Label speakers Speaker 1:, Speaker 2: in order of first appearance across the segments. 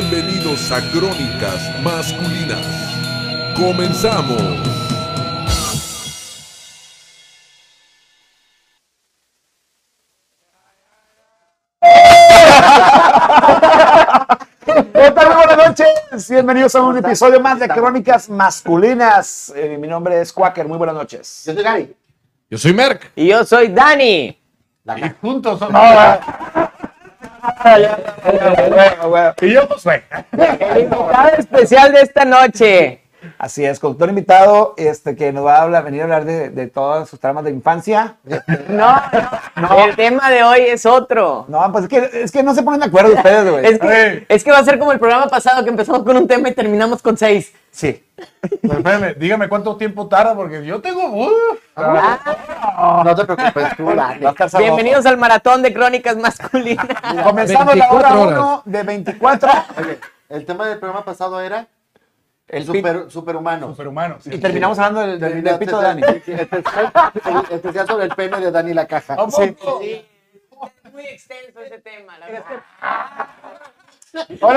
Speaker 1: bienvenidos a Crónicas Masculinas. Comenzamos.
Speaker 2: ¿Qué tal? Muy Buenas noches. Bienvenidos a un episodio más de Crónicas Masculinas. Eh, mi nombre es Quaker. Muy buenas noches.
Speaker 3: Yo soy Gary.
Speaker 1: Yo soy Merck.
Speaker 4: Y yo soy Dani.
Speaker 3: La ca- juntos somos.
Speaker 2: Y yo, Josué.
Speaker 4: El invitado especial de esta noche.
Speaker 2: Así es, conductor invitado este, que nos va a hablar- venir a hablar de, de todas sus tramas de infancia.
Speaker 4: No, no, el tema de hoy es otro.
Speaker 2: No, pues es que, es que no se ponen de acuerdo ustedes, güey.
Speaker 4: Es que, es que va a ser como el programa pasado que empezamos con un tema y terminamos con seis.
Speaker 2: Sí.
Speaker 5: Pero espérame, dígame cuánto tiempo tarda, porque yo tengo. uh,
Speaker 3: No te preocupes, tú dale.
Speaker 2: Va a estar sabroso.
Speaker 4: Bienvenidos al maratón de crónicas masculinas.
Speaker 2: Comenzamos la hora
Speaker 5: 24 horas.
Speaker 2: 1 de 24
Speaker 3: Oye, el tema del programa pasado era el super, superhumano.
Speaker 5: superhumano. sí.
Speaker 2: y terminamos hablando del, del- del pito de Dani.
Speaker 3: Especial sobre el pene de Dani la caja.
Speaker 5: ¿A poco?
Speaker 4: Muy extenso ese tema, la verdad.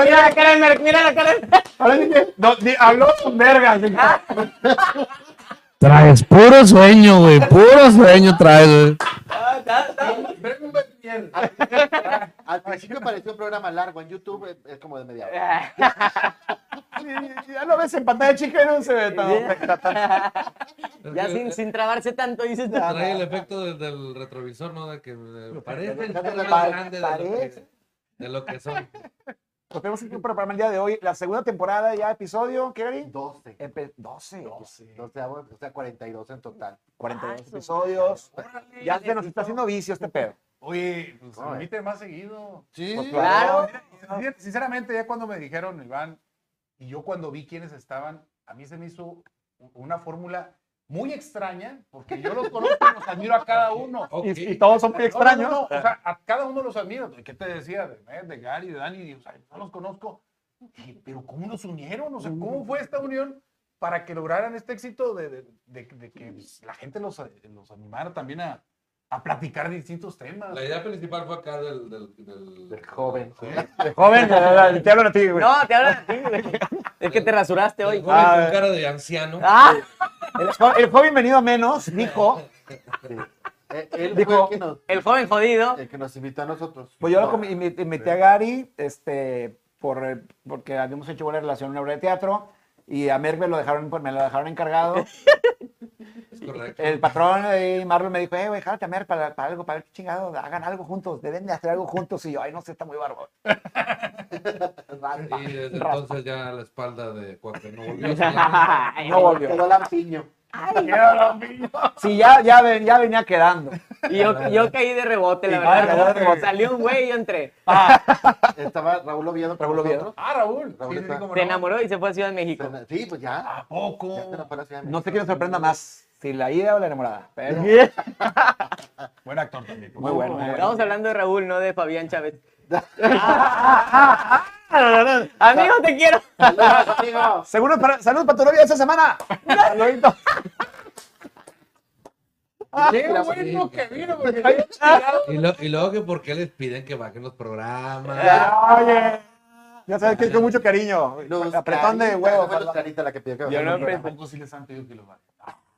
Speaker 4: mira la cara de Merck, mira la cara de
Speaker 3: Ahora dime,
Speaker 2: No, ni- habló con vergas.
Speaker 6: Traes puro sueño, güey. Puro sueño traes, güey.
Speaker 3: al principio pareció un programa largo. En YouTube es- es como de media hora.
Speaker 2: Eh. Ya lo ves en pantalla chica y no se ve
Speaker 4: Ya sin, sin trabarse tanto, dices. tú.
Speaker 6: Trae el efecto del, del retrovisor, ¿no? De que eh, parecen ser más
Speaker 2: pa-
Speaker 6: grandes de lo, que,
Speaker 2: parece.
Speaker 6: de lo que son.
Speaker 2: Pues tenemos un programa el día de hoy, la segunda temporada, ya episodio, ¿qué, Gary?
Speaker 3: 12.
Speaker 2: Empe- 12,
Speaker 3: 12, o sea, 42 en total.
Speaker 2: 42 episodios. Ya se nos está haciendo vicio este pedo.
Speaker 5: Oye, pues
Speaker 3: Ay.
Speaker 5: invite más seguido.
Speaker 3: Sí.
Speaker 2: Pues,
Speaker 4: Claro.
Speaker 5: Sin- Sinceramente, ya cuando me dijeron, Iván, y yo cuando vi quiénes estaban, a mí se me hizo u- una fórmula muy extraña, porque yo los conozco y los admiro a cada uno.
Speaker 6: Ok.
Speaker 2: Y, y todos son muy
Speaker 5: No, no,
Speaker 2: extraños.
Speaker 5: no, o sea, a cada uno los admiro. ¿Qué te decía de, Mer, de Gary, de Dani? O sea, no los conozco. Dije, Pero ¿cómo los unieron? O sea,
Speaker 2: Mm.
Speaker 5: ¿cómo fue esta unión para que lograran este éxito de, de- de- de que pues, la gente los, los animara también a, a platicar distintos temas?
Speaker 6: La idea principal fue acá del... del, del,
Speaker 3: Del joven.
Speaker 6: Sí.
Speaker 2: Joven, te hablan a ti, güey.
Speaker 4: No, te hablan a ti, güey. Es que te rasuraste hoy.
Speaker 6: del joven
Speaker 2: Ah, eh.
Speaker 6: con cara de anciano.
Speaker 4: Ah,
Speaker 2: El, jo- el joven venido a menos dijo,
Speaker 3: Sí. Eh, Él fue
Speaker 2: Dijo,
Speaker 3: el que, nos,
Speaker 4: el joven jodido.
Speaker 3: el que nos invitó a nosotros.
Speaker 2: pues yo lo comi- invi- invité a Gary, este, por, porque habíamos hecho buena relación en una obra de teatro. Y a Merck me lo dejaron, pues, me lo dejaron encargado.
Speaker 6: Es correcto.
Speaker 2: El patrón de Marlon me dijo, eh, güey, jálate a Merck para, para algo, para ver qué chingado, hagan algo juntos, deben de hacer algo juntos. Y yo, ay, no sé, está muy bárbaro.
Speaker 6: Y desde entonces ya a la espalda de Cuauhtémoc no volvió. a salir.
Speaker 4: Ay,
Speaker 2: No volvió.
Speaker 3: Quedó lampiño.
Speaker 2: Sí, ya, ya, ven- ya venía quedando.
Speaker 4: Y yo, yo caí de rebote, la
Speaker 2: Sí,
Speaker 4: verdad.
Speaker 2: vale,
Speaker 4: como-
Speaker 2: vale.
Speaker 4: Salió un güey y yo entré.
Speaker 3: Estaba Raúl Oviedo. con
Speaker 2: Raúl Oviedo.
Speaker 3: nosotros.
Speaker 5: Ah, Raúl.
Speaker 3: Raúl
Speaker 5: Sí, sí,
Speaker 3: está-
Speaker 5: cómo
Speaker 4: Se
Speaker 5: no.
Speaker 4: enamoró y se fue a Ciudad de México.
Speaker 3: Sí, pues ya.
Speaker 5: ¿A poco?
Speaker 3: Ya se nos fue la Ciudad de
Speaker 2: No sé qué
Speaker 3: México.
Speaker 2: nos sorprenda más, si la ida o la enamorada. Pero
Speaker 5: Buen actor también.
Speaker 2: muy bueno. muy bueno.
Speaker 4: Estamos hablando de Raúl, no de Fabián Chávez. Amigo, te quiero.
Speaker 3: Saludos, amigo.
Speaker 2: Seguro para, salud para tu novia esta semana. Saludito.
Speaker 5: Qué
Speaker 3: La-
Speaker 5: bueno que vino, porque
Speaker 6: y, lo- y luego que por qué les piden que bajen los programas.
Speaker 2: Ah. Oye. Ya sabes que es con mucho cariño.
Speaker 3: Los
Speaker 2: Apretón de
Speaker 3: Clarita,
Speaker 2: huevo.
Speaker 3: fue los Clarita la que pidió que
Speaker 2: Yo
Speaker 3: bajara
Speaker 2: no
Speaker 3: el programa.
Speaker 5: tampoco sí les han pedido que lo bajen.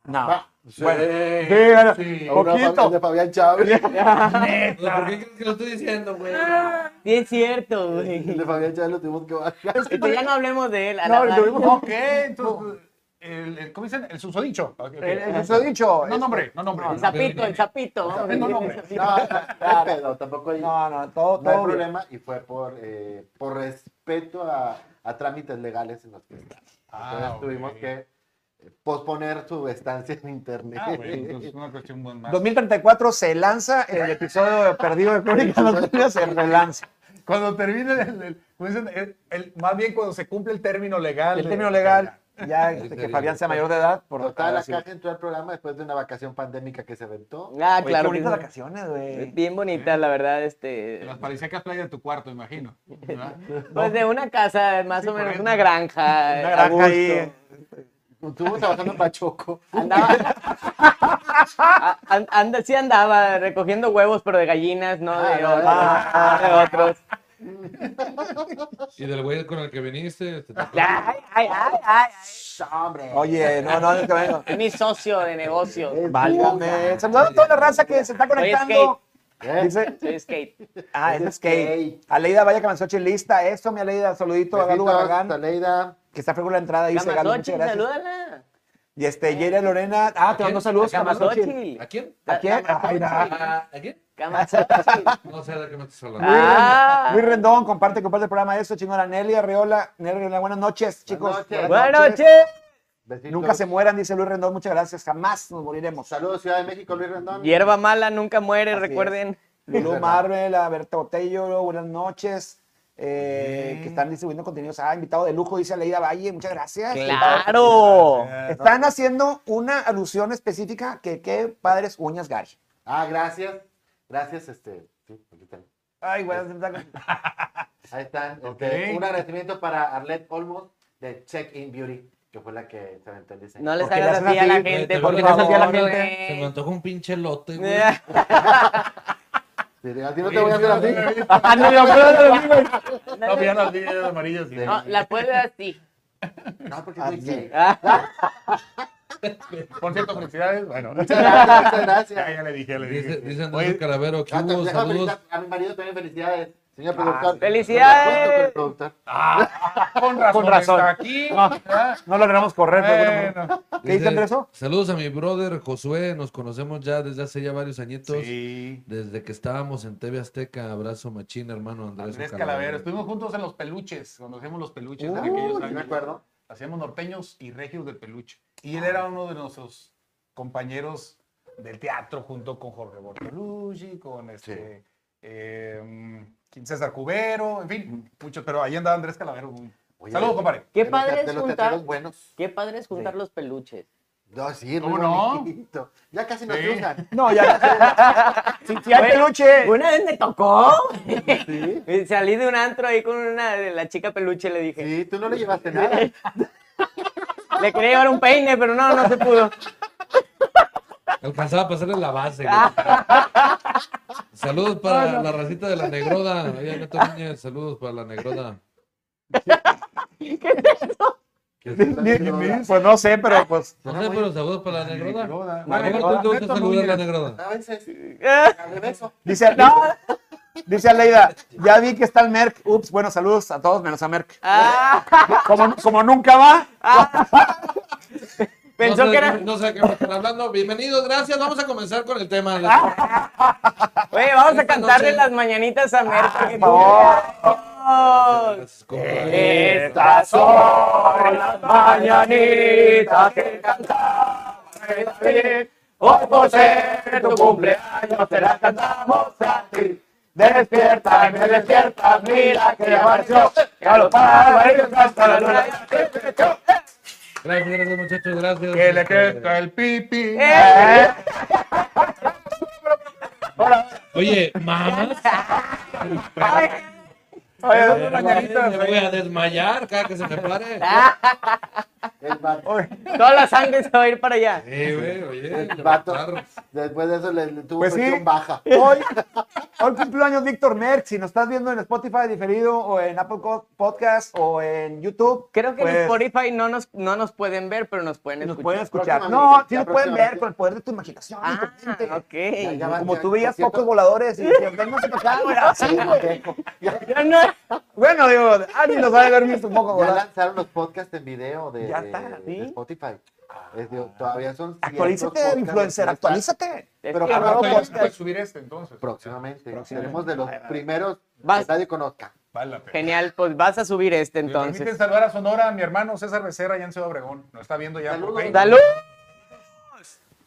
Speaker 2: No.
Speaker 3: Ah,
Speaker 2: Bueno.
Speaker 5: Sí.
Speaker 2: Sí, bueno,
Speaker 5: Sí.
Speaker 3: a una
Speaker 2: poquito.
Speaker 3: Fabi- de Fabián Chávez.
Speaker 6: Pues, ¿Por qué crees que lo estoy diciendo, güey?
Speaker 4: Sí, es cierto, güey.
Speaker 3: El de Fabián Chávez lo tuvimos que bajar.
Speaker 4: Entonces, ya no hablemos de él. a
Speaker 2: No,
Speaker 4: la-
Speaker 2: lo vimos-
Speaker 5: Ok, entonces, el, el- ¿cómo dicen? El susodicho. Ok, ok.
Speaker 2: El- el- Eso he dicho.
Speaker 5: No nombre, no nombre.
Speaker 2: No,
Speaker 4: El sapito, el sapito. vamos a
Speaker 5: No, no,
Speaker 4: decir el sapito.
Speaker 3: No, no, pero tampoco hay, no,
Speaker 2: No, no, todo,
Speaker 3: hay
Speaker 2: todo. bien.
Speaker 3: problema y fue por, eh, por respeto a, a trámites legales en los que está. Entonces
Speaker 5: Ah, ok.
Speaker 3: tuvimos que eh, posponer su estancia en internet.
Speaker 5: Ah, bueno, entonces es una cuestión muy más.
Speaker 2: 2034 se lanza el episodio perdido de Crónica Nocturna, se relanza.
Speaker 5: Cuando termine el, el- como dicen, el- el- más bien cuando se cumple el término legal.
Speaker 2: El
Speaker 5: de-
Speaker 2: término legal, ya este, que Fabián sea mayor de edad, por
Speaker 3: Total, la
Speaker 2: así.
Speaker 3: caja entró al programa después de una vacación pandémica que se aventó.
Speaker 4: Ah,
Speaker 2: Oye, qué
Speaker 4: claro. que
Speaker 2: bonitas
Speaker 4: sí.
Speaker 2: vacaciones, güey.
Speaker 4: Bien bonita, la verdad, este.
Speaker 5: de Las parisecas playa de tu cuarto, imagino. ¿verdad?
Speaker 4: Pues de una casa, más o menos,
Speaker 5: correcto.
Speaker 4: una granja.
Speaker 2: Una
Speaker 4: a
Speaker 2: granja ahí.
Speaker 4: gusto.
Speaker 3: Estuvo trabajando en Pachoco.
Speaker 4: Andaba. A- an- anda- sí andaba recogiendo huevos, pero de gallinas, no de,
Speaker 3: Ah,
Speaker 4: otros, no de otros.
Speaker 6: Y del güey con el que viniste. este, te tocó.
Speaker 4: Ay, ay, ay, ay,
Speaker 3: Hombre.
Speaker 2: Oye, no, no, es que vengo.
Speaker 4: ay. Mi socio de negocios.
Speaker 3: Es
Speaker 2: Válgame. Saludando a toda la raza que se está conectando.
Speaker 3: ¿Eh?
Speaker 2: Dice,
Speaker 4: Soy skate.
Speaker 2: ah,
Speaker 3: Es
Speaker 2: es skate.
Speaker 3: skate.
Speaker 2: Aleida Vaya Camanzoche, lista. Eso, mi Aleida. Saludito a Galo
Speaker 3: Besitos,
Speaker 2: Barragán,
Speaker 3: Taleida.
Speaker 2: que está fregando la entrada. Dice Galo,
Speaker 4: Camasochi,
Speaker 2: muchas gracias.
Speaker 4: salúdala.
Speaker 2: Y este, Yeria Lorena. Ah, te mando
Speaker 6: quién?
Speaker 2: saludos, Camasochi.
Speaker 4: Camasochi.
Speaker 6: ¿A quién?
Speaker 2: ¿A quién? Ay, na.
Speaker 6: ¿A a quién?
Speaker 4: Camasochi.
Speaker 6: No sé de qué me estás hablando.
Speaker 4: Ah.
Speaker 2: Luis Rendón, comparte, comparte el programa. Eso, chingona. Nelly Arreola. Nelly Arreola, buenas noches, chicos.
Speaker 3: Buenas noches.
Speaker 4: Buenas
Speaker 2: pues,
Speaker 4: noches.
Speaker 3: Besitos.
Speaker 2: Nunca se mueran, dice Luis Rendón. Muchas gracias. Jamás nos moriremos.
Speaker 3: Saludos, Ciudad de México, Luis Rendón.
Speaker 4: Hierba mala nunca muere,
Speaker 2: Así es.
Speaker 4: recuerden.
Speaker 2: Lulú
Speaker 3: verdad.
Speaker 2: Marvel, a Berta Botello, buenas noches. eh, que están distribuyendo contenidos. Ah, invitado de lujo, dice Aleida Valle, muchas gracias.
Speaker 4: Claro.
Speaker 2: Están haciendo una alusión específica que qué padres uñas, Gary.
Speaker 3: Ah, gracias. Gracias, este. sí, aquí están.
Speaker 2: Ay,
Speaker 3: buenas
Speaker 2: noches.
Speaker 3: Ahí están.
Speaker 5: Ok.
Speaker 3: Este, un agradecimiento para Arlette Olmos de Check In Beauty, que fue la que se aventó el diseño.
Speaker 4: No les
Speaker 2: ¿Por qué le
Speaker 4: hagas
Speaker 2: hacen
Speaker 4: así a
Speaker 2: así?
Speaker 4: la
Speaker 6: Güey,
Speaker 4: gente,
Speaker 6: te
Speaker 4: por
Speaker 6: juro que
Speaker 4: favor.
Speaker 2: hacen así a la
Speaker 4: güey.
Speaker 6: Se me antoja un pinche lote, güey.
Speaker 3: Sí, A ti no te voy a hacer así.
Speaker 2: Ah, no, no, no, no, no.
Speaker 5: No, pero pues ya las vi las amarillas. sí.
Speaker 4: No, la puedes ver así.
Speaker 3: No,
Speaker 4: Ah,
Speaker 3: porque soy gay.
Speaker 2: Ah.
Speaker 5: Por cierto, felicidades. Bueno,
Speaker 3: Muchas gracias, muchas gracias.
Speaker 5: ya, ya le dije, ya le dije.
Speaker 6: Dice, dice Andrés
Speaker 5: Oye,
Speaker 6: Calavero, que
Speaker 3: Ah,
Speaker 6: hubo
Speaker 3: déjame
Speaker 6: saludos.
Speaker 3: felicitar a mi marido también felicidades. Señor productor.
Speaker 4: Ah, ¡Felicidades!
Speaker 3: ¿Cuánto, señor productor?
Speaker 5: con razón,
Speaker 2: Con razón.
Speaker 5: está aquí. ¿verdad?
Speaker 2: No lo logramos correr, pero bueno, bueno.
Speaker 5: Bueno,
Speaker 2: ¿Qué dice Andrés?
Speaker 6: Saludos a mi brother Josué, nos conocemos ya desde hace ya varios añitos.
Speaker 5: sí.
Speaker 6: Desde que estábamos en TV Azteca, abrazo machín, hermano Andrés.
Speaker 5: Andrés
Speaker 6: Ocalavero.
Speaker 5: Calavera. Estuvimos juntos en los peluches, cuando hacíamos los peluches en aquellos
Speaker 3: Uh, sí,
Speaker 5: años.
Speaker 3: me acuerdo.
Speaker 5: Hacíamos norteños y regios del peluche. Y él era uno de nuestros compañeros del teatro, junto con Jorge Bortolucci, con este. eh, César Cubero, en fin, muchos, pero ahí andaba Andrés Calavero. muy-
Speaker 3: Oye,
Speaker 5: Saludos, compadre.
Speaker 4: Qué
Speaker 3: de los
Speaker 4: padre
Speaker 3: te-
Speaker 4: es
Speaker 3: de los
Speaker 4: juntar-
Speaker 3: teatreros buenos.
Speaker 4: Qué padre es juntar los peluches.
Speaker 3: No, sí,
Speaker 5: ¿Cómo
Speaker 3: muy
Speaker 5: no?
Speaker 3: bonito. Ya casi nos
Speaker 5: Sí.
Speaker 3: cruzan.
Speaker 2: No, ya. Si sí, hay
Speaker 4: Güey,
Speaker 2: peluche.
Speaker 4: Una vez me tocó.
Speaker 3: Sí.
Speaker 4: Y Salí de un antro ahí con una de la chica peluche le dije,
Speaker 3: Sí, tú no le llevaste nada.
Speaker 4: le quería llevar un peine, pero no, no se pudo.
Speaker 6: Alcanzaba a pasarle la base. güey. saludos para la racita de la Negroda. Oye, Neto Núñez, saludos para la Negroda. ¿Qué es eso?
Speaker 2: Ni- ni- Pues no sé, pero pues.
Speaker 6: No sé, pero saludos para la Negroda.
Speaker 5: Negroda.
Speaker 6: Bueno,
Speaker 5: La
Speaker 6: ¿cómo te
Speaker 5: Negroda.
Speaker 6: gusta
Speaker 5: Neto
Speaker 6: saludar a la
Speaker 5: Núñez.
Speaker 6: Negroda?
Speaker 3: A veces, al revés.
Speaker 2: Dice, no. Dice Aleida, ya vi que está el Merck. Ups, bueno, saludos a todos menos a Merck.
Speaker 4: Ah,
Speaker 2: Como, como nunca va,
Speaker 4: pensó
Speaker 6: no sé,
Speaker 4: que era,
Speaker 6: No sé de qué me están hablando. Bienvenidos, gracias. Vamos a comenzar con el tema.
Speaker 4: Ah.
Speaker 6: La-
Speaker 4: oye, vamos a
Speaker 6: Esta
Speaker 4: cantarle
Speaker 6: noche-
Speaker 4: las mañanitas a Mer. porque tú- ¡Oh!
Speaker 6: Gracias, compadre.
Speaker 4: Estas son las mañanitas que cantaba el Hoy por ser tu cumpleaños te las cantamos a ti. Despierta, me despierta, mira que ya amaneció. Que a los pájaros hasta la luna.
Speaker 6: Gracias, gracias, muchachos. Gracias.
Speaker 5: Que le
Speaker 6: Este,
Speaker 5: crezca el pipi.
Speaker 4: ¡Eh!
Speaker 6: Oye, mamás.
Speaker 2: Oye,
Speaker 5: Esas son
Speaker 6: Me
Speaker 5: las mañanitas,
Speaker 6: voy
Speaker 5: güey.
Speaker 6: a desmayar cada que se me pare.
Speaker 2: Ah.
Speaker 3: El vato,
Speaker 4: Toda la sangre se va a ir para allá.
Speaker 6: Eh, güey, oye.
Speaker 3: el vato,
Speaker 6: levantar.
Speaker 3: Después de eso le, le tuvo
Speaker 2: Pues sí.
Speaker 3: presión baja.
Speaker 2: hoy, hoy cumpleaños Víctor Merck. Si nos estás viendo en Spotify diferido o en Apple Co- Podcast o en YouTube,
Speaker 4: Creo que
Speaker 2: pues,
Speaker 4: en Spotify no nos, no nos pueden ver, pero nos pueden
Speaker 2: nos
Speaker 4: escuchar.
Speaker 2: pueden escuchar.
Speaker 3: Próximamente,
Speaker 2: No, sí
Speaker 3: ya
Speaker 2: nos pueden ver
Speaker 3: próximamente.
Speaker 2: con el poder de tu imaginación. tu mente.
Speaker 4: Ah, ok.
Speaker 3: ya van,
Speaker 2: Como
Speaker 3: ya,
Speaker 2: tú veías
Speaker 3: por cierto.
Speaker 2: pocos voladores y decías, vénganse para acá, güey, así, güey.
Speaker 4: Ya no-
Speaker 2: Bueno, digo, alguien los va a haber visto un poco,
Speaker 3: Ya
Speaker 2: volador.
Speaker 3: lanzaron los podcasts en video de,
Speaker 2: Ya está,
Speaker 3: de-
Speaker 2: ¿sí? Ah.
Speaker 3: de Spotify. Es de- todavía son ciertos podcasts
Speaker 2: Actualízate,
Speaker 3: de
Speaker 2: influencer,
Speaker 3: Spotify.
Speaker 2: actualízate.
Speaker 4: Pero
Speaker 2: Claro,
Speaker 5: Ah, pero todavía
Speaker 2: pues,
Speaker 5: no puedes subir este entonces.
Speaker 3: Próximamente. Seremos de los primeros
Speaker 4: Vas.
Speaker 3: que nadie conozca.
Speaker 5: Vale la pena.
Speaker 4: Genial, pues vas a subir este
Speaker 5: Me permiten
Speaker 4: entonces.
Speaker 5: saludar a Sonora, a mi hermano César Becerra, allá en Ciudad Obregón. Nos está viendo ya.
Speaker 3: Saludos.
Speaker 5: por Facebook.
Speaker 4: ¡Salud!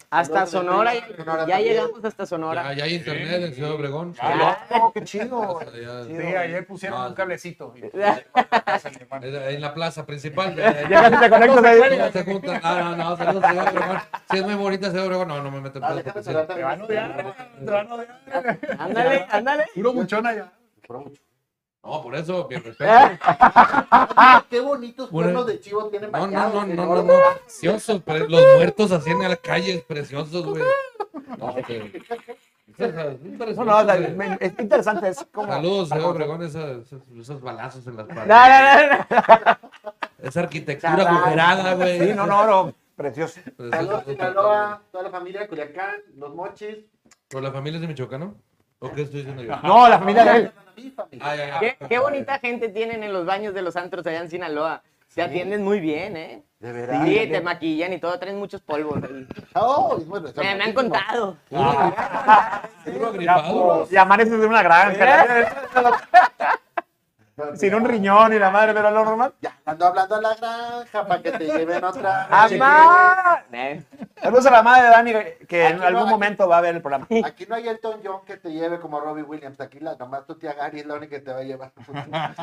Speaker 4: Hasta
Speaker 3: Saludos,
Speaker 4: Sonora.
Speaker 3: Sonora
Speaker 4: Ya ya
Speaker 3: también.
Speaker 4: llegamos hasta Sonora.
Speaker 6: Ya, ya hay internet en Ciudad Obregón.
Speaker 5: Ya.
Speaker 2: Oh, qué chido. güey.
Speaker 6: Ya-
Speaker 5: Sí, ayer pusieron
Speaker 6: No,
Speaker 5: un cablecito. y- pues,
Speaker 6: En la plaza principal. Ya- ya-
Speaker 2: Ya casi te conectas ahí.
Speaker 6: Todos se juntan. Ah, no, no, saludos a Ciudad Obregón. Si es muy bonita Ciudad Obregón, no, no me meto en
Speaker 3: Ah,
Speaker 6: pedos
Speaker 3: déjame
Speaker 6: porque sí.
Speaker 3: saludar
Speaker 5: Te
Speaker 3: también
Speaker 5: van a odiar, te van a odiar.
Speaker 4: Ándale, ándale.
Speaker 5: Puro buchón allá.
Speaker 3: Por mucho.
Speaker 6: No, por eso, mi respeto.
Speaker 3: Ah, qué bonitos
Speaker 6: Bueno.
Speaker 3: cuernos de chivo tienen
Speaker 6: No, no,
Speaker 3: marcados,
Speaker 6: no, no, no,
Speaker 3: enormes.
Speaker 6: no, preciosos, pre- los muertos así en las calles, preciosos, güey. No, que- Cejas,
Speaker 2: No,
Speaker 6: interesante.
Speaker 2: no, o sea, me- es interesante, es como...
Speaker 6: Saludos, señor Obregón, esa- esos, esos balazos en las paredes.
Speaker 4: No, no, no, no.
Speaker 6: Esa arquitectura agujerada, güey.
Speaker 2: Sí, no, no, no, precioso.
Speaker 6: Pues,
Speaker 3: Saludos,
Speaker 6: esos-
Speaker 3: Sinaloa, toda la familia de Culiacán, los mochis.
Speaker 6: ¿Pero la familia es de Michoacán, no? ¿O qué estoy diciendo yo?
Speaker 2: No, la familia de él.
Speaker 3: Mi familia.
Speaker 6: Ah, ya, ya.
Speaker 4: Qué, qué bonita gente tienen en los baños de los antros allá en Sinaloa. Te atienden muy bien, ¿eh?
Speaker 3: De
Speaker 4: Sí,
Speaker 3: verdad.
Speaker 4: te maquillan y todo, traen muchos polvos. ahí.
Speaker 3: Oh, y bueno,
Speaker 4: Me, me han contado.
Speaker 6: Puro agripado.
Speaker 2: Y amaneces en una granja.
Speaker 3: Pero-
Speaker 2: Sin un riñón y la madre, pero lo normal.
Speaker 3: Ya, ando hablando a la granja para que te lleven otra.
Speaker 4: ¡Amá! Eh,
Speaker 2: Saludos a la madre de Dani, que
Speaker 3: Aquí
Speaker 2: en
Speaker 3: no,
Speaker 2: algún
Speaker 3: aquí-
Speaker 2: momento va a ver el programa.
Speaker 3: Aquí no hay Elton John que te lleve como Robbie Williams. Aquí la, nomás tu tía Gary es la única que te va a llevar.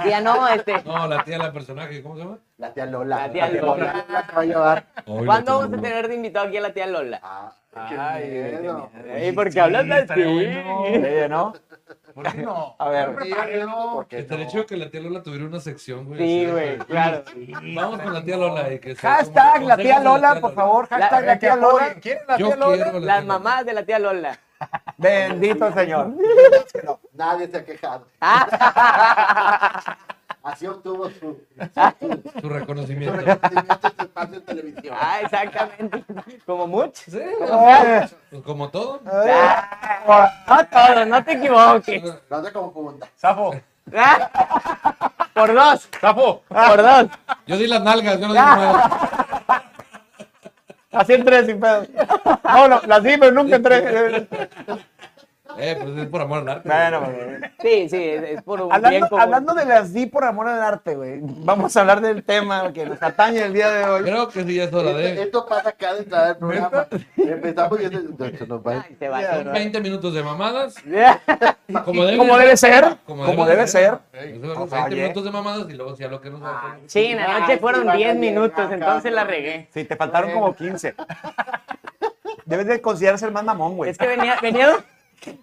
Speaker 4: Tía, no, este.
Speaker 6: No, la tía, la personaje, ¿cómo se llama?
Speaker 3: La tía Lola.
Speaker 4: La tía Lola.
Speaker 3: la te va a llevar.
Speaker 4: ¿Cuándo vamos a tener de invitado aquí a la tía Lola?
Speaker 3: Ah,
Speaker 5: Ay,
Speaker 3: qué miedo.
Speaker 5: qué
Speaker 4: Ey, ¿por qué hablas
Speaker 5: sí,
Speaker 4: así?
Speaker 5: estaría bueno.
Speaker 2: Sí, ¿no?
Speaker 5: ¿Por qué no?
Speaker 2: A ver.
Speaker 5: Siempre párenlo.
Speaker 3: Porque
Speaker 6: Estaría
Speaker 3: no.
Speaker 6: chido que la tía Lola tuviera una sección, güey. así
Speaker 4: Sí,
Speaker 6: de-
Speaker 4: güey, claro.
Speaker 6: Vamos con la tía Lola. Y que sea
Speaker 2: Hashtag
Speaker 6: como-
Speaker 2: la tía
Speaker 6: consejos de
Speaker 2: Lola, por favor. Hashtag la
Speaker 5: Que
Speaker 2: tía Lola.
Speaker 5: apoyen. ¿Quieren la
Speaker 6: Yo
Speaker 5: tía Lola?
Speaker 6: quiero a la
Speaker 4: Las
Speaker 6: tía Lola.
Speaker 4: mamás de la tía Lola.
Speaker 2: Bendito Señor.
Speaker 3: Nadie se ha quejado.
Speaker 4: Ah,
Speaker 3: Así obtuvo su,
Speaker 6: Su
Speaker 3: su
Speaker 6: reconocimiento.
Speaker 3: reconocimiento en su espacio en televisión.
Speaker 4: ah, exactamente. Como muchos.
Speaker 6: Sí, pues como todo.
Speaker 4: Ah, no todo, no te equivoques.
Speaker 3: No te confundas.
Speaker 5: Zafo,
Speaker 4: Ah, Por dos,
Speaker 5: zafo.
Speaker 4: por dos.
Speaker 6: Yo di las nalgas, yo no di nada.
Speaker 2: Así entré sin pedo. No, no, la sí, pero nunca entré.
Speaker 6: Eh, pues es por amor al arte.
Speaker 2: Bueno, pues,
Speaker 6: güey.
Speaker 2: güey.
Speaker 4: Sí, sí, es es por un bien
Speaker 2: hablando,
Speaker 4: común.
Speaker 2: hablando de las di por amor al arte, güey. Vamos a hablar del tema que nos atañe el día de hoy.
Speaker 6: Creo que sí, ya es hora
Speaker 3: Esto,
Speaker 6: de.
Speaker 3: esto pasa cada entrada del programa. Empezamos y esto- entonces nos va.
Speaker 4: Ay, se va.
Speaker 2: Ya, ¿no?
Speaker 6: 20 minutos de mamadas. Como debe,
Speaker 2: Como debe ser,
Speaker 6: como
Speaker 2: como
Speaker 6: debe
Speaker 2: debe ser.
Speaker 6: Eso, bueno,
Speaker 2: Oye.
Speaker 6: 20 minutos de mamadas y luego sí a lo que nos va a hacer.
Speaker 4: Sí, en la noche fueron 10 minutos, entonces la regué.
Speaker 2: Sí, te faltaron como 15. Debes de considerarse el más mamón, güey.
Speaker 4: Es que venía, venía, de,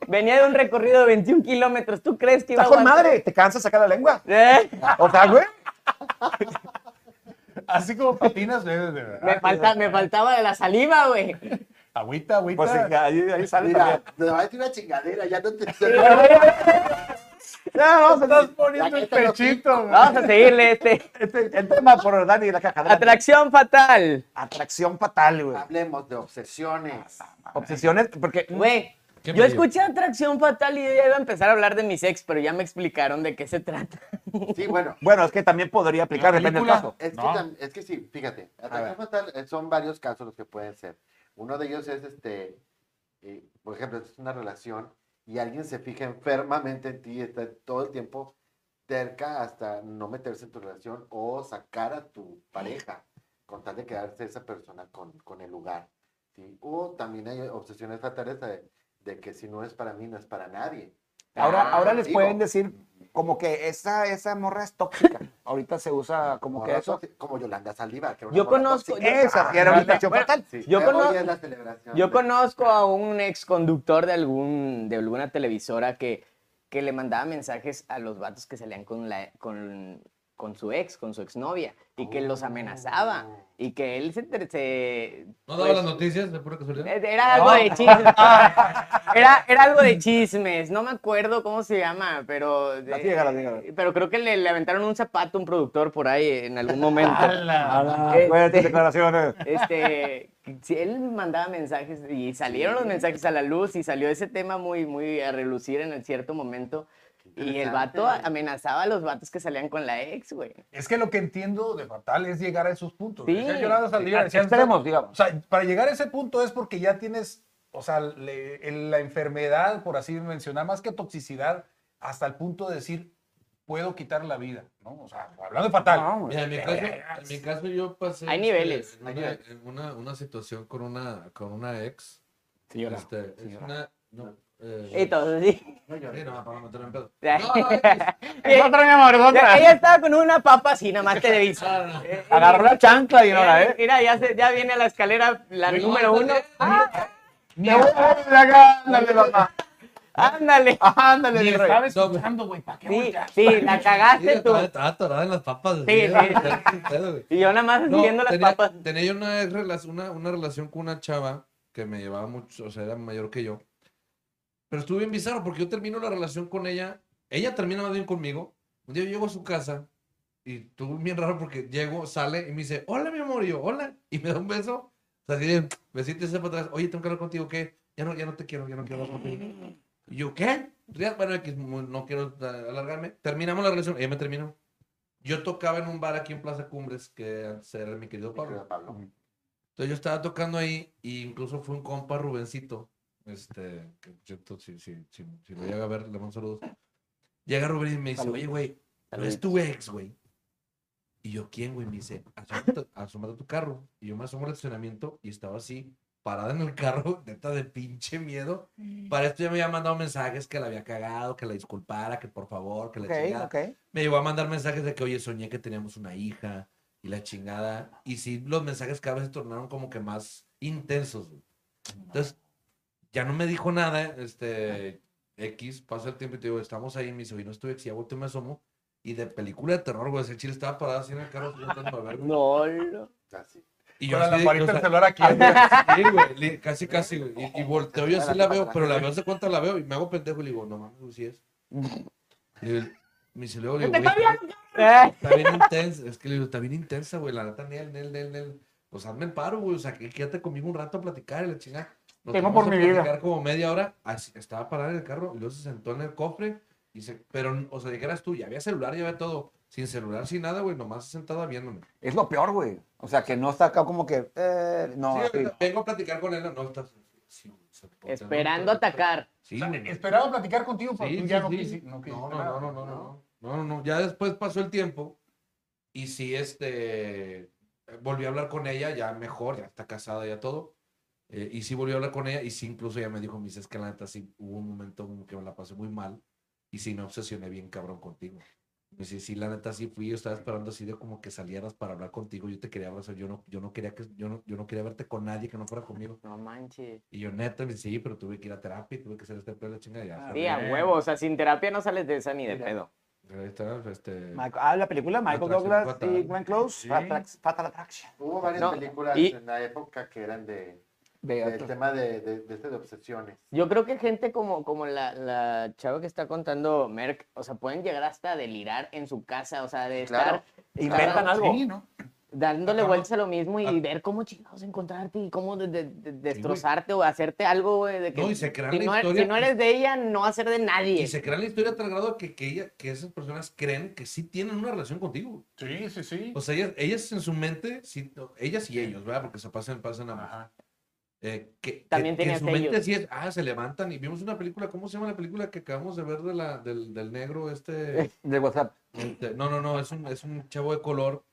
Speaker 4: venía de un recorrido de 21 kilómetros. ¿Tú crees que iba
Speaker 2: Estás con
Speaker 4: aguantar?
Speaker 2: madre, te cansas de sacar la lengua.
Speaker 4: ¿Eh?
Speaker 2: O sea, güey.
Speaker 5: Así como patinas, bebes, de verdad.
Speaker 4: Me, falta, me faltaba de la saliva, güey.
Speaker 5: Ah, Agüita, agüita.
Speaker 2: Pues sí, ahí, ahí sale
Speaker 3: Mira,
Speaker 2: también.
Speaker 3: te va a decir una chingadera, ya no te.
Speaker 2: No, no,
Speaker 5: estás
Speaker 2: entonces,
Speaker 5: poniendo
Speaker 3: La
Speaker 5: el
Speaker 3: neta, lo
Speaker 5: pechito, güey.
Speaker 4: Vamos a seguirle este.
Speaker 2: este, el tema por Dani y la caja. adelante.
Speaker 4: Atracción fatal.
Speaker 2: Atracción fatal, güey.
Speaker 3: Hablemos de obsesiones.
Speaker 2: Obsesiones, porque
Speaker 4: Güey,
Speaker 6: ¿Qué
Speaker 4: yo
Speaker 6: me
Speaker 4: escuché atracción fatal y yo ya iba a empezar a hablar de mis ex, pero ya me explicaron de qué se trata.
Speaker 3: Sí, bueno.
Speaker 2: Bueno, es que también podría aplicar,
Speaker 5: La
Speaker 2: depende del
Speaker 5: película.
Speaker 2: caso.
Speaker 3: Es,
Speaker 5: No.
Speaker 3: que, tam- es que sí, fíjate, atracción fatal, eh, son varios casos los que pueden ser. Uno de ellos es este, eh, por ejemplo, es una relación y alguien se fija enfermamente en ti, está todo el tiempo cerca hasta no meterse en tu relación o sacar a tu pareja con tal de quedarse esa persona con, con el lugar. ¿sí? O también hay obsesiones fatales de, de que si no es para mí, no es para nadie.
Speaker 2: Ahora,
Speaker 3: Ah,
Speaker 2: ahora les
Speaker 3: digo,
Speaker 2: pueden decir como que esa, esa morra es tóxica. Ahorita se usa como que
Speaker 3: morra
Speaker 2: eso.
Speaker 3: tóxica, Como Yolanda Saliva. que era una
Speaker 4: Yo
Speaker 3: morra
Speaker 4: conozco.
Speaker 3: tóxica.
Speaker 4: yo-
Speaker 2: Esa,
Speaker 5: Ah,
Speaker 2: que era una
Speaker 4: Bueno,
Speaker 2: atracción
Speaker 4: bueno,
Speaker 2: fatal.
Speaker 3: Sí,
Speaker 4: Yo
Speaker 3: hoy
Speaker 4: cono-
Speaker 3: es la celebración
Speaker 4: Yo
Speaker 3: de-
Speaker 4: conozco a un ex conductor de, algún, de alguna televisora que, que le mandaba mensajes a los vatos que salían con, la, con, con su ex, con su exnovia, y que los amenazaba. Y que él se. entre- se-
Speaker 6: No daba
Speaker 4: pues, eh,
Speaker 6: las noticias, de pura casualidad.
Speaker 4: Era algo de chismes. Era, era algo de chismes. No me acuerdo cómo se llama, pero.
Speaker 2: Las llega, las llega.
Speaker 4: Pero creo que le, le aventaron un zapato a un productor por ahí en algún momento.
Speaker 2: Ah,
Speaker 4: Este-
Speaker 2: fuertes declaraciones.
Speaker 4: Este, si él mandaba mensajes y salieron los mensajes a la luz y salió ese tema muy, muy a relucir en cierto momento. Y el vato
Speaker 3: Interesante.
Speaker 4: amenazaba a los vatos que salían con la ex, güey.
Speaker 5: Es que lo que entiendo de fatal es llegar a esos puntos.
Speaker 4: Sí.
Speaker 5: Decía Yolanda Saldívar, decía,
Speaker 2: Extremos,
Speaker 5: O
Speaker 2: digamos.
Speaker 5: sea, para llegar a ese punto es porque ya tienes, o sea, le- el- la enfermedad, por así mencionar, más que toxicidad, hasta el punto de decir, puedo quitar la vida, ¿no? O sea, hablando de fatal.
Speaker 2: No, güey.
Speaker 6: Mira, en mi caso, en mi caso yo pasé.
Speaker 4: Hay
Speaker 6: este,
Speaker 4: niveles,
Speaker 6: en una, en una- una situación con una, con una ex. Este, es una. No, eh,
Speaker 4: Y todo sí.
Speaker 3: No llores.
Speaker 6: sí, no, para no meterme en pedo.
Speaker 4: Ya.
Speaker 6: No, no, X.
Speaker 4: Eh,
Speaker 2: otra, mi amor, es otra.
Speaker 4: Ella estaba con una papa así, nada más televisa.
Speaker 6: No, no, no.
Speaker 2: Agarró la chancla y ¿eh? no la
Speaker 4: Mira,
Speaker 2: ve.
Speaker 4: mira, ya, se- ya viene a la escalera la
Speaker 6: ¿eh? No,
Speaker 4: número uno.
Speaker 6: ándale.
Speaker 4: Ah,
Speaker 5: Ni, a-
Speaker 2: Ándale, papá.
Speaker 4: ándale.
Speaker 2: Ándale,
Speaker 5: ni
Speaker 2: mi rey.
Speaker 5: estaba
Speaker 6: No,
Speaker 5: escuchando, güey, ¿para qué
Speaker 4: Sí,
Speaker 5: volteas?
Speaker 4: sí, la
Speaker 6: Sí,
Speaker 4: cagaste Ah, tú.
Speaker 6: estaba, estaba atorada en las papas.
Speaker 4: Sí,
Speaker 6: así,
Speaker 4: sí.
Speaker 6: era un pedo, güey.
Speaker 4: Y yo nada más
Speaker 6: No,
Speaker 4: viendo las
Speaker 6: tenía,
Speaker 4: papas.
Speaker 6: tenía yo una, ex relac- una, una relación con una chava que me llevaba mucho, o sea, era mayor que yo. Pero estuve bien bizarro porque yo termino la relación con ella. Ella termina más bien conmigo. Un día yo llego a su casa y tú bien raro porque llego, sale y me dice, hola mi amor, y yo, hola. Y me da un beso. O sea, que besito y se para atrás. Oye, tengo que hablar contigo, ¿qué? Ya no, ya no te quiero, ya no quiero hablar contigo. Y yo, ¿qué? Real, Bueno, X, mu- no quiero eh, alargarme. Terminamos la relación. Ella me terminó. Yo tocaba en un bar aquí en Plaza Cumbres, que antes era mi querido
Speaker 3: mi
Speaker 6: Pablo.
Speaker 3: querido Pablo.
Speaker 6: Entonces yo estaba tocando ahí y incluso fue un compa Rubencito, este, que por cierto, si, si, si, si lo llega a ver, le mando saludos. Llega Rubén y me dice, oye, güey, no es tu ex, güey. Y yo, ¿quién, güey? Me dice, asómate, asómate a tu carro. Y yo me asomo al estacionamiento y estaba así, parada en el carro, neta de pinche miedo. Para esto ya me había mandado mensajes que la había cagado, que la disculpara, que por favor, que la
Speaker 2: Ok,
Speaker 6: chingada
Speaker 2: ok.
Speaker 6: me llegó a mandar mensajes de que, oye, soñé que teníamos una hija y la chingada. Y sí, los mensajes cada vez se tornaron como que más intensos. güey. Entonces, ya no me dijo nada, este, X, pasa el tiempo y te digo, estamos ahí, me dice, oye, no estoy X, ya vuelto y me asomo. Y de película de terror, güey, ese chile estaba parado así en el carro, así, tratando de ver, güey.
Speaker 7: No, no.
Speaker 3: Así.
Speaker 6: Y
Speaker 5: Con
Speaker 6: así
Speaker 5: la
Speaker 6: de-
Speaker 5: lamparita
Speaker 6: o sea,
Speaker 5: del celular aquí.
Speaker 6: Sí, güey, li- casi, casi, güey. Y, y volteo, yo sí la veo, pero la veo, ¿hace cuánto la veo? Y me hago pendejo y le digo, no mames, güey, sí es. Y él- me dice, luego le digo, güey, Eh, está bien intensa, es que le digo, está bien intensa, güey, la neta, Nel, Nel, Nel, Nel. Pues hazme el paro, güey, o sea, que quédate conmigo un rato a platicar y la chingada. Nos
Speaker 2: Tengo
Speaker 6: fuimos
Speaker 2: por
Speaker 6: a
Speaker 2: mi vida.
Speaker 6: platicar como media hora, así, estaba parada en el carro y luego se sentó en el cofre. Y se, pero, o sea, dijeras tú, ya había celular, ya había todo. Sin celular, sin nada, güey, nomás sentada viéndome.
Speaker 2: Es lo peor, güey. O sea, que no está acá como que. eh, no,
Speaker 6: Sí,
Speaker 2: así.
Speaker 6: ahorita vengo a platicar con él, no, estás. sí, se-
Speaker 4: Esperando atacar.
Speaker 6: Sí, güey.
Speaker 5: Esperaba platicar contigo, pero
Speaker 6: Sí,
Speaker 5: tú
Speaker 6: sí,
Speaker 5: ya no
Speaker 6: sí.
Speaker 5: quisi-
Speaker 6: No,
Speaker 5: quisiste
Speaker 6: no,
Speaker 5: nada,
Speaker 6: no, no, no, no, no, no, no, ya después pasó el tiempo y sí, este, volví a hablar con ella, ya mejor, ya está casada, ya todo. eh, y sí volví a hablar con ella y sí, incluso ella me dijo, me dice, es que la neta sí hubo un momento en que me la pasé muy mal y sí me obsesioné bien cabrón contigo. Me dice, sí, la neta sí fui, yo estaba esperando así de como que salieras para hablar contigo, yo te quería abrazar, yo no, yo no quería que, yo no, yo no quería verte con nadie que no fuera conmigo.
Speaker 4: No manches.
Speaker 6: Y yo neta, me dice, sí, pero tuve que ir a terapia, y tuve que hacer este pedo de la chingada. y ya,
Speaker 5: Ah,
Speaker 6: ¿sabes?
Speaker 4: Sí, a
Speaker 5: bien.
Speaker 4: huevo. O sea, sin terapia no sales de esa ni de pedo.
Speaker 6: Pero ahí está, este...
Speaker 2: Michael- ah, la película Michael
Speaker 6: Atracción
Speaker 2: Douglas
Speaker 6: fatal.
Speaker 2: y Glenn Close,
Speaker 5: Sí.
Speaker 2: Fatal, Fatal Attraction.
Speaker 3: Hubo varias
Speaker 4: No,
Speaker 3: películas
Speaker 4: y-
Speaker 3: en la época que eran de,
Speaker 2: De
Speaker 3: del
Speaker 2: otro-
Speaker 3: tema de, de, de este de obsesiones.
Speaker 4: Yo creo que gente como, como la, la chava que está contando Merck, o sea, pueden llegar hasta a delirar en su casa, o sea, de
Speaker 3: Claro.
Speaker 4: estar
Speaker 2: Inventan
Speaker 4: Claro,
Speaker 2: algo.
Speaker 5: Sí, ¿no?
Speaker 4: dándole
Speaker 5: Acá
Speaker 4: vueltas a lo mismo y
Speaker 6: Ah.
Speaker 4: ver cómo chingados encontrarte y cómo de- de- de- destrozarte o hacerte algo güey, de que
Speaker 6: No, y se crean
Speaker 4: si,
Speaker 6: la
Speaker 4: no,
Speaker 6: historia-
Speaker 4: si no eres de ella, no hacer de nadie.
Speaker 6: Y se crea la historia a tal grado que, que, ella, que esas personas creen que sí tienen una relación contigo.
Speaker 5: Sí, sí, sí.
Speaker 6: O sea, ellas, ellas en su mente, sí, no, ellas y ellos, ¿verdad? Porque se pasan, pasan a...
Speaker 5: Ajá.
Speaker 6: Eh, que,
Speaker 4: También
Speaker 6: que, que en
Speaker 4: tenías
Speaker 6: su mente
Speaker 4: ellos.
Speaker 6: sí es, ah, se levantan y vimos una película, ¿cómo se llama la película que acabamos de ver de la, del, del negro este?
Speaker 2: de WhatsApp.
Speaker 6: Este, no, no, no, es un, es un chavo de color.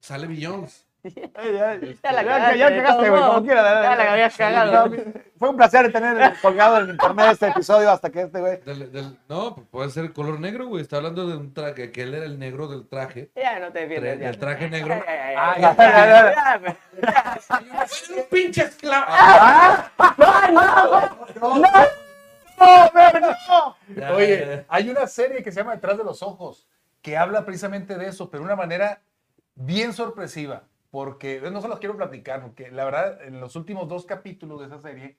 Speaker 6: Sale Billions.
Speaker 4: Ya la
Speaker 2: este, Ya-
Speaker 4: cagaste,
Speaker 2: ya
Speaker 4: de
Speaker 2: cagaste,
Speaker 4: todos
Speaker 2: güey,
Speaker 4: modos.
Speaker 2: como quiera, dale,
Speaker 4: Ya la
Speaker 2: dale.
Speaker 4: habías cagado.
Speaker 2: Fue un placer tener colgado el internet de este episodio hasta que este, güey.
Speaker 6: Del, del- no, pues puede ser color negro, güey. Está hablando de un traje, que él era el negro del traje.
Speaker 4: Ya no te defiendes.
Speaker 6: Tra-
Speaker 4: ya.
Speaker 6: del traje negro.
Speaker 4: Ay, ay, ay,
Speaker 5: Ah,
Speaker 4: ay,
Speaker 5: ya,
Speaker 4: ay,
Speaker 5: ya,
Speaker 4: ay, ay, ay.
Speaker 6: ¡Era un pinche esclavo!
Speaker 2: Ah,
Speaker 6: Ya, ya, ya.
Speaker 5: Oye, hay una serie que se llama Detrás de los Ojos, que habla precisamente de eso, pero de una manera bien sorpresiva, porque no se los quiero platicar, porque la verdad, en los últimos dos capítulos de esa serie,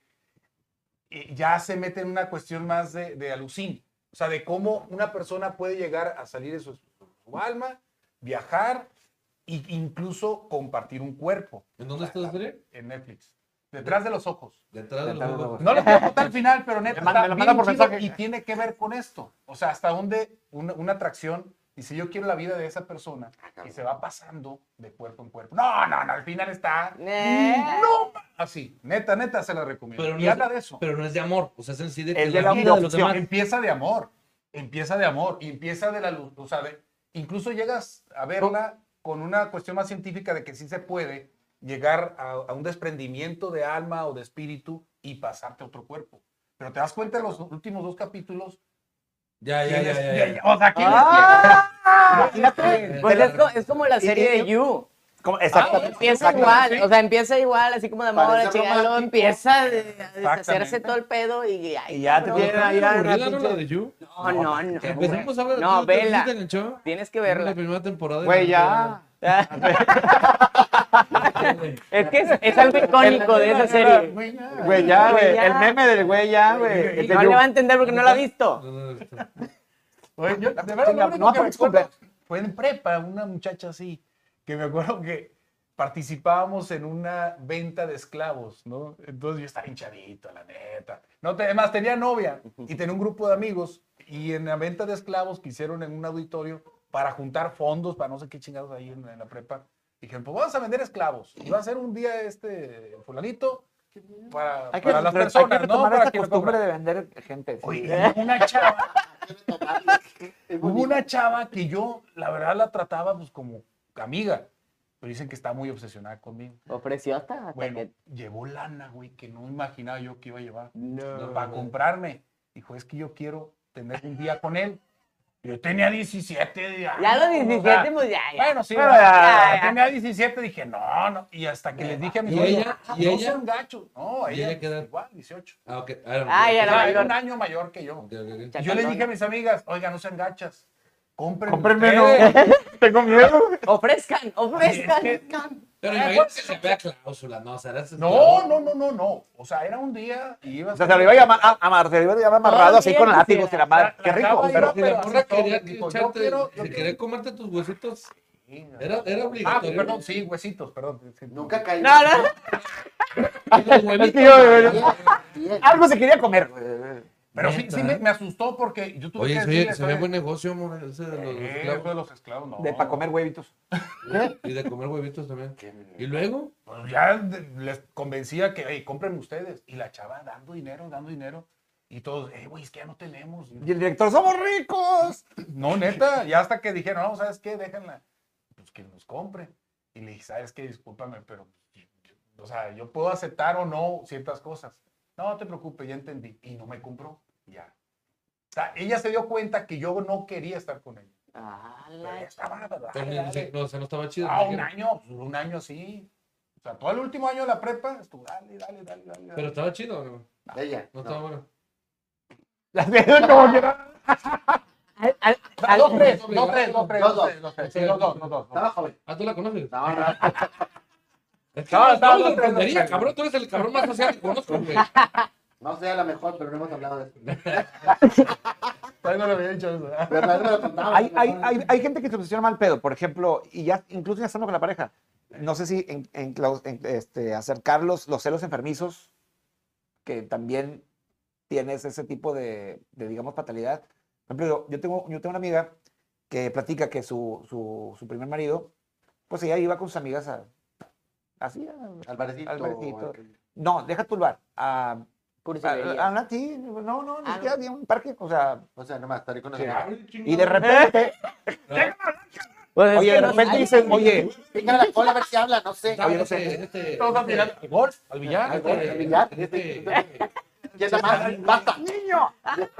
Speaker 5: eh, ya se mete en una cuestión más de, de alucín, o sea, de cómo una persona puede llegar a salir de su, su alma, viajar e incluso compartir un cuerpo
Speaker 6: ¿En dónde está la serie?
Speaker 5: en Netflix. Detrás de los ojos.
Speaker 6: Detrás de los
Speaker 2: Detrás de los
Speaker 6: ojos.
Speaker 2: ojos.
Speaker 5: No lo puedo contar al final, pero neta,
Speaker 2: Me manda-
Speaker 5: está
Speaker 2: me lo manda
Speaker 5: bien
Speaker 2: por
Speaker 5: chido
Speaker 2: mensaje.
Speaker 5: y tiene que ver con esto. O sea, hasta dónde una, una atracción dice, yo quiero la vida de esa persona
Speaker 2: Ah,
Speaker 5: y se va pasando de cuerpo en cuerpo. No, no, no, al final está
Speaker 4: Eh.
Speaker 5: no, ma- así. Neta, neta, se la recomiendo.
Speaker 6: Pero no,
Speaker 5: y
Speaker 6: es,
Speaker 5: habla de eso.
Speaker 6: pero no es de amor. O sea, es en sí de
Speaker 2: Es
Speaker 6: que
Speaker 2: de
Speaker 6: la
Speaker 2: la
Speaker 6: vida de los
Speaker 2: opción.
Speaker 6: demás.
Speaker 5: Empieza de amor, empieza de amor, y empieza de la luz, o sea, de- incluso llegas a verla con una cuestión más científica de que sí se puede llegar a, a un desprendimiento de alma o de espíritu y pasarte a otro cuerpo. Pero te das cuenta en los últimos dos capítulos. Ah,
Speaker 6: Ya, ya, ya,
Speaker 5: ¿quiénes-
Speaker 6: ya, ya.
Speaker 5: O sea, ¿quién
Speaker 4: Imagínate, Pues es, co- es como la serie de You.
Speaker 2: Como-
Speaker 5: ah,
Speaker 2: exactamente.
Speaker 4: Empieza
Speaker 2: exactamente.
Speaker 4: igual, o sea, empieza igual, así como de amor,
Speaker 3: Parece
Speaker 4: la chingada, luego
Speaker 3: romántico.
Speaker 4: empieza a de- a deshacerse
Speaker 5: Exactamente.
Speaker 4: todo el pedo y, ay,
Speaker 2: Y ya te
Speaker 4: cabrón.
Speaker 2: tienen ahí
Speaker 6: ¿Está
Speaker 2: a
Speaker 6: aburrida,
Speaker 2: una
Speaker 6: no, la de You?
Speaker 4: No, no, no.
Speaker 6: Empezamos a ver.
Speaker 4: No,
Speaker 6: ¿tú- tú- tú
Speaker 4: vela.
Speaker 6: te enganchó?
Speaker 4: Tienes que
Speaker 6: La
Speaker 4: verla.
Speaker 6: primera temporada.
Speaker 2: Güey, ya.
Speaker 4: es que es, es algo icónico de esa serie.
Speaker 2: Güey, ya,
Speaker 4: Güey,
Speaker 2: güey.
Speaker 4: ya.
Speaker 2: El meme del güey, ya, güey. El de
Speaker 4: No
Speaker 2: Yu-
Speaker 4: le va a entender porque no la ha visto.
Speaker 6: No, no, está-
Speaker 5: Oye, yo, de verdad,
Speaker 2: Chinga,
Speaker 5: lo único
Speaker 2: no
Speaker 5: que
Speaker 2: aprendes
Speaker 5: recuerdo
Speaker 2: completo.
Speaker 5: fue en prepa, una muchacha así, que me acuerdo que participábamos en una venta de esclavos, ¿no? Entonces yo estaba hinchadito, la neta. No, te- además tenía novia y tenía un grupo de amigos y en la venta de esclavos que hicieron en un auditorio para juntar fondos, para no sé qué chingados ahí en, en la prepa, dijeron, pues vamos a vender esclavos. Y va a ser un día este fulanito para,
Speaker 2: Hay que,
Speaker 5: para las
Speaker 2: re- hay
Speaker 5: personas,
Speaker 2: que
Speaker 5: ¿no?
Speaker 2: retomar
Speaker 5: Para
Speaker 2: esta
Speaker 5: quien lo
Speaker 2: costumbre
Speaker 5: compra.
Speaker 2: de ¿eh? vender gente. sí.
Speaker 5: Oye, y una chava
Speaker 3: Es
Speaker 5: Hubo
Speaker 3: bonito.
Speaker 5: una chava que yo, la verdad, la trataba pues como amiga, pero dicen que está muy obsesionada conmigo.
Speaker 4: Ofreció hasta, hasta
Speaker 5: Bueno,
Speaker 4: que.
Speaker 5: llevó lana, güey, que no imaginaba yo que iba a llevar pues,
Speaker 4: No.
Speaker 5: para comprarme. Dijo, es que yo quiero tener un día con él. Yo tenía 17 años.
Speaker 4: Ya a los
Speaker 5: o sea,
Speaker 4: 17, pues ya, ya.
Speaker 5: Bueno, sí,
Speaker 2: Bueno,
Speaker 5: no,
Speaker 2: ya,
Speaker 4: ya.
Speaker 5: tenía 17, dije, no, no. Y hasta que les dije a mis
Speaker 6: ¿Y
Speaker 5: amigos,
Speaker 6: ella?
Speaker 5: "Ah,
Speaker 6: ¿Y
Speaker 5: no
Speaker 6: ella?
Speaker 5: sean gachos. No,
Speaker 6: ¿Y
Speaker 5: ella,
Speaker 6: ella qué edad?
Speaker 5: igual, 18.
Speaker 6: Ah, ok. Ah, no,
Speaker 4: Ah,
Speaker 6: ok,
Speaker 4: ya
Speaker 5: Era
Speaker 4: la
Speaker 6: ok,
Speaker 4: mayor.
Speaker 5: un año mayor que yo.
Speaker 6: ok, ok, ok.
Speaker 5: Y yo les dije a mis amigas, oigan, no sean gachas. Compren
Speaker 2: Cómprenme,
Speaker 5: ustedes".
Speaker 2: no. Tengo miedo.
Speaker 4: Ofrezcan, ofrezcan.
Speaker 6: Pero
Speaker 5: Ah,
Speaker 6: imagínate
Speaker 5: pues,
Speaker 6: que había cláusula, ¿no? O sea, eras
Speaker 5: No, no, no, no, no. O sea, era un día y ibas.
Speaker 2: O sea, se lo iba a llamar, a, amar, se lo iba a llamar amarrado así con látigos y la madre. Qué rico.
Speaker 5: La- la
Speaker 2: Pero,
Speaker 6: Pero que la
Speaker 5: pero
Speaker 6: morra
Speaker 5: así todo,
Speaker 6: quería que
Speaker 5: dijo, yo
Speaker 6: echarte-
Speaker 5: quiero- yo
Speaker 6: si
Speaker 5: quiero-
Speaker 6: quería comerte tus huesitos,
Speaker 5: Sí, no.
Speaker 6: era, era
Speaker 5: Ah,
Speaker 6: obligatorio.
Speaker 5: perdón, sí, huesitos, perdón. Sí,
Speaker 3: Nunca caí.
Speaker 4: No, no.
Speaker 2: es que yo- yo- yo-
Speaker 3: Bien.
Speaker 2: algo se quería comer. güey.
Speaker 5: Pero sí,
Speaker 6: Neta.
Speaker 5: sí
Speaker 2: ¿eh?
Speaker 5: me, me asustó porque yo tuve
Speaker 6: Oye,
Speaker 5: que
Speaker 6: se
Speaker 5: decirle,
Speaker 6: oye, se ve
Speaker 5: oye,
Speaker 6: buen negocio, amor, ese de los
Speaker 5: eh,
Speaker 6: esclavos.
Speaker 5: eso de los esclavos, no.
Speaker 2: De para comer huevitos.
Speaker 6: Y de comer huevitos también.
Speaker 3: Qué miedo.
Speaker 6: Y luego,
Speaker 5: Pues ya de- les convencía que, hey, compren ustedes. Y la chava dando dinero, dando dinero. Y todos, eh, güey, es que ya no tenemos.
Speaker 2: Y el director, somos ricos.
Speaker 5: No, neta, ya hasta que dijeron, no, ¿sabes qué? Déjenla, pues que nos compre. Y le dije, ¿sabes qué? Discúlpame, pero, o sea, yo puedo aceptar o no ciertas cosas. No, no te preocupes, ya entendí. Y no me compró, ya. O sea, ella se dio cuenta que yo no quería estar con ella.
Speaker 4: Ah,
Speaker 5: Pero
Speaker 4: la
Speaker 5: ella estaba, ¿verdad?
Speaker 6: pero no, se- no, o sea, no estaba chido.
Speaker 5: Ah,
Speaker 6: ni
Speaker 5: un
Speaker 6: siquiera.
Speaker 5: año, pues, un año así. O sea, todo el último año de la prepa, estuvo, dale, dale, dale, dale. dale.
Speaker 6: Pero estaba chido, ¿no? No
Speaker 3: Ella.
Speaker 6: estaba
Speaker 3: No.
Speaker 6: bueno.
Speaker 2: Las veo como que-
Speaker 4: Al- al-
Speaker 5: O sea,
Speaker 4: al-
Speaker 5: Ah, dos, tres, dos, tres, dos, tres,
Speaker 3: Los
Speaker 5: dos,
Speaker 3: dos.
Speaker 5: tres, dos, tres, sí, los dos, los dos, los dos.
Speaker 3: Estaba joven.
Speaker 6: Ah, ¿tú la conoces?
Speaker 3: No, no.
Speaker 6: Es que
Speaker 5: No,
Speaker 6: no,
Speaker 5: estaba
Speaker 6: estaba la
Speaker 5: los tres, los
Speaker 6: tontería,
Speaker 5: tres.
Speaker 6: cabrón. Tú eres el cabrón más social que conozco, güey.
Speaker 3: No sé, a lo mejor, pero no hemos hablado de eso.
Speaker 5: Todavía no le había dicho eso. ¿eh? ¿verdad?
Speaker 3: Pero no lo contamos,
Speaker 2: hay,
Speaker 3: a lo
Speaker 2: hay,
Speaker 3: mejor.
Speaker 2: hay, hay gente que se obsesiona mal pedo, por ejemplo, y ya incluso ya estando con la pareja. No sé si en, en claus- en, este, acercar los, los celos enfermizos, que también tienes ese tipo de, de, digamos, fatalidad. Por ejemplo, yo- yo tengo, yo tengo una amiga que platica que su, su, su primer marido, pues ella iba con sus amigas a, así, a-
Speaker 3: Al barecito.
Speaker 2: Al barecito.
Speaker 3: al-
Speaker 2: no, deja tu lugar, a, a,
Speaker 4: cursilería.
Speaker 2: a una ti- no, no, ni
Speaker 4: Ah,
Speaker 2: siquiera había un parque, o sea,
Speaker 3: O sea, nomás, estaré con
Speaker 2: Sí.
Speaker 3: nosotros.
Speaker 2: y de repente,
Speaker 4: Pues es
Speaker 2: oye,
Speaker 4: que
Speaker 2: de
Speaker 4: no-
Speaker 2: repente
Speaker 4: ay,
Speaker 2: dices, oye,
Speaker 3: Venga la cola a ver si habla, no sé.
Speaker 2: Oye, no sé.
Speaker 6: Este, este,
Speaker 5: Todos al final, al golf, al billar.
Speaker 3: Al
Speaker 6: este,
Speaker 3: al billar.
Speaker 6: este,
Speaker 3: Ya está más, basta.
Speaker 2: niño.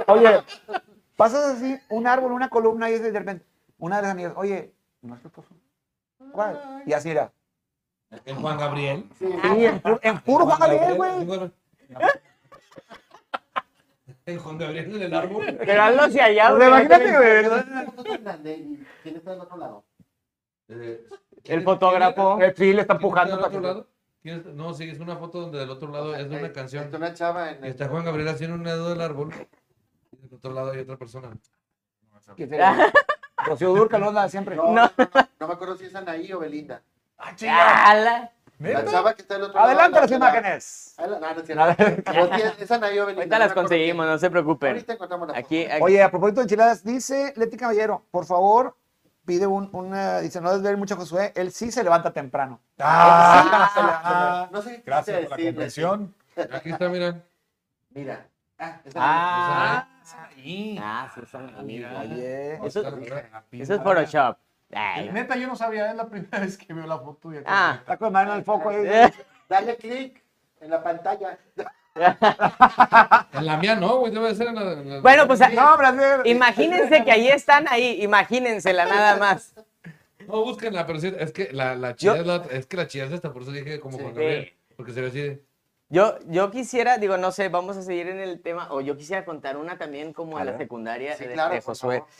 Speaker 2: Oye, pasas así un árbol, una columna y es de repente una de las amigas, oye, ¿no es tu esposo? ¿Cuál? Y así era.
Speaker 6: El Juan Gabriel.
Speaker 2: Sí, en, pu- en puro Juan Gabriel,
Speaker 6: El
Speaker 2: güey.
Speaker 6: Juan- El Juan Gabriel en el árbol.
Speaker 4: Gerardo hacia allá.
Speaker 2: O sea, pues,
Speaker 4: güey.
Speaker 2: imagínate, güey.
Speaker 3: tan grande y quién está del otro lado.
Speaker 6: Eh,
Speaker 4: El fotógrafo.
Speaker 2: El sí le está
Speaker 6: ¿quién está
Speaker 2: empujando
Speaker 6: del
Speaker 2: para
Speaker 6: otro
Speaker 2: que...
Speaker 6: lado? ¿Quién está- No, sí, es una foto donde del otro
Speaker 3: O
Speaker 6: lado
Speaker 3: sea,
Speaker 6: es de una
Speaker 3: eh,
Speaker 6: canción.
Speaker 3: Está una chava en
Speaker 6: Y está Juan Gabriel haciendo un dedo del árbol. Y del otro lado hay otra persona.
Speaker 2: ¿Quién será? Rocío Durca, no da siempre.
Speaker 3: No, no,
Speaker 4: No.
Speaker 3: no, no me acuerdo si es Anaí o Belinda.
Speaker 5: Ah, chinga.
Speaker 4: Ah, la-
Speaker 5: ¿Neta?
Speaker 3: La chava que está del otro lado.
Speaker 2: Adelante las
Speaker 3: la- la-
Speaker 2: imágenes.
Speaker 3: Ah, la- No, no es
Speaker 2: Nada.
Speaker 3: cierto. Pero sí, es- es Anaí o Belinda.
Speaker 4: Ahorita
Speaker 3: no
Speaker 4: las
Speaker 3: me acuerdo
Speaker 4: conseguimos, no se
Speaker 3: quién.
Speaker 4: preocupen.
Speaker 3: Ahorita encontramos la foto.
Speaker 4: Aquí, aquí-
Speaker 2: Oye, a propósito de enchiladas, dice Leti Caballero, por favor, pide un, una, dice, no debes ver mucho a Josué, él sí se levanta temprano.
Speaker 5: Ah,
Speaker 2: Sí,
Speaker 5: ah,
Speaker 3: No sé qué quise
Speaker 5: gracias por la
Speaker 3: decirle.
Speaker 5: comprensión.
Speaker 6: Aquí está, mira.
Speaker 3: Mira. Ah, es Anaí.
Speaker 2: Ah,
Speaker 5: Ahí.
Speaker 4: Ah, sí, son
Speaker 5: mira.
Speaker 2: oye.
Speaker 6: Ahí
Speaker 4: Eso-
Speaker 6: está, mira.
Speaker 4: Eso es Photoshop. Ay,
Speaker 5: La Neta, yo no sabía, es la primera vez que veo la foto. y acá.
Speaker 4: Ah.
Speaker 2: Está con la mano en el foco ahí.
Speaker 4: Eh,
Speaker 3: Dale clic en la pantalla.
Speaker 6: En la mía no, güey. Debe de ser en la. en la-
Speaker 4: Bueno, pues
Speaker 2: No, Brasil.
Speaker 4: imagínense que ahí están ahí, imagínensela nada más.
Speaker 6: No, búsquenla, pero sí, es que la, la chida es, la, es que la chida es esta, por eso dije como Juan Gabriel. Porque se ve así de.
Speaker 4: Yo, yo quisiera, digo, no sé, vamos a seguir en el tema, o yo quisiera contar una también como en la secundaria
Speaker 3: Sí,
Speaker 4: de,
Speaker 3: claro.
Speaker 4: de
Speaker 3: por
Speaker 4: Josué.
Speaker 3: favor.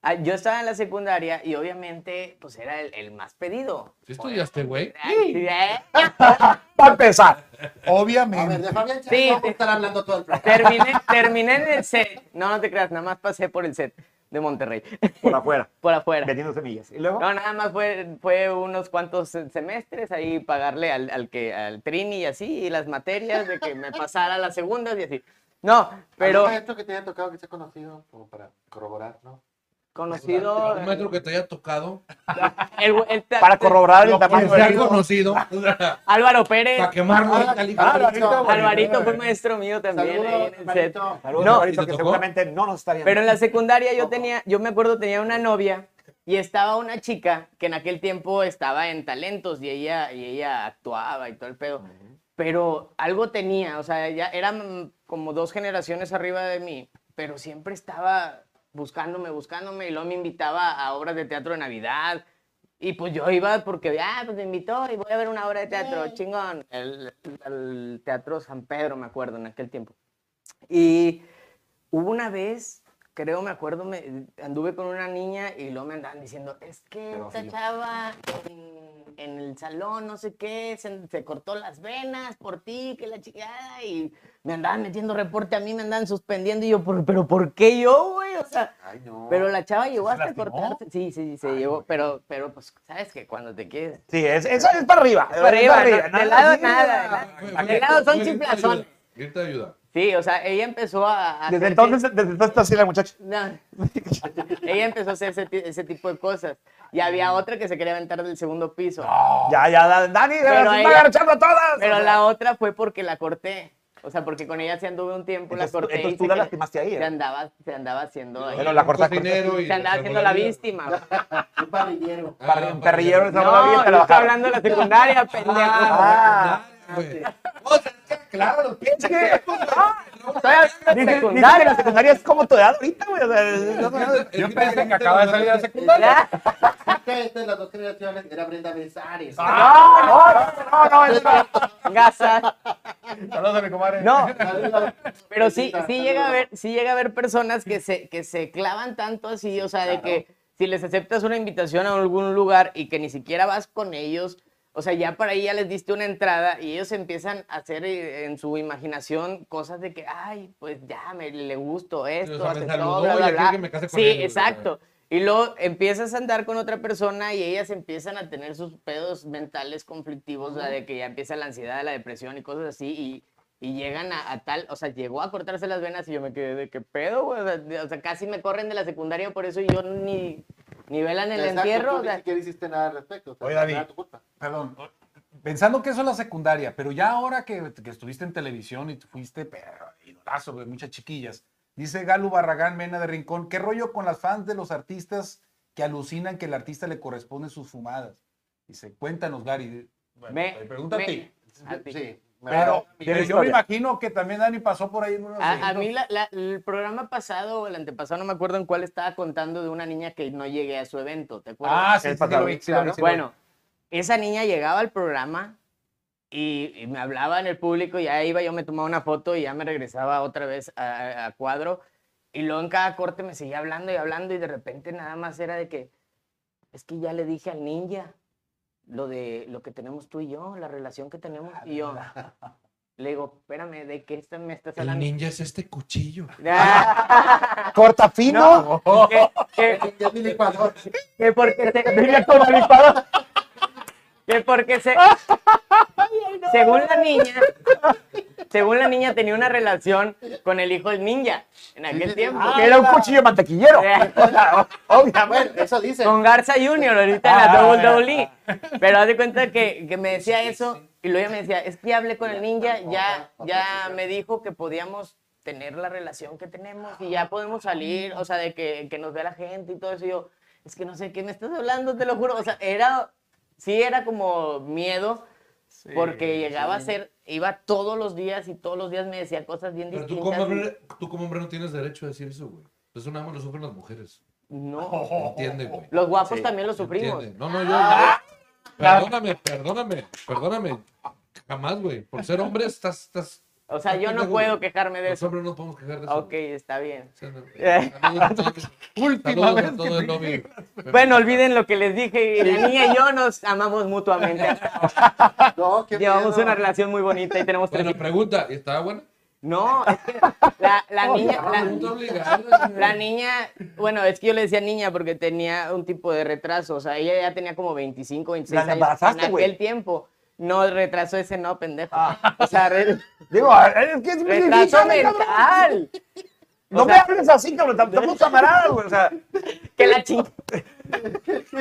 Speaker 4: ah, yo estaba en la secundaria y obviamente, pues era el, el más pedido.
Speaker 6: ¿Sí estudiaste, güey?
Speaker 4: Sí. ¿eh?
Speaker 7: Para empezar.
Speaker 3: A ver, de Fabián Chávez
Speaker 4: Sí,
Speaker 3: vamos a
Speaker 4: sí.
Speaker 3: estar hablando todo el programa.
Speaker 4: Terminé, terminé en el set. No, no te creas, nada más pasé por el set de Monterrey.
Speaker 2: Por afuera,
Speaker 4: Por afuera.
Speaker 2: vendiendo semillas. Y luego,
Speaker 4: No, nada más fue, fue unos cuantos se- semestres ahí pagarle al, al que al Trini y así, y las materias de que me pasara las segundas y así. No, pero
Speaker 3: ¿Algún maestro que te haya tocado que sea conocido? Como para corroborar, ¿no?
Speaker 4: conocido.
Speaker 6: Un metro que te haya tocado,
Speaker 4: el güey- el ta-
Speaker 2: para corroborar el
Speaker 6: que
Speaker 2: tamaño
Speaker 6: sea
Speaker 2: del
Speaker 6: conocido, para
Speaker 4: Álvaro Pérez.
Speaker 6: quemarlo ahí, tal y
Speaker 3: Ah,
Speaker 6: tal.
Speaker 4: Alvarito fue maestro mío también ahí
Speaker 3: Saludos,
Speaker 4: en el set.
Speaker 3: hermanito.
Speaker 2: Saludos,
Speaker 4: No,
Speaker 2: Alvarito,
Speaker 6: ¿y te
Speaker 2: que
Speaker 6: tocó?
Speaker 2: seguramente no nos está viendo.
Speaker 4: Pero en la secundaria yo tenía, yo me acuerdo tenía una novia y estaba una chica que en aquel tiempo estaba en talentos y ella, y ella actuaba y todo el pedo. Pero algo tenía, o sea, ella era mm, como dos generaciones arriba de mí, pero siempre estaba buscándome, buscándome y luego me invitaba a obras de teatro de Navidad. Y pues yo iba porque, ah, pues me invitó y voy a ver una obra de teatro, chingón. El, el Teatro San Pedro, me acuerdo, en aquel tiempo. Y hubo una vez, creo, me acuerdo, me, anduve con una niña y luego me andaban diciendo, es que esta chava en, en el salón, no sé qué, se, se cortó las venas por ti, que la chingada, y me andaban metiendo reporte a mí, me andaban suspendiendo, y yo, "¿Por- pero ¿por qué yo, güey? O sea,
Speaker 3: Ay, no.
Speaker 4: pero la chava llegó
Speaker 5: ¿Se
Speaker 4: hasta
Speaker 5: lastimó?
Speaker 4: cortarse. Sí, sí, sí, se llevó, pero, pero pues, ¿sabes que Cuando te quieres...
Speaker 2: Sí, es, es, es para arriba.
Speaker 4: Para arriba,
Speaker 2: es
Speaker 4: no, de lado
Speaker 2: sí,
Speaker 4: nada, de lado. De lado son chiflazones.
Speaker 6: ¿Quién te ayuda?
Speaker 4: Sí, o sea, ella empezó a... a
Speaker 2: Desde
Speaker 4: hacerse-
Speaker 2: entonces, desde entonces está así la muchacha.
Speaker 4: No. Ella empezó a hacer ese, ti- ese tipo de cosas. Y había otra que se quería aventar del segundo piso.
Speaker 2: Ya, ya, da- Dani, de
Speaker 4: Pero
Speaker 2: verdad,
Speaker 4: ella-
Speaker 2: va agarrando todas.
Speaker 4: Pero la otra fue porque la corté. O sea, porque con ella se anduve un tiempo,
Speaker 2: Entonces,
Speaker 4: la
Speaker 2: tú-
Speaker 4: corté.
Speaker 2: entonces
Speaker 4: y
Speaker 2: tú
Speaker 4: se
Speaker 2: la
Speaker 4: quería-
Speaker 2: lastimaste ahí,
Speaker 4: Se
Speaker 2: ¿eh?
Speaker 4: andaba, se andaba haciendo ahí.
Speaker 2: Bueno, la corta-
Speaker 6: Cocinero y
Speaker 4: se andaba haciendo la víctima. güey.
Speaker 3: Un parrillero.
Speaker 6: Ah,
Speaker 2: Parri- un perrillero de
Speaker 4: No,
Speaker 2: Estaba bien,
Speaker 4: yo
Speaker 2: te la
Speaker 4: estoy
Speaker 2: bajaron.
Speaker 4: hablando de la secundaria, pendejo.
Speaker 6: Ah, güey. O sea, es que, claro, los pies.
Speaker 4: Estoy hablando de
Speaker 2: Dice,
Speaker 4: la
Speaker 2: dice que la
Speaker 4: secundaria.
Speaker 2: secundaria es como tu edad ahorita, güey. O sea, no, no, no.
Speaker 5: Yo pensé que acaba de salir a la secundaria.
Speaker 3: Esta es de las dos generaciones, era Brenda Besares.
Speaker 5: Ah.
Speaker 2: no, no, no, no.
Speaker 4: Ya, Gaza.
Speaker 5: Saludos a mi comadre.
Speaker 4: No,
Speaker 3: Saludos.
Speaker 4: Pero sí,
Speaker 3: Saludos.
Speaker 4: sí llega a haber, sí llega a haber personas que se, que se clavan tanto así, o sea, de que si les aceptas una invitación a algún lugar y que ni siquiera vas con ellos, o sea, ya para ahí ya les diste una entrada y ellos empiezan a hacer eh, en su imaginación cosas de que, ay, pues ya, me, le gusto esto,
Speaker 6: O sea, me
Speaker 4: aceptó,
Speaker 6: saludó,
Speaker 4: bla, bla,
Speaker 6: ya
Speaker 4: bla.
Speaker 6: quiere que me case con
Speaker 4: Sí,
Speaker 6: él, o sea.
Speaker 4: exacto. Y luego empiezas a andar con otra persona y ellas empiezan a tener sus pedos mentales conflictivos, la de que ya empieza la ansiedad, la depresión y cosas así, y, y llegan a, a tal, o sea, llegó a cortarse las venas y yo me quedé de qué pedo, güey? O sea, de- o sea, casi me corren de la secundaria por eso y yo ni, ni velan el
Speaker 3: Exacto,
Speaker 4: entierro.
Speaker 3: tú
Speaker 4: o sea,
Speaker 3: Ni siquiera hiciste nada al respecto. o sea,
Speaker 5: Oye, David.
Speaker 3: era tu culpa.
Speaker 5: Perdón. Pensando que eso es la secundaria, pero ya ahora que, que estuviste en televisión y fuiste pero, idolazo de muchas chiquillas, dice Galo Barragán Mena de Rincón, ¿qué rollo con las fans de los artistas que alucinan que el artista le corresponde sus fumadas? Dice, cuéntanos, Gary. Bueno,
Speaker 4: Me-
Speaker 5: te pregunto a
Speaker 4: me-
Speaker 5: ti.
Speaker 4: a ti.
Speaker 3: Sí. me
Speaker 5: Pero,
Speaker 3: acuerdo.
Speaker 5: pero yo me imagino que también Dani pasó por ahí en unos
Speaker 4: A, a
Speaker 5: eventos.
Speaker 4: mí la- la- el programa pasado o el antepasado, no me acuerdo en cuál estaba contando de una niña que no llegué a su evento, ¿te acuerdas?
Speaker 5: Ah, sí,
Speaker 2: El
Speaker 5: sí, sí, lo vi, sí, lo vi,
Speaker 3: pasado.
Speaker 5: sí, lo vi.
Speaker 4: Bueno, esa niña llegaba al programa y, y me hablaba en el público, y ya iba, yo me tomaba una foto y ya me regresaba otra vez a, a- a cuadro. Y luego en cada corte me seguía hablando y hablando y de repente nada más era de que, es que ya le dije al ninja lo de lo que tenemos tú y yo, la relación que tenemos y
Speaker 5: Ah,
Speaker 4: yo. Le digo, espérame, ¿de qué esta- me estás
Speaker 6: El
Speaker 4: hablando?
Speaker 6: ninja es este cuchillo.
Speaker 4: Ah,
Speaker 2: Corta fino.
Speaker 4: que- que-
Speaker 3: Ya vi el licuador.
Speaker 4: que porque se-
Speaker 2: Dile con la licuadora.
Speaker 4: Que porque se. Según la niña. Según la niña tenía una relación con el hijo del ninja
Speaker 3: Sí,
Speaker 4: en
Speaker 3: Ah, sí,
Speaker 4: aquel
Speaker 3: sí.
Speaker 4: tiempo.
Speaker 2: Que era un cuchillo mantequillero.
Speaker 3: Bueno, eso dice.
Speaker 4: Con Garza Junior ahorita en la WWE. Pero haz de cuenta que, que me decía eso y luego ella me decía, es que hablé con el ninja, ya, ya me dijo que podíamos tener la relación que tenemos y ya podemos salir, o sea, de que, que nos vea la gente y todo eso. Y yo, es que no sé qué me estás hablando, te lo juro. O sea, era, sí era como miedo. Porque llegaba a ser, iba todos los días y todos los días me decía cosas bien
Speaker 6: Pero tú
Speaker 4: distintas.
Speaker 6: como,
Speaker 4: y-
Speaker 6: hombre, tú como hombre no tienes derecho a decir eso, güey. Eso nada más lo sufren las mujeres.
Speaker 4: No,
Speaker 6: Entiende, güey.
Speaker 4: Oh, los guapos también lo sufrimos. Ah.
Speaker 6: Entiende. No, no, yo. Perdóname, perdóname, perdóname. Jamás, güey. Por ser hombre estás, estás
Speaker 4: O sea, yo no puedo quejarme de
Speaker 6: Los
Speaker 4: eso.
Speaker 6: hombres no podemos quejar de eso.
Speaker 4: Ok, está bien.
Speaker 6: O sea, no-
Speaker 4: Eh.
Speaker 6: saludos a todos-
Speaker 5: Última
Speaker 6: saludos
Speaker 5: vez
Speaker 6: a
Speaker 5: que
Speaker 6: todo el
Speaker 5: te
Speaker 6: lobby.
Speaker 4: Bueno, olviden lo que les dije. y La niña y yo nos amamos mutuamente.
Speaker 3: No, qué
Speaker 4: Llevamos
Speaker 3: miedo.
Speaker 4: una relación muy bonita y tenemos tres
Speaker 6: Bueno, pregunta, ¿y estaba buena?
Speaker 4: No, es que la, la niña,
Speaker 6: Ah,
Speaker 4: la,
Speaker 6: pregunta obligada, señor.
Speaker 4: la niña, bueno, es que yo le decía niña porque tenía un tipo de retraso, o sea, ella ya tenía como 25, 26
Speaker 2: La
Speaker 4: años
Speaker 2: embarazaste,
Speaker 4: en
Speaker 2: güey.
Speaker 4: aquel tiempo. No, retraso ese no, pendejo. O sea, re-
Speaker 2: Digo, es que es muy difícil,
Speaker 4: retraso
Speaker 2: cabrón.
Speaker 4: mental. O
Speaker 2: No me
Speaker 4: sea-
Speaker 2: hables así, cabrón. Estamos camaradas, güey. O sea,
Speaker 4: Que la chingada.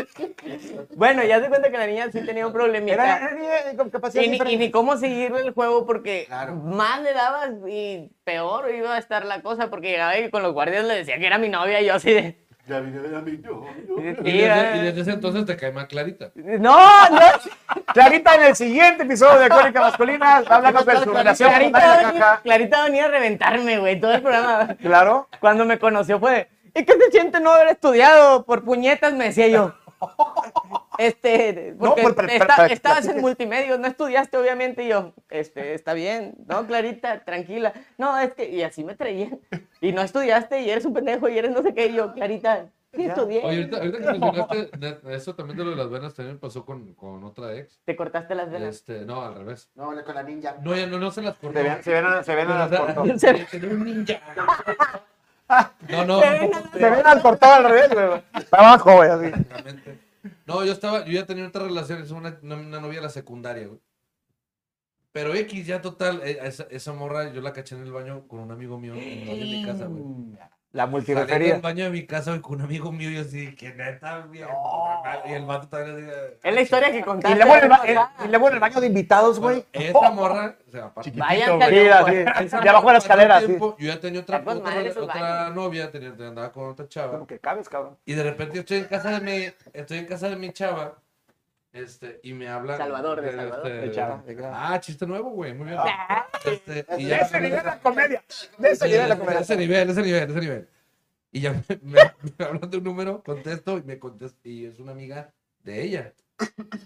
Speaker 4: Bueno, ya se cuenta que la niña sí tenía un
Speaker 2: era,
Speaker 4: problemita.
Speaker 2: era niña con capacidad
Speaker 4: Y ni, y
Speaker 2: diferente.
Speaker 4: ni cómo seguirle el juego porque
Speaker 3: Claro.
Speaker 4: más le dabas y peor iba a estar la cosa porque llegaba y con los guardias le decía que era mi novia y yo así de...
Speaker 3: Ya vine de la mi- yo, yo.
Speaker 4: Sí,
Speaker 6: Y desde,
Speaker 4: eh.
Speaker 6: y desde ese entonces te cae más clarita.
Speaker 2: No, no. Clarita, en el siguiente episodio de Crónica Masculina, hablamos de su relación con Dani
Speaker 4: Clarita,
Speaker 2: la
Speaker 4: venía,
Speaker 2: Caja.
Speaker 4: Clarita venía a reventarme, güey, todo el programa.
Speaker 2: Claro.
Speaker 4: Cuando me conoció fue, ¿y qué se siente no haber estudiado? Por puñetas, me decía yo. Este,
Speaker 2: No,
Speaker 4: porque
Speaker 2: pues, pero-
Speaker 4: está-
Speaker 2: pero-
Speaker 4: estabas
Speaker 2: platica.
Speaker 4: en multimedia, no estudiaste, obviamente, y yo, este, está bien, ¿no, Clarita? Tranquila. No, es que, y así me traían. Y no estudiaste, y eres un pendejo, y eres no sé qué, y yo, Clarita, sí estudié.
Speaker 6: Oye, ahorita, ahorita que mencionaste, ne- eso también de lo de las venas también pasó con, con otra ex.
Speaker 4: Te cortaste las venas.
Speaker 6: Este, no, al revés.
Speaker 3: No, hablé con la ninja.
Speaker 6: No, ya no, no se las cortó.
Speaker 2: Se ven, se ven, a- se ven a las cortadas.
Speaker 4: Se-
Speaker 6: Tenía un ninja. No, no.
Speaker 4: Se ven a-
Speaker 2: Se ven al cortado al revés, güey. Para abajo, güey, así.
Speaker 6: Exactamente. No, yo estaba, yo ya tenía otra relación, es una, una, una novia de la secundaria, güey. Pero X, ya total, eh, esa, esa morra yo la caché en el baño con un amigo mío en el baño de mi casa, güey.
Speaker 2: La
Speaker 6: Salí del
Speaker 2: multireferida.
Speaker 6: baño de mi casa, güey, con un amigo mío y yo así, que neta, bien, y el vato también así. de-
Speaker 4: Es la historia que
Speaker 2: Y
Speaker 4: contaste.
Speaker 2: luego en el, ba-
Speaker 4: ¿verdad?
Speaker 2: en- y luego en el baño de invitados,
Speaker 6: Bueno,
Speaker 2: Pues, güey. Oh.
Speaker 6: esa morra, o sea, aparte.
Speaker 4: Vayan,
Speaker 2: Sí,
Speaker 4: cariño,
Speaker 2: así.
Speaker 4: pues.
Speaker 2: De abajo de la escalera,
Speaker 6: Pasó
Speaker 2: sí.
Speaker 6: tiempo, Yo ya tenía otra,
Speaker 4: Está con
Speaker 6: otra,
Speaker 4: madre esos
Speaker 6: otra
Speaker 4: baños.
Speaker 6: novia, tenía, andaba con otra chava.
Speaker 2: Como que cabes, cabrón.
Speaker 6: Y de repente yo estoy en casa de mi, estoy en casa de mi chava, este, y me habla.
Speaker 4: Salvador, de Salvador.
Speaker 6: este,
Speaker 2: De chava, Ah. de chava.
Speaker 6: Ah, chiste nuevo, güey, muy bien. Este, y
Speaker 3: De
Speaker 6: ya,
Speaker 3: ese nivel la comedia.
Speaker 2: De ese
Speaker 6: Sí,
Speaker 2: nivel la
Speaker 6: de
Speaker 2: comedia.
Speaker 6: ese nivel, de ese nivel, de ese nivel. Y ya me, me- me hablan de un número, contesto y me contesto, y es una amiga de ella.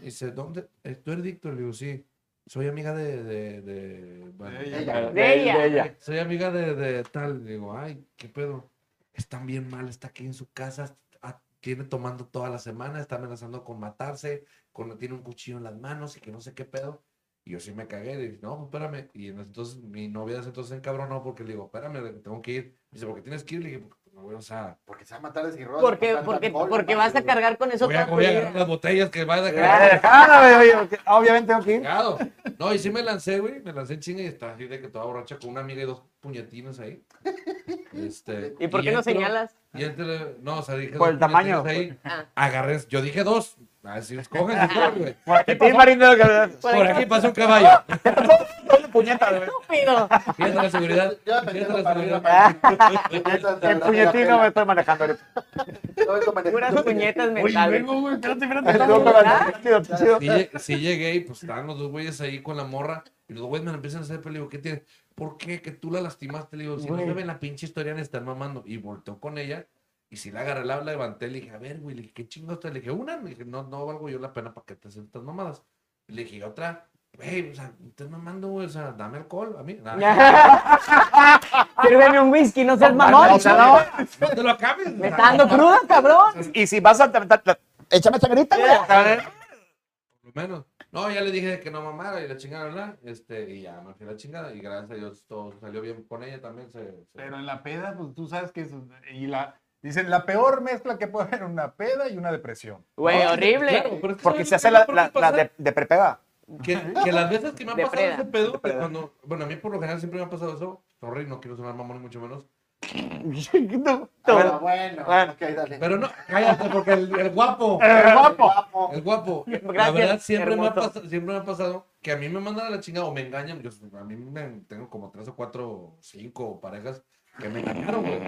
Speaker 6: Y dice, ¿dónde? eh, ¿Tú eres Víctor? Le digo, sí. Soy amiga de... de, de- bueno,
Speaker 3: Ella.
Speaker 4: De ella.
Speaker 6: soy amiga de, de tal. Le digo, ay, qué pedo. Están bien mal, está aquí en su casa, a- tiene tomando toda la semana, está amenazando con matarse, con, tiene un cuchillo en las manos y que no sé qué pedo. Y yo sí me cagué, le dije, no, pues, espérame. Y en- entonces mi novia se entonces encabronó porque le digo, espérame, le- tengo que ir. Me dice, ¿por qué tienes que ir? Le dije, porque pues, no voy, o sea,
Speaker 3: Porque se va a matar de cirrosis.
Speaker 4: Porque,
Speaker 3: por tanto
Speaker 4: porque,
Speaker 3: alcohol,
Speaker 4: porque vas a
Speaker 3: padre.
Speaker 4: cargar con eso
Speaker 6: voy a,
Speaker 4: toda tu
Speaker 6: voy a
Speaker 4: vida.
Speaker 6: agarrar las botellas que va a
Speaker 2: Ah,
Speaker 6: dejar.
Speaker 2: déjame, oye, porque Obviamente tengo que ir.
Speaker 6: Cagado. No, y sí me lancé, güey, me lancé en chinga y estaba así de que toda borracha con una amiga y dos puñetines ahí. Este,
Speaker 4: ¿Y por qué no
Speaker 6: entro-
Speaker 4: señalas?
Speaker 6: Y entre, no, o sea, dije.
Speaker 2: Por el
Speaker 6: dos
Speaker 2: tamaño.
Speaker 6: puñetines ahí,
Speaker 4: Ah.
Speaker 6: agarré, yo dije dos. Así escogen, escogen, güey.
Speaker 2: Por aquí, sí, marinero, cabrón.
Speaker 6: Por aquí pasa un caballo.
Speaker 2: Doble puñeta, güey.
Speaker 4: Estúpido.
Speaker 6: Fíjate la seguridad.
Speaker 3: Yo
Speaker 6: fíjate
Speaker 3: dependiendo
Speaker 6: la
Speaker 3: para
Speaker 6: seguridad.
Speaker 3: arriba, para abajo.
Speaker 2: En puñetino me estoy manejando. ahorita.
Speaker 3: Todo eso manejando.
Speaker 4: Puras puñetas
Speaker 5: Oye,
Speaker 4: mentales.
Speaker 5: vengo, güey, espérate,
Speaker 2: Es
Speaker 5: espérate.
Speaker 2: loco,
Speaker 4: ¿verdad?
Speaker 2: güey. Chido, chido.
Speaker 6: Sí, lle- sí llegué y pues estaban los dos güeyes ahí con la morra. Y los güeyes me la empiezan a hacer peleo. ¿Qué tienes? ¿Por qué? Que tú la lastimaste. Le digo, si no saben la pinche historia, me están mamando. Y volteó con ella. Y si la agarré, la la levanté. Le dije, a ver, güey, le dije, ¿qué chingados te? Le dije, una. Le dije, no, no valgo yo la pena para que te haces estas mamadas. Y le dije, otra. Güey, o sea, me estás mamando, güey. O sea, dame alcohol a mí. Nada,
Speaker 4: Sírveme un whisky, no seas mamón.
Speaker 2: O sea, no,
Speaker 6: no te lo acabes.
Speaker 4: Me está dando cruda, cabrón.
Speaker 2: Y si vas a aventar, la- échame esta grita, güey. O sea,
Speaker 6: Por lo menos. No, ya le dije que no mamara y la chingada, ¿verdad? Este, y ya me fui a la chingada. Y gracias a Dios todo salió bien con ella también. Se, se-
Speaker 5: Pero en la peda, pues tú sabes que es. Y la, dicen, la peor mezcla que puede haber una peda y una depresión.
Speaker 4: Güey,
Speaker 6: No,
Speaker 4: horrible.
Speaker 6: claro, pero es que
Speaker 2: Porque
Speaker 6: ¿sabes
Speaker 2: se
Speaker 6: lo
Speaker 2: hace
Speaker 6: que
Speaker 2: la,
Speaker 6: me
Speaker 2: la, la
Speaker 6: pasa?
Speaker 2: de, de prepeda.
Speaker 6: que, que las veces que me han
Speaker 4: De
Speaker 6: pasado
Speaker 4: preda.
Speaker 6: ese pedo, que
Speaker 2: preda.
Speaker 6: cuando, bueno, a mí por lo general siempre me ha pasado eso. Sorry, no quiero sonar mamón, ni mucho menos.
Speaker 2: No,
Speaker 3: Ah, Bueno,
Speaker 2: no.
Speaker 3: bueno.
Speaker 2: Bueno.
Speaker 3: Ok, dale.
Speaker 6: Pero no, cállate, porque el, el guapo,
Speaker 3: Guapo.
Speaker 6: el guapo. la
Speaker 4: Gracias,
Speaker 6: verdad, siempre me, ha
Speaker 4: hermoso.
Speaker 6: pasado, siempre me ha pasado que a mí me mandan a la chingada o me engañan. Yo, a mí me, tengo como tres o cuatro, cinco parejas que me engañaron, güey.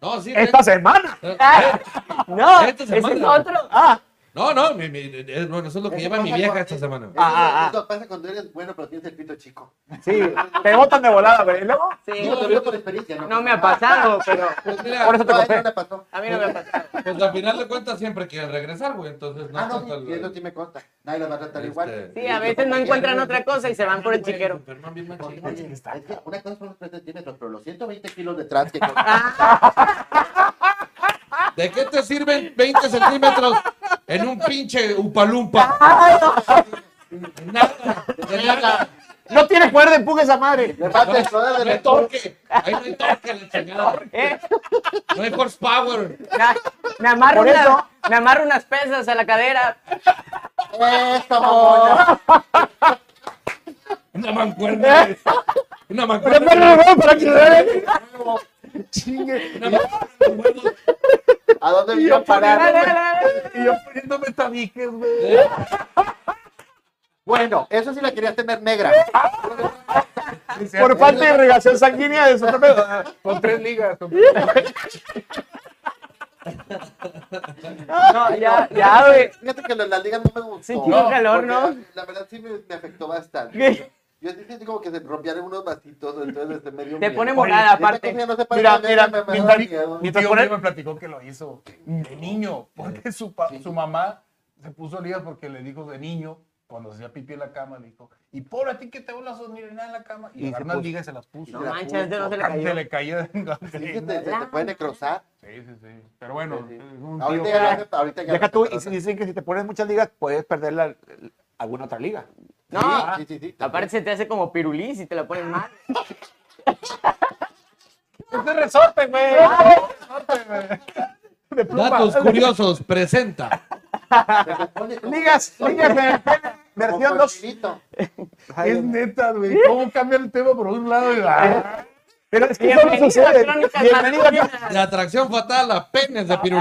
Speaker 6: No, sí.
Speaker 2: Esta semana.
Speaker 6: tengo-
Speaker 4: Ah, no,
Speaker 6: Esta
Speaker 4: ese es
Speaker 6: semana.
Speaker 4: otro.
Speaker 2: Ah,
Speaker 6: No, no, mi- mi- eh, bueno, eso es lo que
Speaker 3: Eso
Speaker 6: lleva mi
Speaker 3: pasa
Speaker 6: vieja
Speaker 3: cuando-
Speaker 6: esta semana.
Speaker 3: eso es lo-
Speaker 2: ah, ah.
Speaker 3: eso pasa cuando eres bueno, pero tienes el pito chico.
Speaker 2: Sí, te botan de volada, güey. luego?
Speaker 4: Sí,
Speaker 3: Digo, te lo digo por experiencia, ¿no?
Speaker 4: no me ha pasado, pero
Speaker 6: Pues mira,
Speaker 2: Por eso te
Speaker 3: No, a él
Speaker 2: conté.
Speaker 3: no le pasó.
Speaker 4: a mí no me ha pasado.
Speaker 6: pues al final de cuentas siempre quieren regresar, güey. Entonces no
Speaker 3: Ah,
Speaker 6: tanto
Speaker 3: no,
Speaker 6: el-
Speaker 3: sí, eso sí me consta. Nadie lo va a tratar
Speaker 6: Este,
Speaker 3: igual.
Speaker 4: Sí, a veces no encuentran otra cosa y se van por el
Speaker 6: Güey,
Speaker 4: chiquero.
Speaker 6: Superman bien
Speaker 3: Oye,
Speaker 6: machín.
Speaker 3: oye, es que una cosa son los 3 centímetros, pero los 120 kilos detrás que...
Speaker 6: ¿De qué te sirven 20 centímetros en un pinche upalumpa? De Nada, de nada.
Speaker 2: No tiene poder de empuje esa madre.
Speaker 3: Le falta el poder de
Speaker 6: No hay
Speaker 3: la-
Speaker 6: torque. Ahí no hay torque, la chingada.
Speaker 4: ¿Eh?
Speaker 6: No hay horsepower.
Speaker 4: Na- me, amarro
Speaker 2: Por
Speaker 4: una-
Speaker 2: eso-
Speaker 4: me amarro unas pesas a la cadera.
Speaker 3: ¡Eso, mamona!
Speaker 6: Una mancuerna. güey. Una mancuerna.
Speaker 2: para que vean.
Speaker 6: Una mancuerna de huevos.
Speaker 3: ¿A dónde vino a parar?
Speaker 5: Y yo poniéndome tabiques, güey.
Speaker 6: ¿Eh?
Speaker 3: Bueno, eso sí la querías tener negra.
Speaker 2: Por falta de irrigación sanguínea de su propio.
Speaker 5: Con tres ligas. con-
Speaker 4: No, ya, ya, güey.
Speaker 3: Fíjate que lo de las ligas no me gustó.
Speaker 4: Sí, quiero
Speaker 3: porque
Speaker 4: calor, ¿no?
Speaker 3: La verdad sí me, me afectó bastante.
Speaker 4: ¿Qué?
Speaker 3: Yo sí sentí como que se rompían unos bastitos, entonces este medio.
Speaker 4: Te
Speaker 3: miedo.
Speaker 4: pone
Speaker 3: Oye, esta
Speaker 4: morada, aparte.
Speaker 3: cosa ya no se parece
Speaker 2: Mira,
Speaker 3: a mí,
Speaker 2: mira,
Speaker 3: me- me
Speaker 2: mi
Speaker 3: da
Speaker 2: Fabi-
Speaker 3: miedo.
Speaker 5: Mi
Speaker 2: Mientras
Speaker 5: tío
Speaker 2: pone-
Speaker 5: mío me platicó que lo hizo de niño, porque su, pa- su mamá se puso ligas porque le dijo de niño, cuando se hacía pipí en la cama, le dijo, y por a ti que te van las nada en la cama, y,
Speaker 2: Y se
Speaker 5: agarró unas
Speaker 2: puso.
Speaker 5: ligas y se las puso.
Speaker 4: No manches, este no se le
Speaker 5: Ah,
Speaker 4: cayó.
Speaker 5: Se le cayó de
Speaker 3: Sí, que te, se te puede necrosar.
Speaker 5: Sí, sí, sí. Pero bueno,
Speaker 3: Sí, sí.
Speaker 5: es un tío
Speaker 3: Ahorita
Speaker 5: que-
Speaker 3: ya, lo hace- ahorita ya.
Speaker 2: Deja
Speaker 3: lo
Speaker 2: tú,
Speaker 3: hace
Speaker 2: y si
Speaker 3: necrosar.
Speaker 2: dicen que si te pones muchas ligas, puedes perder la- alguna otra liga.
Speaker 4: No,
Speaker 3: Sí, sí, sí, sí.
Speaker 4: aparte se te hace como pirulí si te la pones mal.
Speaker 2: ¡Este resorte, güey!
Speaker 6: Datos curiosos presenta.
Speaker 3: Se te pone como-
Speaker 2: Ligas, ligas en el pene,
Speaker 3: como
Speaker 2: versión 2.
Speaker 3: cochinito.
Speaker 5: Es neta, güey. ¿Cómo cambia el tema por un lado y va?
Speaker 2: Pero es que eso no
Speaker 4: Bienvenido a
Speaker 2: sucede.
Speaker 4: Crónicas
Speaker 2: Bienvenido a
Speaker 4: Masculinas.
Speaker 6: La atracción fatal a penes de pirulí.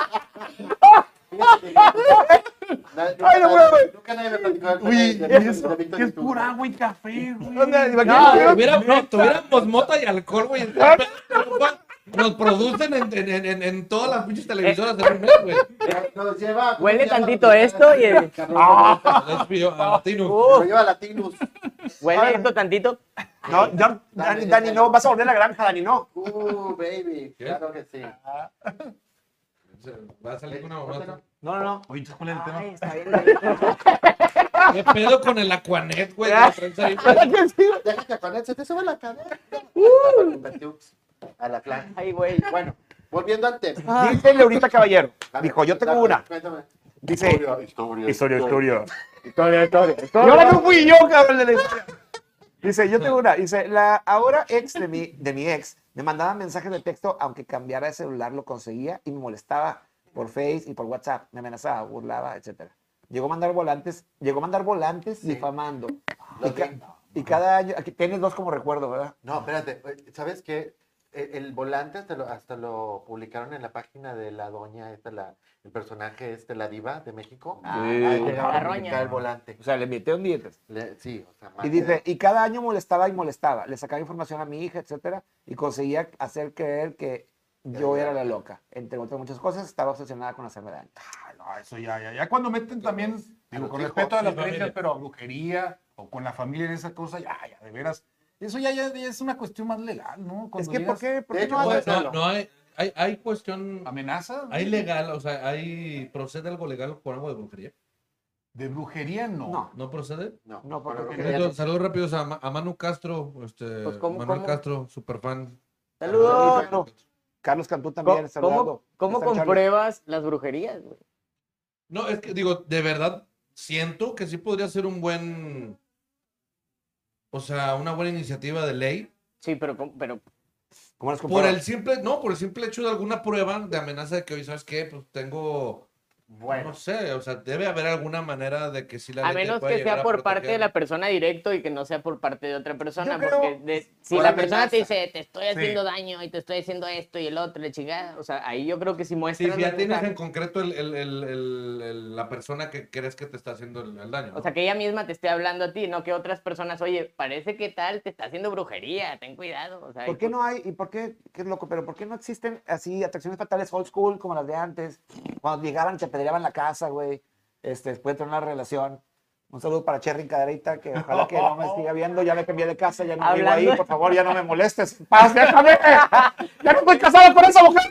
Speaker 3: Fíjate que- Nadie- nunca
Speaker 2: no,
Speaker 3: nadie-
Speaker 2: güey.
Speaker 3: Nunca nadie me platicó del
Speaker 5: Uy,
Speaker 3: del-
Speaker 5: y
Speaker 3: del-
Speaker 5: eso,
Speaker 3: del
Speaker 5: que
Speaker 3: Víctor
Speaker 5: es
Speaker 3: Iturbe.
Speaker 5: pura agua y café,
Speaker 2: ¿Dónde?
Speaker 5: güey.
Speaker 6: No,
Speaker 2: Imagínate,
Speaker 6: si
Speaker 2: ¿no?
Speaker 6: Ah, hubiera- no, tuviéramos mota y alcohol, güey. Nos producen en, en- en- en todas las pinches televisoras del mes, güey.
Speaker 3: Nos lleva-
Speaker 4: Huele
Speaker 3: nos lleva-
Speaker 4: tantito esto y el-
Speaker 3: Cabrón, nos lleva-
Speaker 6: Les pido a Latino.
Speaker 2: Oh.
Speaker 3: nos lleva Latinus.
Speaker 4: Huele esto tantito.
Speaker 2: No, Dani, Dani, Dani, no, vas a volver a la granja, Dani, no.
Speaker 3: Uh, baby,
Speaker 6: ¿Qué?
Speaker 3: claro que sí.
Speaker 6: Va a salir con una mamá.
Speaker 2: No, no, no.
Speaker 5: Oye, ¿cuál es el tema?
Speaker 4: Ay, está bien. rico.
Speaker 6: ¿Qué pedo con el Aquanet, güey? Lo traes ahí, güey.
Speaker 3: Deja que con él se te sube la cadera.
Speaker 2: Uh.
Speaker 3: Vertiux, A la clan.
Speaker 4: Ay, güey.
Speaker 3: Bueno, volviendo al tema.
Speaker 2: Dice Leurita Caballero. Dijo, Ah, yo tengo
Speaker 3: Cuéntame,
Speaker 2: una.
Speaker 3: cuéntame.
Speaker 2: Dice,
Speaker 3: historia,
Speaker 2: Historia, historia. Historia, historia. Y ahora no fui yo, cabrón, de la historia. Dice, yo tengo una. Dice, la ahora ex de mi, de mi ex me mandaba mensajes de texto, aunque cambiara de celular, lo conseguía y me molestaba por Face y por WhatsApp. Me amenazaba, burlaba, etc. Llegó a mandar volantes, llegó a mandar volantes difamando. Y,
Speaker 3: Los
Speaker 2: ca-
Speaker 3: vi.
Speaker 2: y cada año, aquí tienes dos como recuerdo, ¿verdad?
Speaker 3: No, espérate, eh, ¿sabes qué? El, el volante hasta lo, hasta lo publicaron en la página de la doña, esta, la, el personaje este, la diva de México.
Speaker 4: Ah,
Speaker 3: Ahí llegaron
Speaker 4: la
Speaker 3: a publicar
Speaker 4: roña.
Speaker 3: el volante.
Speaker 2: O sea, le metieron dietas.
Speaker 3: Le- sí, o sea,
Speaker 2: Y
Speaker 5: Ah,
Speaker 3: más
Speaker 2: dice,
Speaker 3: que-
Speaker 2: y cada año molestaba y molestaba, le sacaba información a mi hija, etcétera, y conseguía hacer creer que yo era la loca. Entre otras muchas cosas, estaba obsesionada con hacerme daño.
Speaker 5: Ah, no, eso ya, ya, ya cuando meten también, digo,
Speaker 3: los
Speaker 5: con
Speaker 3: hijos,
Speaker 5: respeto a las
Speaker 6: sí, familia.
Speaker 5: creencias, pero a brujería o con la familia en esa cosa, ya, ya, de veras. Eso ya, ya, ya es una cuestión más legal, ¿no? Cuando
Speaker 2: es que, ¿por
Speaker 5: digas
Speaker 2: qué? ¿Por
Speaker 3: De
Speaker 2: qué
Speaker 3: hecho,
Speaker 2: no
Speaker 3: puede
Speaker 4: Pues,
Speaker 2: haces?
Speaker 3: ser.
Speaker 6: Pues, No, no hay, hay, hay cuestión.
Speaker 5: Amenaza
Speaker 6: Hay legal, o sea, hay. ¿Procede algo legal por algo de brujería?
Speaker 5: de brujería, no.
Speaker 2: No.
Speaker 6: ¿No procede?
Speaker 3: No,
Speaker 2: No, porque-
Speaker 3: pero-
Speaker 6: Saludos, saludos rápidos a, Ma- a Manu Castro, este,
Speaker 4: Pues, ¿cómo,
Speaker 6: Manuel
Speaker 4: cómo?
Speaker 6: Castro, superfan.
Speaker 2: Sí,
Speaker 4: Saludos.
Speaker 2: claro. Carlos Cantú
Speaker 4: ¿Cómo,
Speaker 2: también,
Speaker 4: cómo,
Speaker 2: saludando.
Speaker 4: cómo
Speaker 2: Está en Charlie.
Speaker 4: compruebas las brujerías, güey?
Speaker 6: No, es que digo, de verdad, siento que sí podría ser un buen. O sea, una buena iniciativa de ley.
Speaker 4: Sí, pero, ¿cómo- pero
Speaker 2: ¿Cómo las
Speaker 6: Por
Speaker 2: compruebas?
Speaker 6: el simple, no, por el simple hecho de alguna prueba de amenaza de que hoy, ¿sabes qué? Pues tengo.
Speaker 3: Bueno,
Speaker 6: No sé, o sea, debe haber alguna manera de que sí la
Speaker 4: a
Speaker 6: ley te
Speaker 4: menos
Speaker 6: pueda
Speaker 4: que
Speaker 6: llegar
Speaker 4: sea
Speaker 6: a
Speaker 4: por parte de
Speaker 6: proteger.
Speaker 4: la persona directo y que no sea por parte de otra persona.
Speaker 2: Yo creo-
Speaker 4: porque de- si
Speaker 3: Por
Speaker 4: la
Speaker 3: amenaza.
Speaker 4: persona te dice, te estoy haciendo daño y te estoy haciendo esto y el otro, le chingada. O sea, ahí yo creo que si
Speaker 6: Sí,
Speaker 4: muestras.
Speaker 6: sí, ya
Speaker 4: la
Speaker 6: tienes
Speaker 4: amenaza,
Speaker 6: en concreto el- el- el- el- el- la persona que crees que te está haciendo el, el daño. ¿no?
Speaker 4: O sea, que ella misma te esté hablando a ti, no que otras personas, oye, parece que tal, te está haciendo brujería, ten cuidado. O sea,
Speaker 2: ¿Por qué no hay? ¿Y por qué? Qué loco, pero ¿por qué no existen así atracciones fatales old school como las de antes? Cuando llegaban, te apedreaban la casa, güey. Este, después de tener una relación. Un saludo para Cherry Cadereita, que ojalá que no me siga viendo. Ya me cambié de casa, ya no vivo
Speaker 4: Hablando-
Speaker 2: ahí. Por favor, ya no me molestes. Paz, déjame. Ya no estoy casado con esa mujer.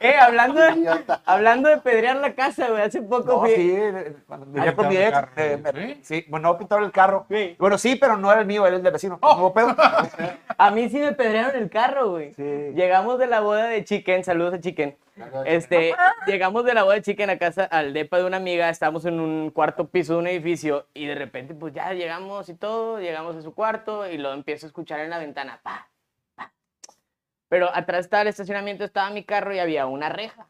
Speaker 4: Eh, hablando de,
Speaker 3: Idiota.
Speaker 4: hablando de pedrear la casa, güey, hace poco
Speaker 2: No,
Speaker 4: fui-
Speaker 2: sí, eh, cuando me llevé con mi
Speaker 5: pintaron
Speaker 2: ex,
Speaker 5: el carro,
Speaker 2: eh, me-
Speaker 5: ¿sí?
Speaker 2: sí, bueno, pintaron el carro. Bueno, sí, pero no era el mío, era el del vecino. No hubo pedo.
Speaker 4: Oh. A mí sí me pedrearon el carro, güey.
Speaker 2: Sí.
Speaker 4: Llegamos de la boda de Chicken, saludos a Chicken. Este, llegamos de la boda de Chicken a casa, al depa de una amiga, estábamos en un cuarto piso de un edificio y de repente, pues ya llegamos y todo, llegamos a su cuarto y lo empiezo a escuchar en la ventana, pa, pa. Pero atrás estaba el estacionamiento, estaba mi carro y había una reja.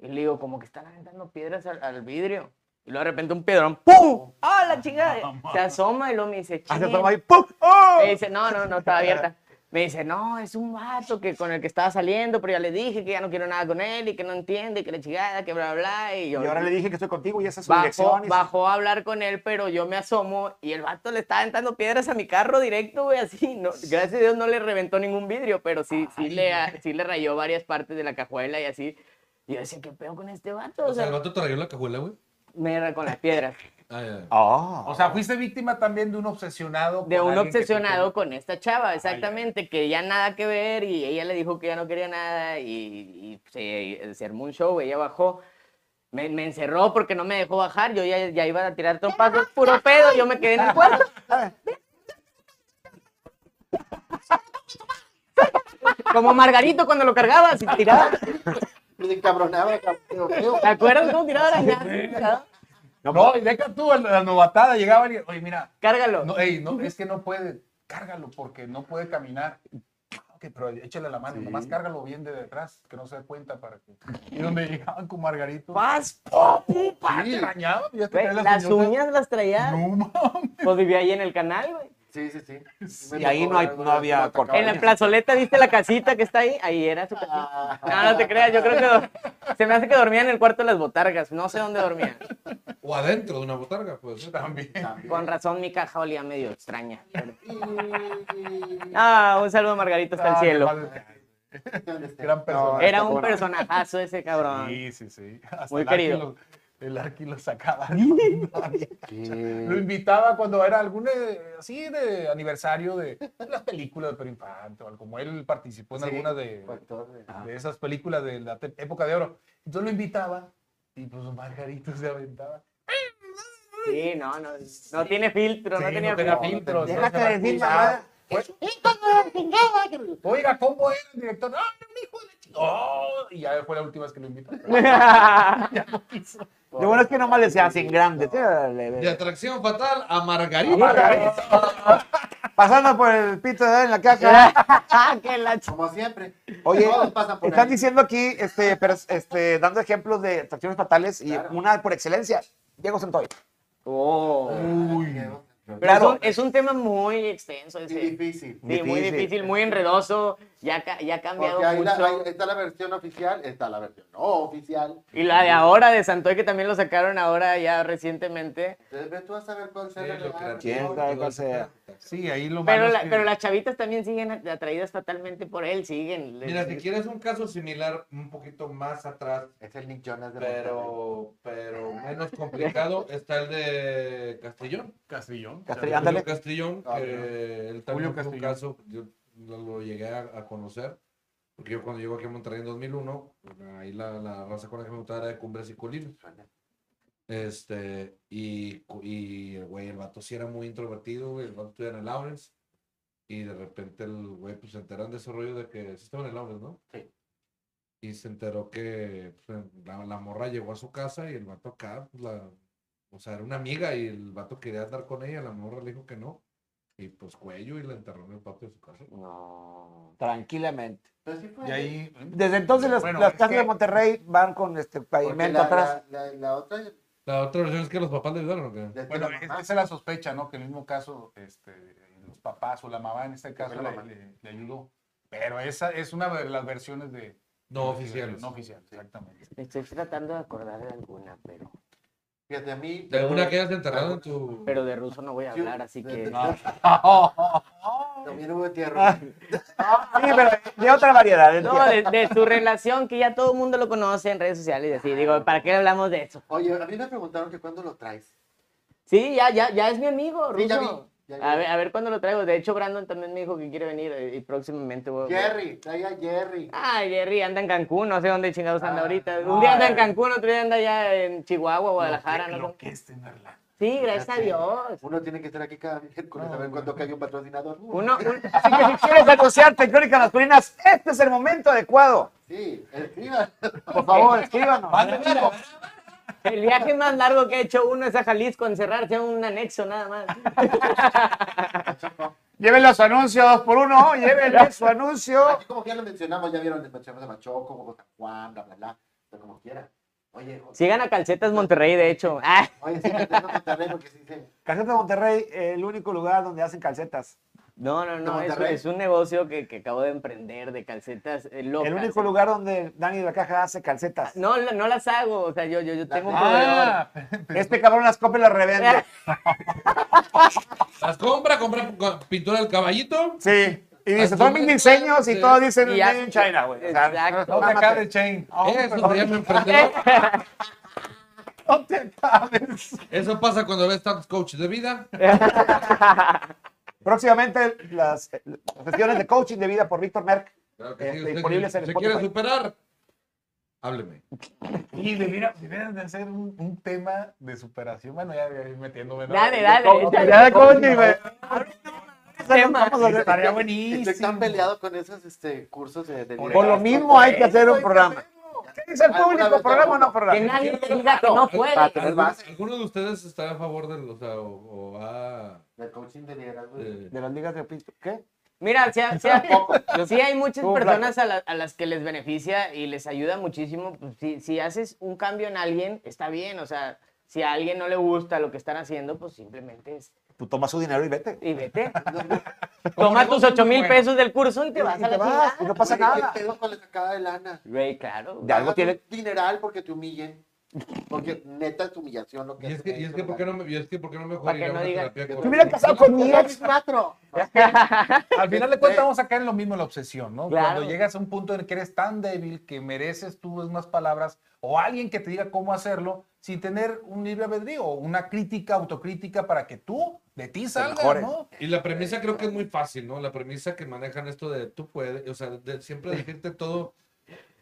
Speaker 4: Y le digo, como que están aventando piedras al, al vidrio. Y luego de repente un piedrón, ¡pum! ¡Ah, la chingada! Se asoma y luego me dice,
Speaker 2: Hace
Speaker 4: "Chin".
Speaker 2: toma y ¡pum! ¡Oh!
Speaker 4: Me dice, no, no, no, estaba abierta. Me dice, no, es un vato que con el que estaba saliendo, pero ya le dije que ya no quiero nada con él y que no entiende, y que la chingada, que bla, bla, bla. Y
Speaker 2: Y
Speaker 4: yo
Speaker 2: ahora le dije que estoy contigo y esa es su
Speaker 4: bajó,
Speaker 2: dirección. y-
Speaker 4: bajó a hablar con él, pero yo me asomo y el vato le estaba aventando piedras a mi carro directo, güey, así. No, gracias a Dios no le reventó ningún vidrio, pero sí, sí, le, sí le rayó varias partes de la cajuela y así. Y yo decía, ¿qué pedo con este vato?
Speaker 6: O
Speaker 4: O
Speaker 2: Pues
Speaker 6: sea, el
Speaker 4: sea,
Speaker 6: vato te rayó la cajuela, güey.
Speaker 4: me ra- con las piedras.
Speaker 6: Ah, ya, ya.
Speaker 2: Ah.
Speaker 5: O sea, fuiste víctima también de un obsesionado.
Speaker 4: De
Speaker 5: con
Speaker 4: un
Speaker 5: alguien que te- Ah,
Speaker 4: obsesionado con esta chava, exactamente, que ya nada que ver y ella le dijo que ya no quería nada y, y se, se armó un show, ella bajó, me, me encerró porque no me dejó bajar, yo ya, ya iba a tirar trompazos, puro pedo, yo me quedé en el cuarto. Como Margarito cuando lo cargabas y tiraba.
Speaker 3: Me encabronaba, cabrón.
Speaker 4: ¿Te acuerdas cómo tiraba arañazos?
Speaker 5: No, no, y deja tú, a la novatada llegaba alguien. Oye, mira,
Speaker 4: Cárgalo.
Speaker 5: no, ey, no, es que no puede, cárgalo porque no puede caminar. Ok, pero échale la mano, nomás cárgalo bien de detrás, que no se dé cuenta para que. Y donde llegaban con Margarito.
Speaker 4: Paz, pum, pum, paz.
Speaker 5: Sí, arañado,
Speaker 4: Güey,
Speaker 5: ya te traen
Speaker 4: las
Speaker 5: uñotas.
Speaker 4: uñas las traía,
Speaker 5: No mames.
Speaker 4: pues vivía ahí en el canal, güey.
Speaker 3: Sí, sí, sí.
Speaker 2: Y ahí no hay- no había corte.
Speaker 4: En la plazoleta, ¿viste la casita que está ahí? Ahí era su casita. No, no te creas, yo creo que do- se me hace que dormía en el cuarto de las botargas, no sé dónde dormía.
Speaker 6: O adentro de una botarga, pues. También.
Speaker 4: Con razón mi caja olía medio extraña. Ah, un saludo a Margarito hasta el
Speaker 5: Ah,
Speaker 4: cielo.
Speaker 5: madre, Gran persona.
Speaker 4: Era un personajazo ese cabrón.
Speaker 5: Sí, sí, sí. Hasta
Speaker 4: Muy
Speaker 5: el Arqui
Speaker 4: querido.
Speaker 5: lo- El Arqui lo sacaba. Lo invitaba cuando era algún eh, así de aniversario de las películas de Pedro Infante, o algo como él participó en alguna de,
Speaker 2: Pues, ah.
Speaker 5: de esas películas de la te- época de oro. Entonces lo invitaba y pues Margarito se aventaba.
Speaker 4: Sí, no, no, no tiene filtro, no
Speaker 5: Sí,
Speaker 4: tenía
Speaker 5: no tenía
Speaker 4: filtro.
Speaker 5: filtros, no
Speaker 2: Déjate
Speaker 5: se la
Speaker 2: de decir
Speaker 5: cruzaba.
Speaker 2: mamada.
Speaker 5: Pues, Oiga, ¿cómo era el director? ¡Ah, era un hijo de ch- ¡Oh! Y ya fue la última vez que lo invitó.
Speaker 2: Lo bueno es que nomás le decían sin grande.
Speaker 6: De atracción fatal a Margarita.
Speaker 2: Pasando por el pito de en la caja.
Speaker 4: que la ch-
Speaker 3: Como siempre.
Speaker 2: Oye,
Speaker 3: Todos pasan por
Speaker 2: están
Speaker 3: ahí.
Speaker 2: diciendo aquí, este, pero, este, dando ejemplos de atracciones fatales y
Speaker 3: Claro.
Speaker 2: una por excelencia, Diego Santoy.
Speaker 4: Oh. Pero
Speaker 2: Claro.
Speaker 4: es, un, es un tema muy extenso
Speaker 3: Sí,
Speaker 4: ese.
Speaker 3: difícil.
Speaker 4: Sí, muy
Speaker 2: Difícil.
Speaker 4: difícil, muy enredoso, ya, ca- ya ha cambiado
Speaker 3: Porque ahí la-
Speaker 4: mucho.
Speaker 3: ahí está la versión oficial, está la versión no oficial.
Speaker 4: Y la de ahora, de Santoy, que también lo sacaron ahora ya recientemente.
Speaker 3: Entonces, ve tú vas a ver cuál será
Speaker 6: Sí, lo
Speaker 3: la-
Speaker 6: creativo,
Speaker 2: ¿Quién sabe cuál sea?
Speaker 5: Sí, ahí lo malo
Speaker 4: Pero,
Speaker 5: es
Speaker 4: la-
Speaker 5: que-
Speaker 4: pero las chavitas también siguen at- atraídas fatalmente por él, siguen.
Speaker 6: Mira, si quieres un caso similar, un poquito más atrás,
Speaker 3: Es el Nick Jonas de Monterrey.
Speaker 6: pero, pero menos complicado, está el de Castrillón.
Speaker 5: Castrillón.
Speaker 2: Castrillón.
Speaker 5: O sea,
Speaker 2: Ándale.
Speaker 6: Julio Castrillón,
Speaker 3: Ah,
Speaker 6: que él
Speaker 5: Julio
Speaker 6: también fue un
Speaker 5: Castrillón.
Speaker 6: caso, yo lo lo llegué a, a conocer, porque yo cuando llego aquí a Monterrey en 2001, pues, ahí la, la raza con la que me gustaba era de Cumbres y Colinas. Este, y, cu- y el güey, el vato sí era muy introvertido, güey, el vato estudia en el Lawrence, y de repente el güey, pues se enteran de ese rollo de que sí estaba en el Lawrence, ¿no?
Speaker 3: Sí.
Speaker 6: Y se enteró que pues, la, la morra llegó a su casa y el vato acá, pues la, o sea, era una amiga y el vato quería andar con ella, la morra le dijo que no. Y pues cuello y la enterró en el patio de su casa.
Speaker 2: No. Tranquilamente.
Speaker 3: Pero sí fue.
Speaker 5: Y ahí.
Speaker 2: Desde entonces las,
Speaker 5: Bueno,
Speaker 2: las
Speaker 5: es
Speaker 2: casas
Speaker 5: que-
Speaker 2: de Monterrey van con este
Speaker 3: porque
Speaker 2: pavimento
Speaker 3: la,
Speaker 2: atrás.
Speaker 3: la- la- la otra. este
Speaker 6: La otra versión es que los papás le ayudaron, ¿o qué?
Speaker 3: desde
Speaker 5: Bueno,
Speaker 3: la
Speaker 5: es,
Speaker 3: mamá.
Speaker 5: esa es la sospecha, ¿no? Que en el mismo caso, este, los papás o la mamá en este caso
Speaker 3: la
Speaker 5: le,
Speaker 3: mamá.
Speaker 5: le- le ayudó. Pero esa es una de las versiones de...
Speaker 6: No
Speaker 5: de-
Speaker 6: oficiales.
Speaker 5: No oficial, exactamente.
Speaker 4: Me estoy tratando de acordar de alguna, pero,
Speaker 3: Fíjate, a mí.
Speaker 6: ¿De alguna que hayas enterrado en tu...
Speaker 4: pero de ruso no voy a
Speaker 3: Sí,
Speaker 4: hablar, así
Speaker 3: de-
Speaker 4: que.
Speaker 3: de- También hubo tierra.
Speaker 2: Sí, pero de otra variedad.
Speaker 4: No, de, de su relación, que ya todo el mundo lo conoce en redes sociales y así. Digo, ¿para qué hablamos de eso?
Speaker 3: Oye, a mí me preguntaron que cuándo lo traes.
Speaker 4: Sí, ya, ya, ya es mi amigo,
Speaker 3: Sí, ya vi.
Speaker 4: Ruso.
Speaker 3: ya vi.
Speaker 4: A ver, a ver cuándo lo traigo. De hecho, Brandon también me dijo que quiere venir eh, y próximamente voy. a...
Speaker 3: Jerry, trae a Jerry.
Speaker 4: Ah, Jerry anda en Cancún, no sé dónde chingados anda ahorita.
Speaker 2: Ah,
Speaker 4: Un día anda en Cancún, otro día anda ya en Chihuahua, Guadalajara, no sé.
Speaker 5: que es tenerla.
Speaker 4: Sí, gracias a Dios.
Speaker 3: Uno tiene que estar aquí cada miércoles a ver cuándo cae un patrocinador.
Speaker 4: Uno, un-
Speaker 2: Así que si quieres anunciarte en Crónicas Masculinas, este es el momento adecuado.
Speaker 3: Sí, escriban.
Speaker 2: Por favor, escríbanos.
Speaker 4: el viaje más largo que ha hecho uno es a Jalisco, encerrarse en un anexo nada más.
Speaker 2: Lleven los anuncios dos por uno, lleven su anuncio.
Speaker 3: Aquí como que ya lo mencionamos, ya vieron despachamos a Machoco, como San Juan, bla, bla, bla. Pero como quiera. Oye, o-
Speaker 4: Sigan a Calcetas Monterrey, de hecho. Ah,
Speaker 3: oye, sí, te tengo que contarle porque sí, sí.
Speaker 2: Calcetas de Monterrey, el único lugar donde hacen calcetas.
Speaker 4: no, no, no, es,
Speaker 3: Monterrey.
Speaker 4: es un negocio que, que acabo de emprender de calcetas eh, locas.
Speaker 2: El único lugar donde Dani de la Caja hace calcetas.
Speaker 4: No, la- no las hago, o sea, yo, yo, yo tengo un proveedor.
Speaker 5: Ah,
Speaker 2: Este cabrón las copia y las revende.
Speaker 6: Las compra, compra co- pintura del caballito.
Speaker 2: Sí. Y dice, son mis diseños y todos dicen
Speaker 4: Y ya-
Speaker 2: made in China, güey. O sea,
Speaker 4: Exacto.
Speaker 5: no te
Speaker 2: mámate.
Speaker 5: acabes, Chain.
Speaker 6: Eso se llama emprendedor.
Speaker 5: No te acabes.
Speaker 6: Eso pasa cuando ves tantos coaches de vida.
Speaker 2: Próximamente las eh, las sesiones de coaching de vida por Víctor Merck.
Speaker 6: Claro
Speaker 2: Este,
Speaker 6: usted
Speaker 2: disponibles
Speaker 6: quiere-
Speaker 2: en
Speaker 6: se
Speaker 2: Spotify.
Speaker 6: quiere superar, hábleme.
Speaker 5: Y deberían, deberían de hacer un, un tema de superación. Bueno, ya voy a ir metiéndome. ¿no?
Speaker 4: Dale, dale.
Speaker 5: ¿Cómo?
Speaker 4: échale.
Speaker 2: Ya de coaching, güey. Vamos
Speaker 4: Tema.
Speaker 2: a hacer-
Speaker 5: Estaría
Speaker 3: Estoy tan
Speaker 5: buenísimo.
Speaker 3: peleado con esos este, cursos de, de
Speaker 5: Por
Speaker 2: Por lo
Speaker 3: liderazgo.
Speaker 2: mismo hay que hacer un programa. ¿Qué dice el
Speaker 3: Alguna
Speaker 2: público?
Speaker 3: vez
Speaker 2: ¿Programa o
Speaker 3: alguno.
Speaker 2: no
Speaker 4: Que
Speaker 2: programa?
Speaker 4: nadie te diga que no
Speaker 3: Para
Speaker 4: puede.
Speaker 3: tener
Speaker 6: ¿Alguno,
Speaker 3: base
Speaker 6: alguno de ustedes está a favor del, o sea, o, o va,
Speaker 3: del coaching de liderazgo.
Speaker 6: eh,
Speaker 2: De las ligas de pito. ¿Qué?
Speaker 4: Mira, sí, sí- sí hay muchas
Speaker 2: Tú,
Speaker 4: personas a, la- a las que les beneficia y les ayuda muchísimo. Pues, Si, si haces un cambio en alguien, está bien. O sea, si a alguien no le gusta lo que están haciendo, pues simplemente es.
Speaker 2: Tú tomas su dinero y vete.
Speaker 4: Y vete. Toma tus 8 mil pesos del curso y te vas
Speaker 2: Y
Speaker 4: a
Speaker 2: te
Speaker 4: la
Speaker 2: vas, y
Speaker 4: ciudad.
Speaker 2: no pasa
Speaker 3: Oye, ¿qué
Speaker 2: nada.
Speaker 3: pedo con la sacada de lana?
Speaker 4: Güey, claro.
Speaker 2: De algo
Speaker 3: Pagas
Speaker 2: tiene-
Speaker 3: un dineral porque te humillen. Porque neta es humillación lo que
Speaker 6: y es
Speaker 3: hacen
Speaker 6: que,
Speaker 3: en
Speaker 6: y es
Speaker 3: esos
Speaker 6: que ¿por qué
Speaker 3: lugares.
Speaker 6: no me, y es que ¿por qué no mejor
Speaker 4: Para que
Speaker 6: ir a
Speaker 4: no
Speaker 6: una
Speaker 4: digan-
Speaker 6: terapia
Speaker 3: Yo
Speaker 6: con-
Speaker 2: Te hubiera casado con mi ex.
Speaker 3: Cuatro.
Speaker 5: Al final de cuentas vamos a caer en lo mismo, en la obsesión, ¿no?
Speaker 4: Claro.
Speaker 5: Cuando llegas a un punto en el que eres tan débil que mereces tú más palabras o alguien que te diga cómo hacerlo sin tener un libre albedrío o una crítica, autocrítica para que tú de ti salgas,
Speaker 2: mejores.
Speaker 5: ¿no?
Speaker 6: Y la premisa creo que es muy fácil, ¿no? La premisa que manejan esto de tú puedes, o sea, de siempre decirte todo.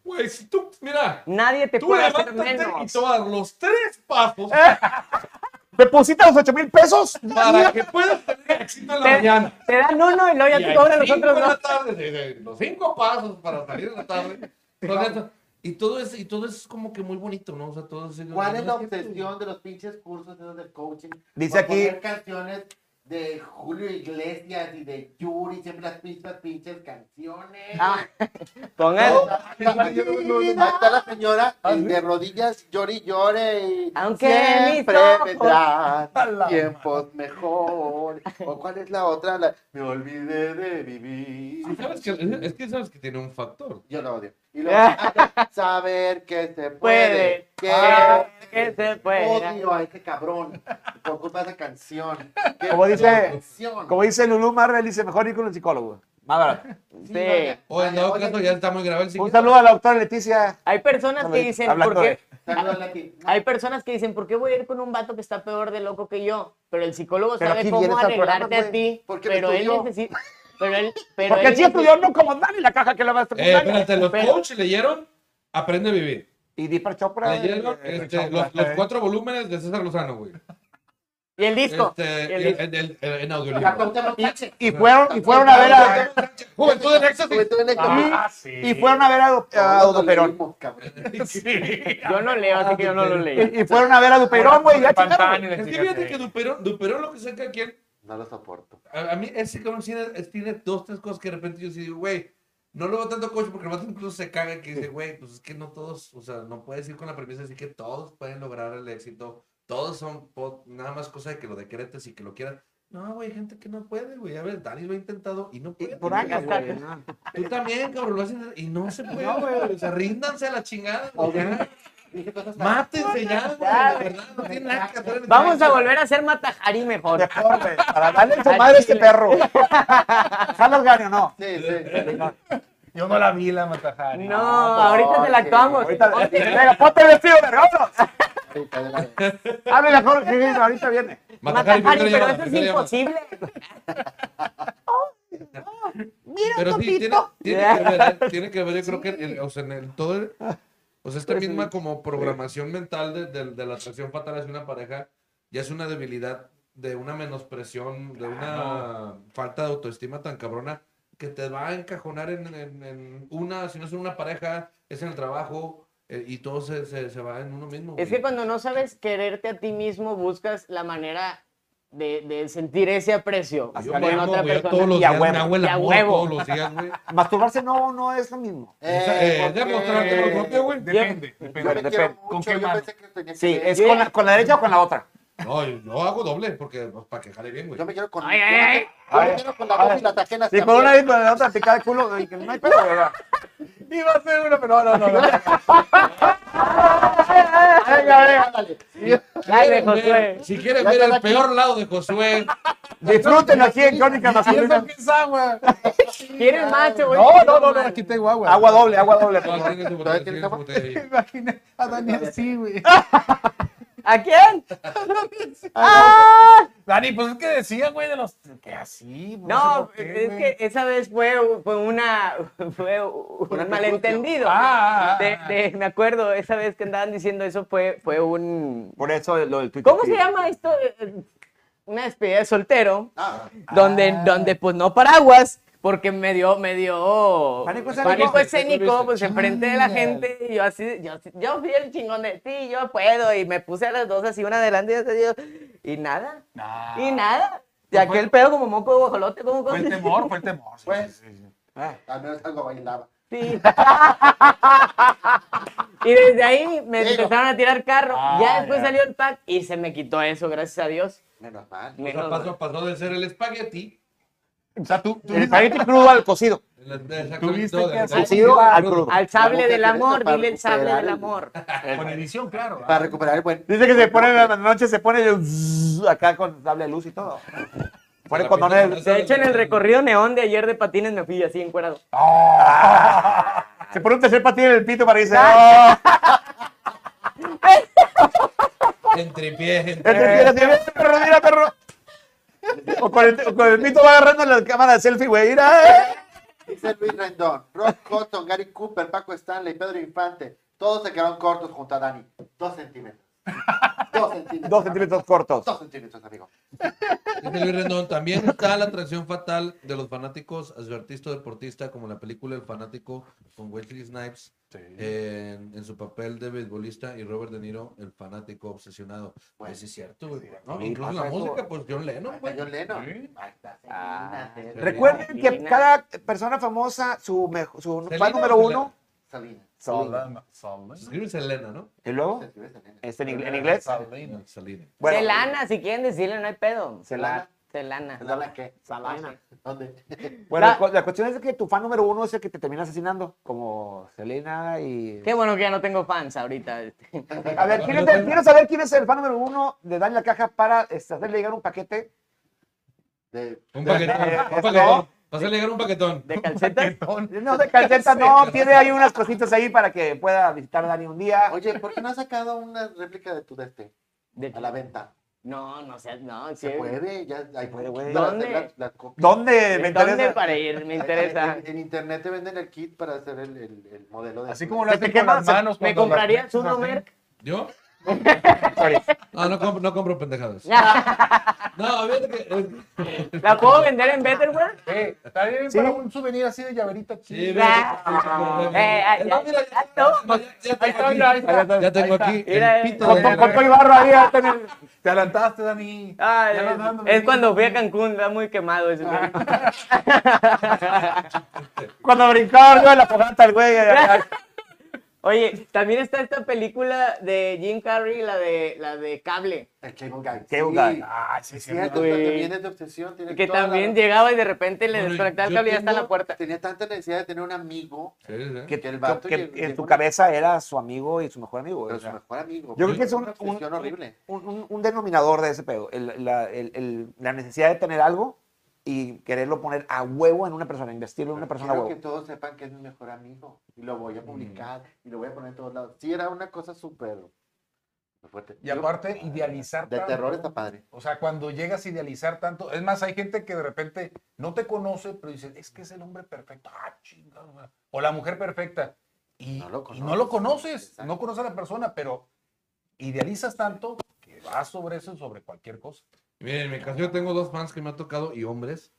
Speaker 6: Güey, si tú, mira,
Speaker 4: Nadie te
Speaker 6: tú
Speaker 4: puede hacer
Speaker 6: levántate y
Speaker 4: menos.
Speaker 6: tomas los tres pasos
Speaker 2: ¿Deposita los 8 mil pesos?
Speaker 6: para que puedas tener éxito en la
Speaker 4: Te,
Speaker 6: mañana.
Speaker 4: te dan uno y luego ya
Speaker 6: Y
Speaker 4: te
Speaker 6: hay
Speaker 4: cobran los
Speaker 6: cinco
Speaker 4: otros
Speaker 6: en la
Speaker 4: dos.
Speaker 6: tarde, de- de- los cinco pasos para salir de la tarde. Son estos. Y todo, es, y todo es como que muy bonito, ¿no? O sea, todo es,
Speaker 3: ¿Cuál es la
Speaker 6: que tú-
Speaker 3: obsesión de los pinches cursos esos del coaching?
Speaker 2: Dice
Speaker 3: Por
Speaker 2: aquí-
Speaker 3: poner canciones de Julio Iglesias y de Yuri, siempre las mismas pinches canciones.
Speaker 4: Ah, Oh. Pongan.
Speaker 3: Ahí está la señora eh, de rodillas, llore y llore. y
Speaker 4: Aunque
Speaker 3: siempre
Speaker 4: mis ojos-
Speaker 3: vendrán
Speaker 5: A la
Speaker 3: tiempos mejores. ¿O cuál es la otra? La- Me olvidé de vivir.
Speaker 6: Sí, ¿sabes que, es- es que sabes que tiene un factor.
Speaker 3: Yo lo odio. Y luego, ah, saber que se puede.
Speaker 4: Puede.
Speaker 3: Que,
Speaker 4: Ah, que se puede.
Speaker 3: Odio a ese cabrón por culpa de esa canción. Qué
Speaker 2: Como dice-
Speaker 3: canción.
Speaker 2: Como dice Lulú Marvel, dice, mejor ir con un psicólogo. Más barato.
Speaker 3: Sí,
Speaker 4: Sí.
Speaker 3: oye,
Speaker 6: O en
Speaker 3: oye,
Speaker 6: dado
Speaker 3: oye,
Speaker 6: caso ya está muy grave el
Speaker 2: Un
Speaker 6: siguiente.
Speaker 2: saludo a la doctora Leticia.
Speaker 4: Hay personas que
Speaker 2: Hablando-
Speaker 4: dicen,
Speaker 2: hablando
Speaker 4: ¿por qué?
Speaker 2: de-
Speaker 3: saludos, Leti.
Speaker 4: Hay personas que dicen, ¿por qué voy a ir con un vato que está peor de loco que yo? Pero el psicólogo
Speaker 2: Pero
Speaker 4: sabe
Speaker 2: aquí
Speaker 4: cómo
Speaker 2: vienes al programa,
Speaker 4: arreglarte a
Speaker 3: güey,
Speaker 4: ti.
Speaker 3: porque
Speaker 4: Pero
Speaker 3: me
Speaker 4: él
Speaker 3: estudió.
Speaker 4: necesita. Pero él. Pero
Speaker 2: Porque
Speaker 4: él
Speaker 2: si
Speaker 4: necesita-
Speaker 2: estudió no como Dani la caja que la va a
Speaker 6: Eh, espérate, los
Speaker 4: Pero-
Speaker 6: coaches leyeron Aprende a vivir.
Speaker 2: Y Deeper Chopra.
Speaker 6: Leyeron
Speaker 2: eh,
Speaker 6: este,
Speaker 2: Chopra,
Speaker 6: los, los
Speaker 2: eh.
Speaker 6: cuatro volúmenes de César Lozano, güey.
Speaker 4: Y el disco.
Speaker 6: Este,
Speaker 4: y el
Speaker 6: en,
Speaker 4: disco.
Speaker 6: en- en- en
Speaker 3: La
Speaker 6: audiolibro.
Speaker 3: Cuauhtémoc Sánchez.
Speaker 2: Y fueron, y fueron a ver a...
Speaker 6: Juventud en éxtasis.
Speaker 3: Juventud en Éxtasis.
Speaker 5: Ah, sí.
Speaker 2: Y fueron a ver a, Du- a
Speaker 3: Todos
Speaker 2: Duperón.
Speaker 3: leímos, cabrón.
Speaker 4: Yo no leo, así que yo no
Speaker 6: Ah,
Speaker 4: lo leí.
Speaker 2: Y, y fueron a ver a Duperón, güey. Ya checaron.
Speaker 5: Pantano y la
Speaker 6: Es que
Speaker 5: chingada,
Speaker 6: fíjate
Speaker 5: sí.
Speaker 6: que Duperón, Duperón lo que saca aquí en
Speaker 3: No lo soporto.
Speaker 6: A, a mí ese cabrón sí tiene, tiene dos, tres cosas que de repente yo sí digo, güey, no lo veo tanto coach porque el vato incluso se caga que dice, güey, pues es que no todos, o sea, no puedes ir con la premisa de decir que todos pueden lograr el éxito, todos son po- nada más cosa de que lo decretes y que lo quieras. No, güey, hay gente que no puede, güey. A ver, Dani lo ha intentado y no
Speaker 2: Y
Speaker 6: puede.
Speaker 2: Por
Speaker 6: güey.
Speaker 2: acá, güey.
Speaker 6: Tú también, cabrón, lo has intentado y no se puede, güey. O sea, ríndanse a la chingada. güey.
Speaker 3: Audi- Dije cosas tan-
Speaker 6: Mátense ya, güey.
Speaker 4: Ya,
Speaker 6: De verdad, no tiene nada que hacer. en
Speaker 4: Vamos a
Speaker 6: México.
Speaker 4: volver a hacer Matajari mejor.
Speaker 2: Mejor, güey, para darle en su madre a este perro. ¿Jala Organio no?
Speaker 3: Sí, sí.
Speaker 5: Yo no la vi la Matajari.
Speaker 4: No, ahorita te la actuamos.
Speaker 2: Ahorita, venga, ponte el vestido, vergoso.
Speaker 3: Ahorita, de la-
Speaker 2: Abre la Jorge, sí, ahorita viene.
Speaker 6: Matajari,
Speaker 4: Matajari,
Speaker 6: primera
Speaker 4: pero
Speaker 6: llamada,
Speaker 4: eso es
Speaker 6: primera llamada.
Speaker 4: imposible.
Speaker 6: Pero sí, tiene, tiene que ver, ¿eh? tiene que ver, yo creo que, el- o sea, en el, todo el- o sea, esta
Speaker 4: Pues
Speaker 6: misma como programación mental de, de- de la atracción fatal hacia una pareja, ya es una debilidad, de una menospresión, de una falta de autoestima tan cabrona, que te va a encajonar en, en- en una, si no es en una pareja, es en el trabajo, eh, y todo se, se, se va en uno mismo.
Speaker 4: Es
Speaker 6: güey.
Speaker 4: que cuando no sabes quererte a ti mismo, buscas la manera de, de sentir ese aprecio
Speaker 6: Yo
Speaker 4: con
Speaker 6: me amo,
Speaker 4: otra
Speaker 6: güey, yo
Speaker 4: persona.
Speaker 6: todos los
Speaker 2: y a
Speaker 6: días me
Speaker 2: huevo,
Speaker 6: hago el
Speaker 4: y a
Speaker 6: amor
Speaker 4: huevo.
Speaker 6: todos los días, güey.
Speaker 2: Masturbarse no, no es lo mismo.
Speaker 6: Eh,
Speaker 3: porque-
Speaker 6: demostrarte lo propio, güey.
Speaker 5: Depende,
Speaker 3: Yo
Speaker 5: depende.
Speaker 3: te
Speaker 2: Depende.
Speaker 3: quiero
Speaker 5: ¿Con
Speaker 3: mucho,
Speaker 5: qué
Speaker 3: yo
Speaker 5: mano?
Speaker 3: pensé que tenía que
Speaker 2: Sí,
Speaker 3: ver.
Speaker 2: es con la, con la derecha o con la otra.
Speaker 6: No, yo hago doble, porque pues, para que jale bien, güey.
Speaker 3: Yo me quiero con
Speaker 4: Ay,
Speaker 3: yo
Speaker 4: ay,
Speaker 3: me-
Speaker 4: ay.
Speaker 3: yo me
Speaker 2: Ay.
Speaker 3: quiero con la voz y la tajena
Speaker 2: Sí, con una y con la otra te cae el culo. y que No hay pedo, ¿verdad?
Speaker 5: Iba a ser una, pero no, no, no.
Speaker 4: Ay, de
Speaker 6: quieren ver-
Speaker 4: Josué.
Speaker 6: si quieren
Speaker 3: Ya
Speaker 6: ver
Speaker 3: cada
Speaker 6: el peor lado de Josué,
Speaker 2: Disfruten aquí en Crónica
Speaker 5: ¿Y eso
Speaker 2: Masculina.
Speaker 5: qué es agua?
Speaker 4: ¿Quieres macho, güey?
Speaker 5: No, no, no, no, aquí tengo agua.
Speaker 2: Agua doble, agua doble. por
Speaker 6: no,
Speaker 2: favor.
Speaker 6: tiene su
Speaker 3: ¿Todavía
Speaker 6: botella,
Speaker 3: tiene
Speaker 6: tiene su
Speaker 3: cama?
Speaker 5: Me
Speaker 6: botella.
Speaker 5: imaginé a Daniel sí, güey.
Speaker 4: ¿A quién? Ah.
Speaker 5: Dani, pues es que decía, güey, de los... Que así, pues, sé
Speaker 4: No,
Speaker 5: por qué,
Speaker 4: es
Speaker 5: güey.
Speaker 4: que esa vez fue, fue una fue un malentendido.
Speaker 5: Ah, ah,
Speaker 4: De-
Speaker 5: ah.
Speaker 4: de- me acuerdo, esa vez que andaban diciendo eso fue, fue un...
Speaker 2: Por eso lo del Twitter.
Speaker 4: ¿Cómo se llama esto? Eh, Una despedida de soltero.
Speaker 3: Ah,
Speaker 4: donde, donde pues no paraguas, porque me dio, me dio
Speaker 2: Pánico
Speaker 4: pánico
Speaker 2: escénico.
Speaker 4: escénico, pues enfrente de la
Speaker 5: Chingale.
Speaker 4: gente, y yo así, yo, así- yo fui el chingón de, sí, yo puedo, y me puse a las dos así, una adelante y otra así, yo- y nada,
Speaker 5: Nah.
Speaker 4: y nada, y aquel pedo como moco de guajolote, como
Speaker 5: Fue el temor, fue el temor. sí,
Speaker 3: Pues.
Speaker 5: sí, sí, sí.
Speaker 3: al menos algo bailaba.
Speaker 4: Sí. y desde ahí me
Speaker 3: Digo.
Speaker 4: empezaron a tirar carro,
Speaker 5: Ah,
Speaker 4: ya después
Speaker 5: ya.
Speaker 4: salió el pack, y se me quitó eso, gracias a Dios.
Speaker 3: Menos mal.
Speaker 6: O sea,
Speaker 4: Menos-
Speaker 6: pasó, pasó de ser el espagueti.
Speaker 5: O sea, tú, tú
Speaker 2: El espagueti crudo al cocido.
Speaker 6: el- exactamente,
Speaker 5: Tuviste
Speaker 6: no,
Speaker 5: que
Speaker 6: del-
Speaker 5: hacer-
Speaker 2: Al cocido al crudo.
Speaker 4: al sable
Speaker 3: Tengo que
Speaker 4: del
Speaker 3: hacer
Speaker 4: amor,
Speaker 3: eso para
Speaker 4: dile el sable
Speaker 3: recuperar
Speaker 4: del
Speaker 3: el-
Speaker 4: amor.
Speaker 5: con edición, claro.
Speaker 3: Para recuperar el buen.
Speaker 2: Dice que se pone en la noche, se pone el zzzz acá con sable de luz y todo. Pone condones. de-
Speaker 4: De hecho, en el recorrido neón de ayer de patines me fui así encuerado.
Speaker 2: Se pone un tercer patín en el pito para irse. Oh,
Speaker 6: Entre pies, entre
Speaker 2: Este tío, este tío, mira, perro, mira, perro. O con, el, o con el pito va agarrando la cámara de selfie, güey. Mira, eh.
Speaker 3: Dice Luis Rendón, Rock Cotton, Gary Cooper, Paco Stanley, Pedro Infante. Todos se quedaron cortos junto a Dani. Dos centímetros. Dos centímetros.
Speaker 2: Dos centímetros cortos.
Speaker 3: Dos centímetros, amigo.
Speaker 6: Dice Luis Rendón, también está la atracción fatal de los fanáticos hacia el artista o deportista, como la película El Fanático con Wesley Snipes en, en su papel de beisbolista y Robert De Niro, el fanático obsesionado.
Speaker 3: Bueno.
Speaker 6: Pues sí es cierto, güey. ¿no?
Speaker 2: Sí,
Speaker 6: Incluso la
Speaker 2: pasa eso.
Speaker 6: música, pues John Lennon, güey.
Speaker 3: Hasta John Lennon.
Speaker 5: Sí.
Speaker 3: Hasta-
Speaker 4: Ah.
Speaker 3: Salinas,
Speaker 2: Recuerden que
Speaker 4: Selena.
Speaker 2: cada persona famosa, su, mejo- su
Speaker 6: Selena
Speaker 2: fan
Speaker 6: o
Speaker 2: número
Speaker 6: Selena?
Speaker 2: uno.
Speaker 3: Salinas.
Speaker 5: Solana, Solana.
Speaker 6: Escribe Selena, ¿no?
Speaker 2: ¿Y luego?
Speaker 3: Se escribe Salinas.
Speaker 2: Este en, ingle- en inglés.
Speaker 5: Solana.
Speaker 6: Selena.
Speaker 2: Bueno,
Speaker 4: Celana, si quieren decirle, no hay pedo.
Speaker 3: Celana.
Speaker 4: Celana.
Speaker 3: ¿Salinas qué?
Speaker 4: Salinas.
Speaker 3: ¿Dónde?
Speaker 2: bueno,
Speaker 4: La-
Speaker 2: cu- la cuestión es que tu fan número uno es el que te termina asesinando, como Selena y.
Speaker 4: Qué bueno que ya no tengo fans ahorita. este,
Speaker 2: A ver, ¿quién es el- quiero saber quién es el fan número uno de Dani la Caja para este, hacerle llegar un paquete.
Speaker 3: De-
Speaker 6: Un paquetón.
Speaker 2: Eh,
Speaker 6: Un
Speaker 2: este-
Speaker 6: paquetón. Vas a llegar un paquetón.
Speaker 4: De calcetas.
Speaker 2: No, de calceta, no, tiene ahí unas cositas ahí para que pueda visitar a Dani un día.
Speaker 3: Oye, ¿por qué no has sacado una réplica de tu de este
Speaker 4: De-
Speaker 3: a la venta?
Speaker 4: No, no sé, no. sí.
Speaker 3: Se puede, ya hay
Speaker 2: puede, güey.
Speaker 3: para
Speaker 4: ¿Dónde?
Speaker 3: hacer las- las copias.
Speaker 2: ¿Dónde? Me
Speaker 4: ¿De
Speaker 2: interesa.
Speaker 4: ¿Dónde para ir? Me
Speaker 3: En-
Speaker 4: interesa.
Speaker 3: En, en internet te venden el kit para hacer el, el- el modelo de.
Speaker 5: Así como lo
Speaker 4: Se te
Speaker 5: hacen con
Speaker 4: quema,
Speaker 5: las
Speaker 4: se-
Speaker 5: manos.
Speaker 4: ¿Me
Speaker 5: cuando las
Speaker 4: comprarías
Speaker 5: metes
Speaker 4: uno,
Speaker 5: así.
Speaker 4: Merck?
Speaker 6: ¿Yo? Ah, no compro, no compro pendejadas. No, fíjate que. eh,
Speaker 4: ¿La puedo vender en Betterware?
Speaker 5: Eh, está bien
Speaker 2: Sí.
Speaker 5: para un souvenir así de llaverita
Speaker 6: Sí,
Speaker 5: chido.
Speaker 6: mira.
Speaker 4: Ah, eh, ay,
Speaker 6: No,
Speaker 4: ay,
Speaker 6: mira,
Speaker 4: ay,
Speaker 6: ya- ya-
Speaker 4: no.
Speaker 6: ya
Speaker 5: Ahí
Speaker 6: tengo
Speaker 5: está, mira, ahí
Speaker 6: aquí-
Speaker 5: está.
Speaker 6: Ya tengo
Speaker 5: Ahí está.
Speaker 6: aquí
Speaker 4: Mira, eh,
Speaker 6: el pito
Speaker 2: Con, con,
Speaker 6: de.
Speaker 2: con todo el barro ahí. ahí está en el-
Speaker 5: Te adelantaste, Dani.
Speaker 4: Ay,
Speaker 5: Ya nos dando
Speaker 4: ah, es
Speaker 5: bien.
Speaker 4: cuando fui a Cancún, está muy quemado ese.
Speaker 2: Cuando brincaba yo en la fogata, el güey. acá.
Speaker 4: Oye, también está esta película de Jim Carrey, la de, la de Cable,
Speaker 3: El Cable Guy.
Speaker 2: Cable
Speaker 3: sí.
Speaker 2: Guy.
Speaker 5: Ah, sí, sí.
Speaker 3: Fíjate,
Speaker 4: güey.
Speaker 3: donde viene de obsesión. Tiene
Speaker 4: que
Speaker 3: toda la
Speaker 4: también
Speaker 3: razón.
Speaker 4: llegaba y de repente le
Speaker 6: Bueno,
Speaker 4: desconectaba el
Speaker 6: yo
Speaker 4: cable y ya está en la
Speaker 6: tengo-
Speaker 4: puerta.
Speaker 3: Tenía tanta necesidad de tener un amigo
Speaker 6: Sí, sí.
Speaker 3: que el vato
Speaker 2: que
Speaker 3: llegó-
Speaker 2: en
Speaker 3: llegó-
Speaker 2: tu cabeza era su amigo y su mejor amigo.
Speaker 3: Pero
Speaker 2: o sea.
Speaker 3: su mejor amigo.
Speaker 2: yo creo que es un,
Speaker 3: una
Speaker 2: un-
Speaker 3: obsesión horrible.
Speaker 2: un- un- un denominador de ese pedo. el- la, el- el- la necesidad de tener algo y quererlo poner a huevo en una persona, investirlo en una persona a
Speaker 3: Quiero
Speaker 2: huevo. Mm.
Speaker 3: que todos sepan que es mi mejor amigo. Y lo voy a publicar y lo voy a poner en todos lados. Sí, era una cosa súper fuerte.
Speaker 5: Y
Speaker 3: Yo-
Speaker 5: aparte, idealizar
Speaker 3: De
Speaker 5: tanto.
Speaker 3: terror está padre.
Speaker 5: O sea, cuando llegas a idealizar tanto. Es más, hay gente que de repente no te conoce, pero dice, es que es el hombre perfecto. Ah, chingada. O la mujer perfecta. Y y
Speaker 3: No
Speaker 5: no
Speaker 3: lo
Speaker 5: lo,
Speaker 3: conoces,
Speaker 5: conoces.
Speaker 3: exacto.
Speaker 5: No conoces a la persona, pero idealizas tanto que vas sobre eso, sobre cualquier cosa.
Speaker 6: Miren, en mi caso yo tengo dos fans que me han tocado y hombres.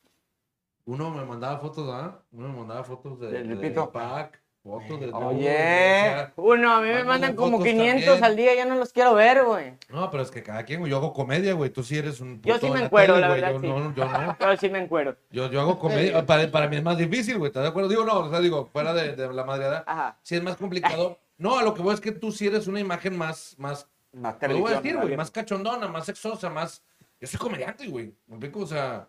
Speaker 6: Uno me mandaba fotos, ¿ah? Uno me mandaba fotos de,
Speaker 2: Del
Speaker 6: de-
Speaker 2: pito.
Speaker 6: de pack, fotos de...
Speaker 2: Oye.
Speaker 6: de- o sea,
Speaker 4: Uno, a mí me
Speaker 6: Mándame
Speaker 4: mandan como
Speaker 6: fotos
Speaker 4: 500
Speaker 6: también.
Speaker 4: al día, ya no los quiero ver, güey.
Speaker 6: No, pero es que cada quien, güey, yo hago comedia, güey. Tú sí eres un...
Speaker 4: Yo
Speaker 6: puto
Speaker 4: sí me
Speaker 6: en
Speaker 4: encuero,
Speaker 6: tele,
Speaker 4: la
Speaker 6: güey,
Speaker 4: verdad,
Speaker 6: yo
Speaker 4: sí.
Speaker 6: no, yo no.
Speaker 4: Yo sí me encuero.
Speaker 6: Yo, yo hago comedia. Para, para mí es más difícil, güey. ¿Estás de acuerdo? Digo, no, o sea, digo, fuera de, de la madreada.
Speaker 4: Ajá.
Speaker 6: Sí es más complicado. No, a lo que voy es que tú sí eres una imagen más, más
Speaker 2: Más
Speaker 6: Te lo voy a decir,
Speaker 2: televisión,
Speaker 6: güey.
Speaker 2: ¿no?
Speaker 6: Más cachondona, más sexosa, más. Yo soy comediante, güey. Me explico, o sea.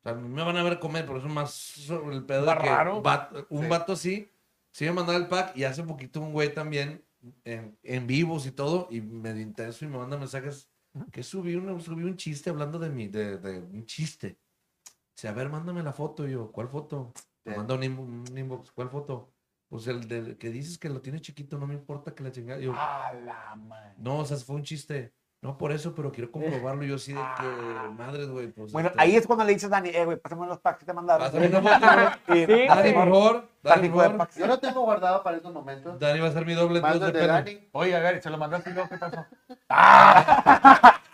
Speaker 6: o sea, me van a ver comer, por eso más sobre el pedo de
Speaker 5: Más
Speaker 6: que
Speaker 5: raro.
Speaker 6: va- un
Speaker 5: Sí.
Speaker 6: vato así. Sí me mandaba el pack y hace poquito un güey también en, en vivos y todo y medio intenso y me manda mensajes que subí un, subí un chiste hablando de mi de, de un chiste. Dice, a ver, mándame la foto. Y yo, ¿cuál foto? Me
Speaker 3: Sí.
Speaker 6: manda un, inbo- un inbox, ¿cuál foto? Pues el del que dices que lo tienes chiquito, no me importa que la chingada. Y yo,
Speaker 5: A la madre.
Speaker 6: no, o sea, fue un chiste. No por eso, pero quiero comprobarlo yo así de que, madres, güey. Pues,
Speaker 2: Bueno,
Speaker 6: este,
Speaker 2: ahí es cuando le dices, Dani, eh, güey, pásame los packs que te mandaron.
Speaker 6: pásame una foto,
Speaker 2: Sí,
Speaker 6: güey.
Speaker 4: Sí,
Speaker 6: Dani,
Speaker 4: güey.
Speaker 6: por favor.
Speaker 2: tal
Speaker 6: Dani,
Speaker 2: tipo de
Speaker 6: por favor.
Speaker 2: packs.
Speaker 3: Yo lo tengo guardado para esos momentos.
Speaker 6: Dani va a ser mi doble
Speaker 3: Mando
Speaker 6: entonces,
Speaker 3: el de
Speaker 6: pero-
Speaker 3: Dani.
Speaker 5: Oye, a ver, se lo mandaste y luego, ¿qué pasó?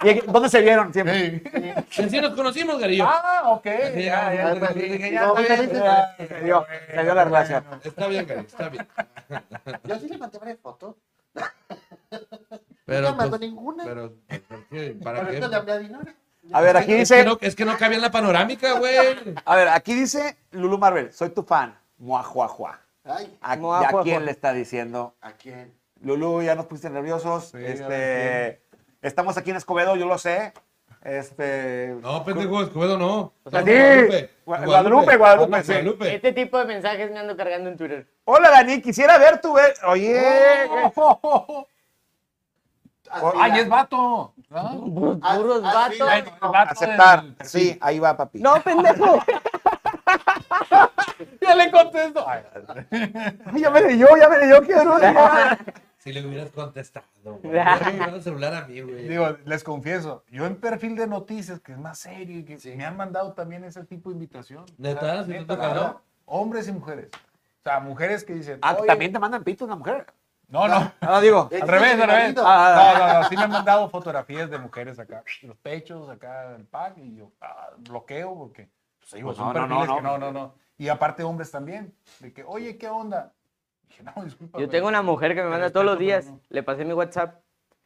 Speaker 2: ¿Y aquí- ¿Dónde se vieron siempre?
Speaker 6: Así nos conocimos, Garillo.
Speaker 5: Ah, ok.
Speaker 6: Así
Speaker 5: Ya,
Speaker 6: llegamos,
Speaker 5: ya,
Speaker 6: güey, así dije, ya,
Speaker 3: No,
Speaker 6: está
Speaker 3: muchas
Speaker 6: bien.
Speaker 2: Ya, Se dio, se dio la relación.
Speaker 6: Está bien, Garillo, está bien.
Speaker 3: Yo sí le mandé varias fotos. no
Speaker 6: Pero,
Speaker 3: te mandó
Speaker 6: pues,
Speaker 3: ninguna. Pero,
Speaker 6: pero, ¿por qué? ¿para
Speaker 3: esto le
Speaker 6: qué?
Speaker 3: hablé a Dinora.
Speaker 2: A ver, aquí
Speaker 6: Es que,
Speaker 2: dice,
Speaker 6: no, es que no cabía en la panorámica, güey.
Speaker 2: a ver, aquí dice Lulu Marvel, soy tu fan. Muajuajua.
Speaker 3: Ay,
Speaker 2: ¿A,
Speaker 4: Mua,
Speaker 2: ¿y a
Speaker 4: jua,
Speaker 2: quién
Speaker 4: jua.
Speaker 2: le está diciendo?
Speaker 3: ¿a quién?
Speaker 2: Lulu, ya nos pusiste nerviosos.
Speaker 5: Sí, ahora
Speaker 2: este, estamos aquí en Escobedo, yo lo sé. Este,
Speaker 6: No, pendejo, Escobedo no.
Speaker 2: sea,
Speaker 6: No,
Speaker 2: sí. Gua- Guadalupe, Guadalupe, sí.
Speaker 4: Este tipo de mensajes me ando cargando en Twitter.
Speaker 2: Hola, Dani, quisiera ver tu... ve- Oye,
Speaker 5: Eh,
Speaker 4: Oh.
Speaker 2: güey.
Speaker 3: Así
Speaker 5: Ay,
Speaker 3: la-
Speaker 5: es vato. ¿no?
Speaker 4: Puros
Speaker 3: Ah, ah, sí,
Speaker 4: vatos.
Speaker 5: Ay, el vato
Speaker 2: aceptar.
Speaker 5: del perfil.
Speaker 2: Sí, ahí va, papi.
Speaker 4: No, pendejo.
Speaker 5: Ya le contesto. Ay,
Speaker 2: Ay, ya me leyó, ya me leyó, quiero.
Speaker 6: Si le hubieras contestado, güey. Me
Speaker 4: Ya.
Speaker 6: hubieras mandado el celular a mí, güey.
Speaker 5: Digo, les confieso, yo en perfil de noticias, que es más serio, y que
Speaker 3: Sí.
Speaker 5: me han mandado también ese tipo de invitación.
Speaker 6: ¿Neta? ¿Sí te ha
Speaker 5: la
Speaker 6: tocado?
Speaker 5: verdad, Hombres y mujeres. O sea, mujeres que dicen.
Speaker 2: Ah,
Speaker 5: "Oye".
Speaker 2: también te mandan pito una mujer. Ah,
Speaker 5: No, no.
Speaker 2: No, digo.
Speaker 3: Este
Speaker 5: Al
Speaker 3: es
Speaker 5: revés,
Speaker 3: mi
Speaker 5: al revés.
Speaker 3: marido.
Speaker 2: Ah,
Speaker 5: No, no, no. Sí me han mandado fotografías de mujeres acá. Los pechos, acá el pack. Y yo ah, bloqueo porque. Pues digo,
Speaker 2: Pues
Speaker 5: son
Speaker 2: no, no,
Speaker 5: perfiles
Speaker 2: no,
Speaker 5: que
Speaker 2: no.
Speaker 5: no, no, no. Y aparte, hombres también. De que, oye, ¿qué onda? Dije, no, disculpa.
Speaker 4: Yo
Speaker 5: pero-
Speaker 4: tengo una mujer que me
Speaker 5: te
Speaker 4: manda todos los
Speaker 5: respeto,
Speaker 4: días.
Speaker 5: pero no.
Speaker 4: Le pasé mi WhatsApp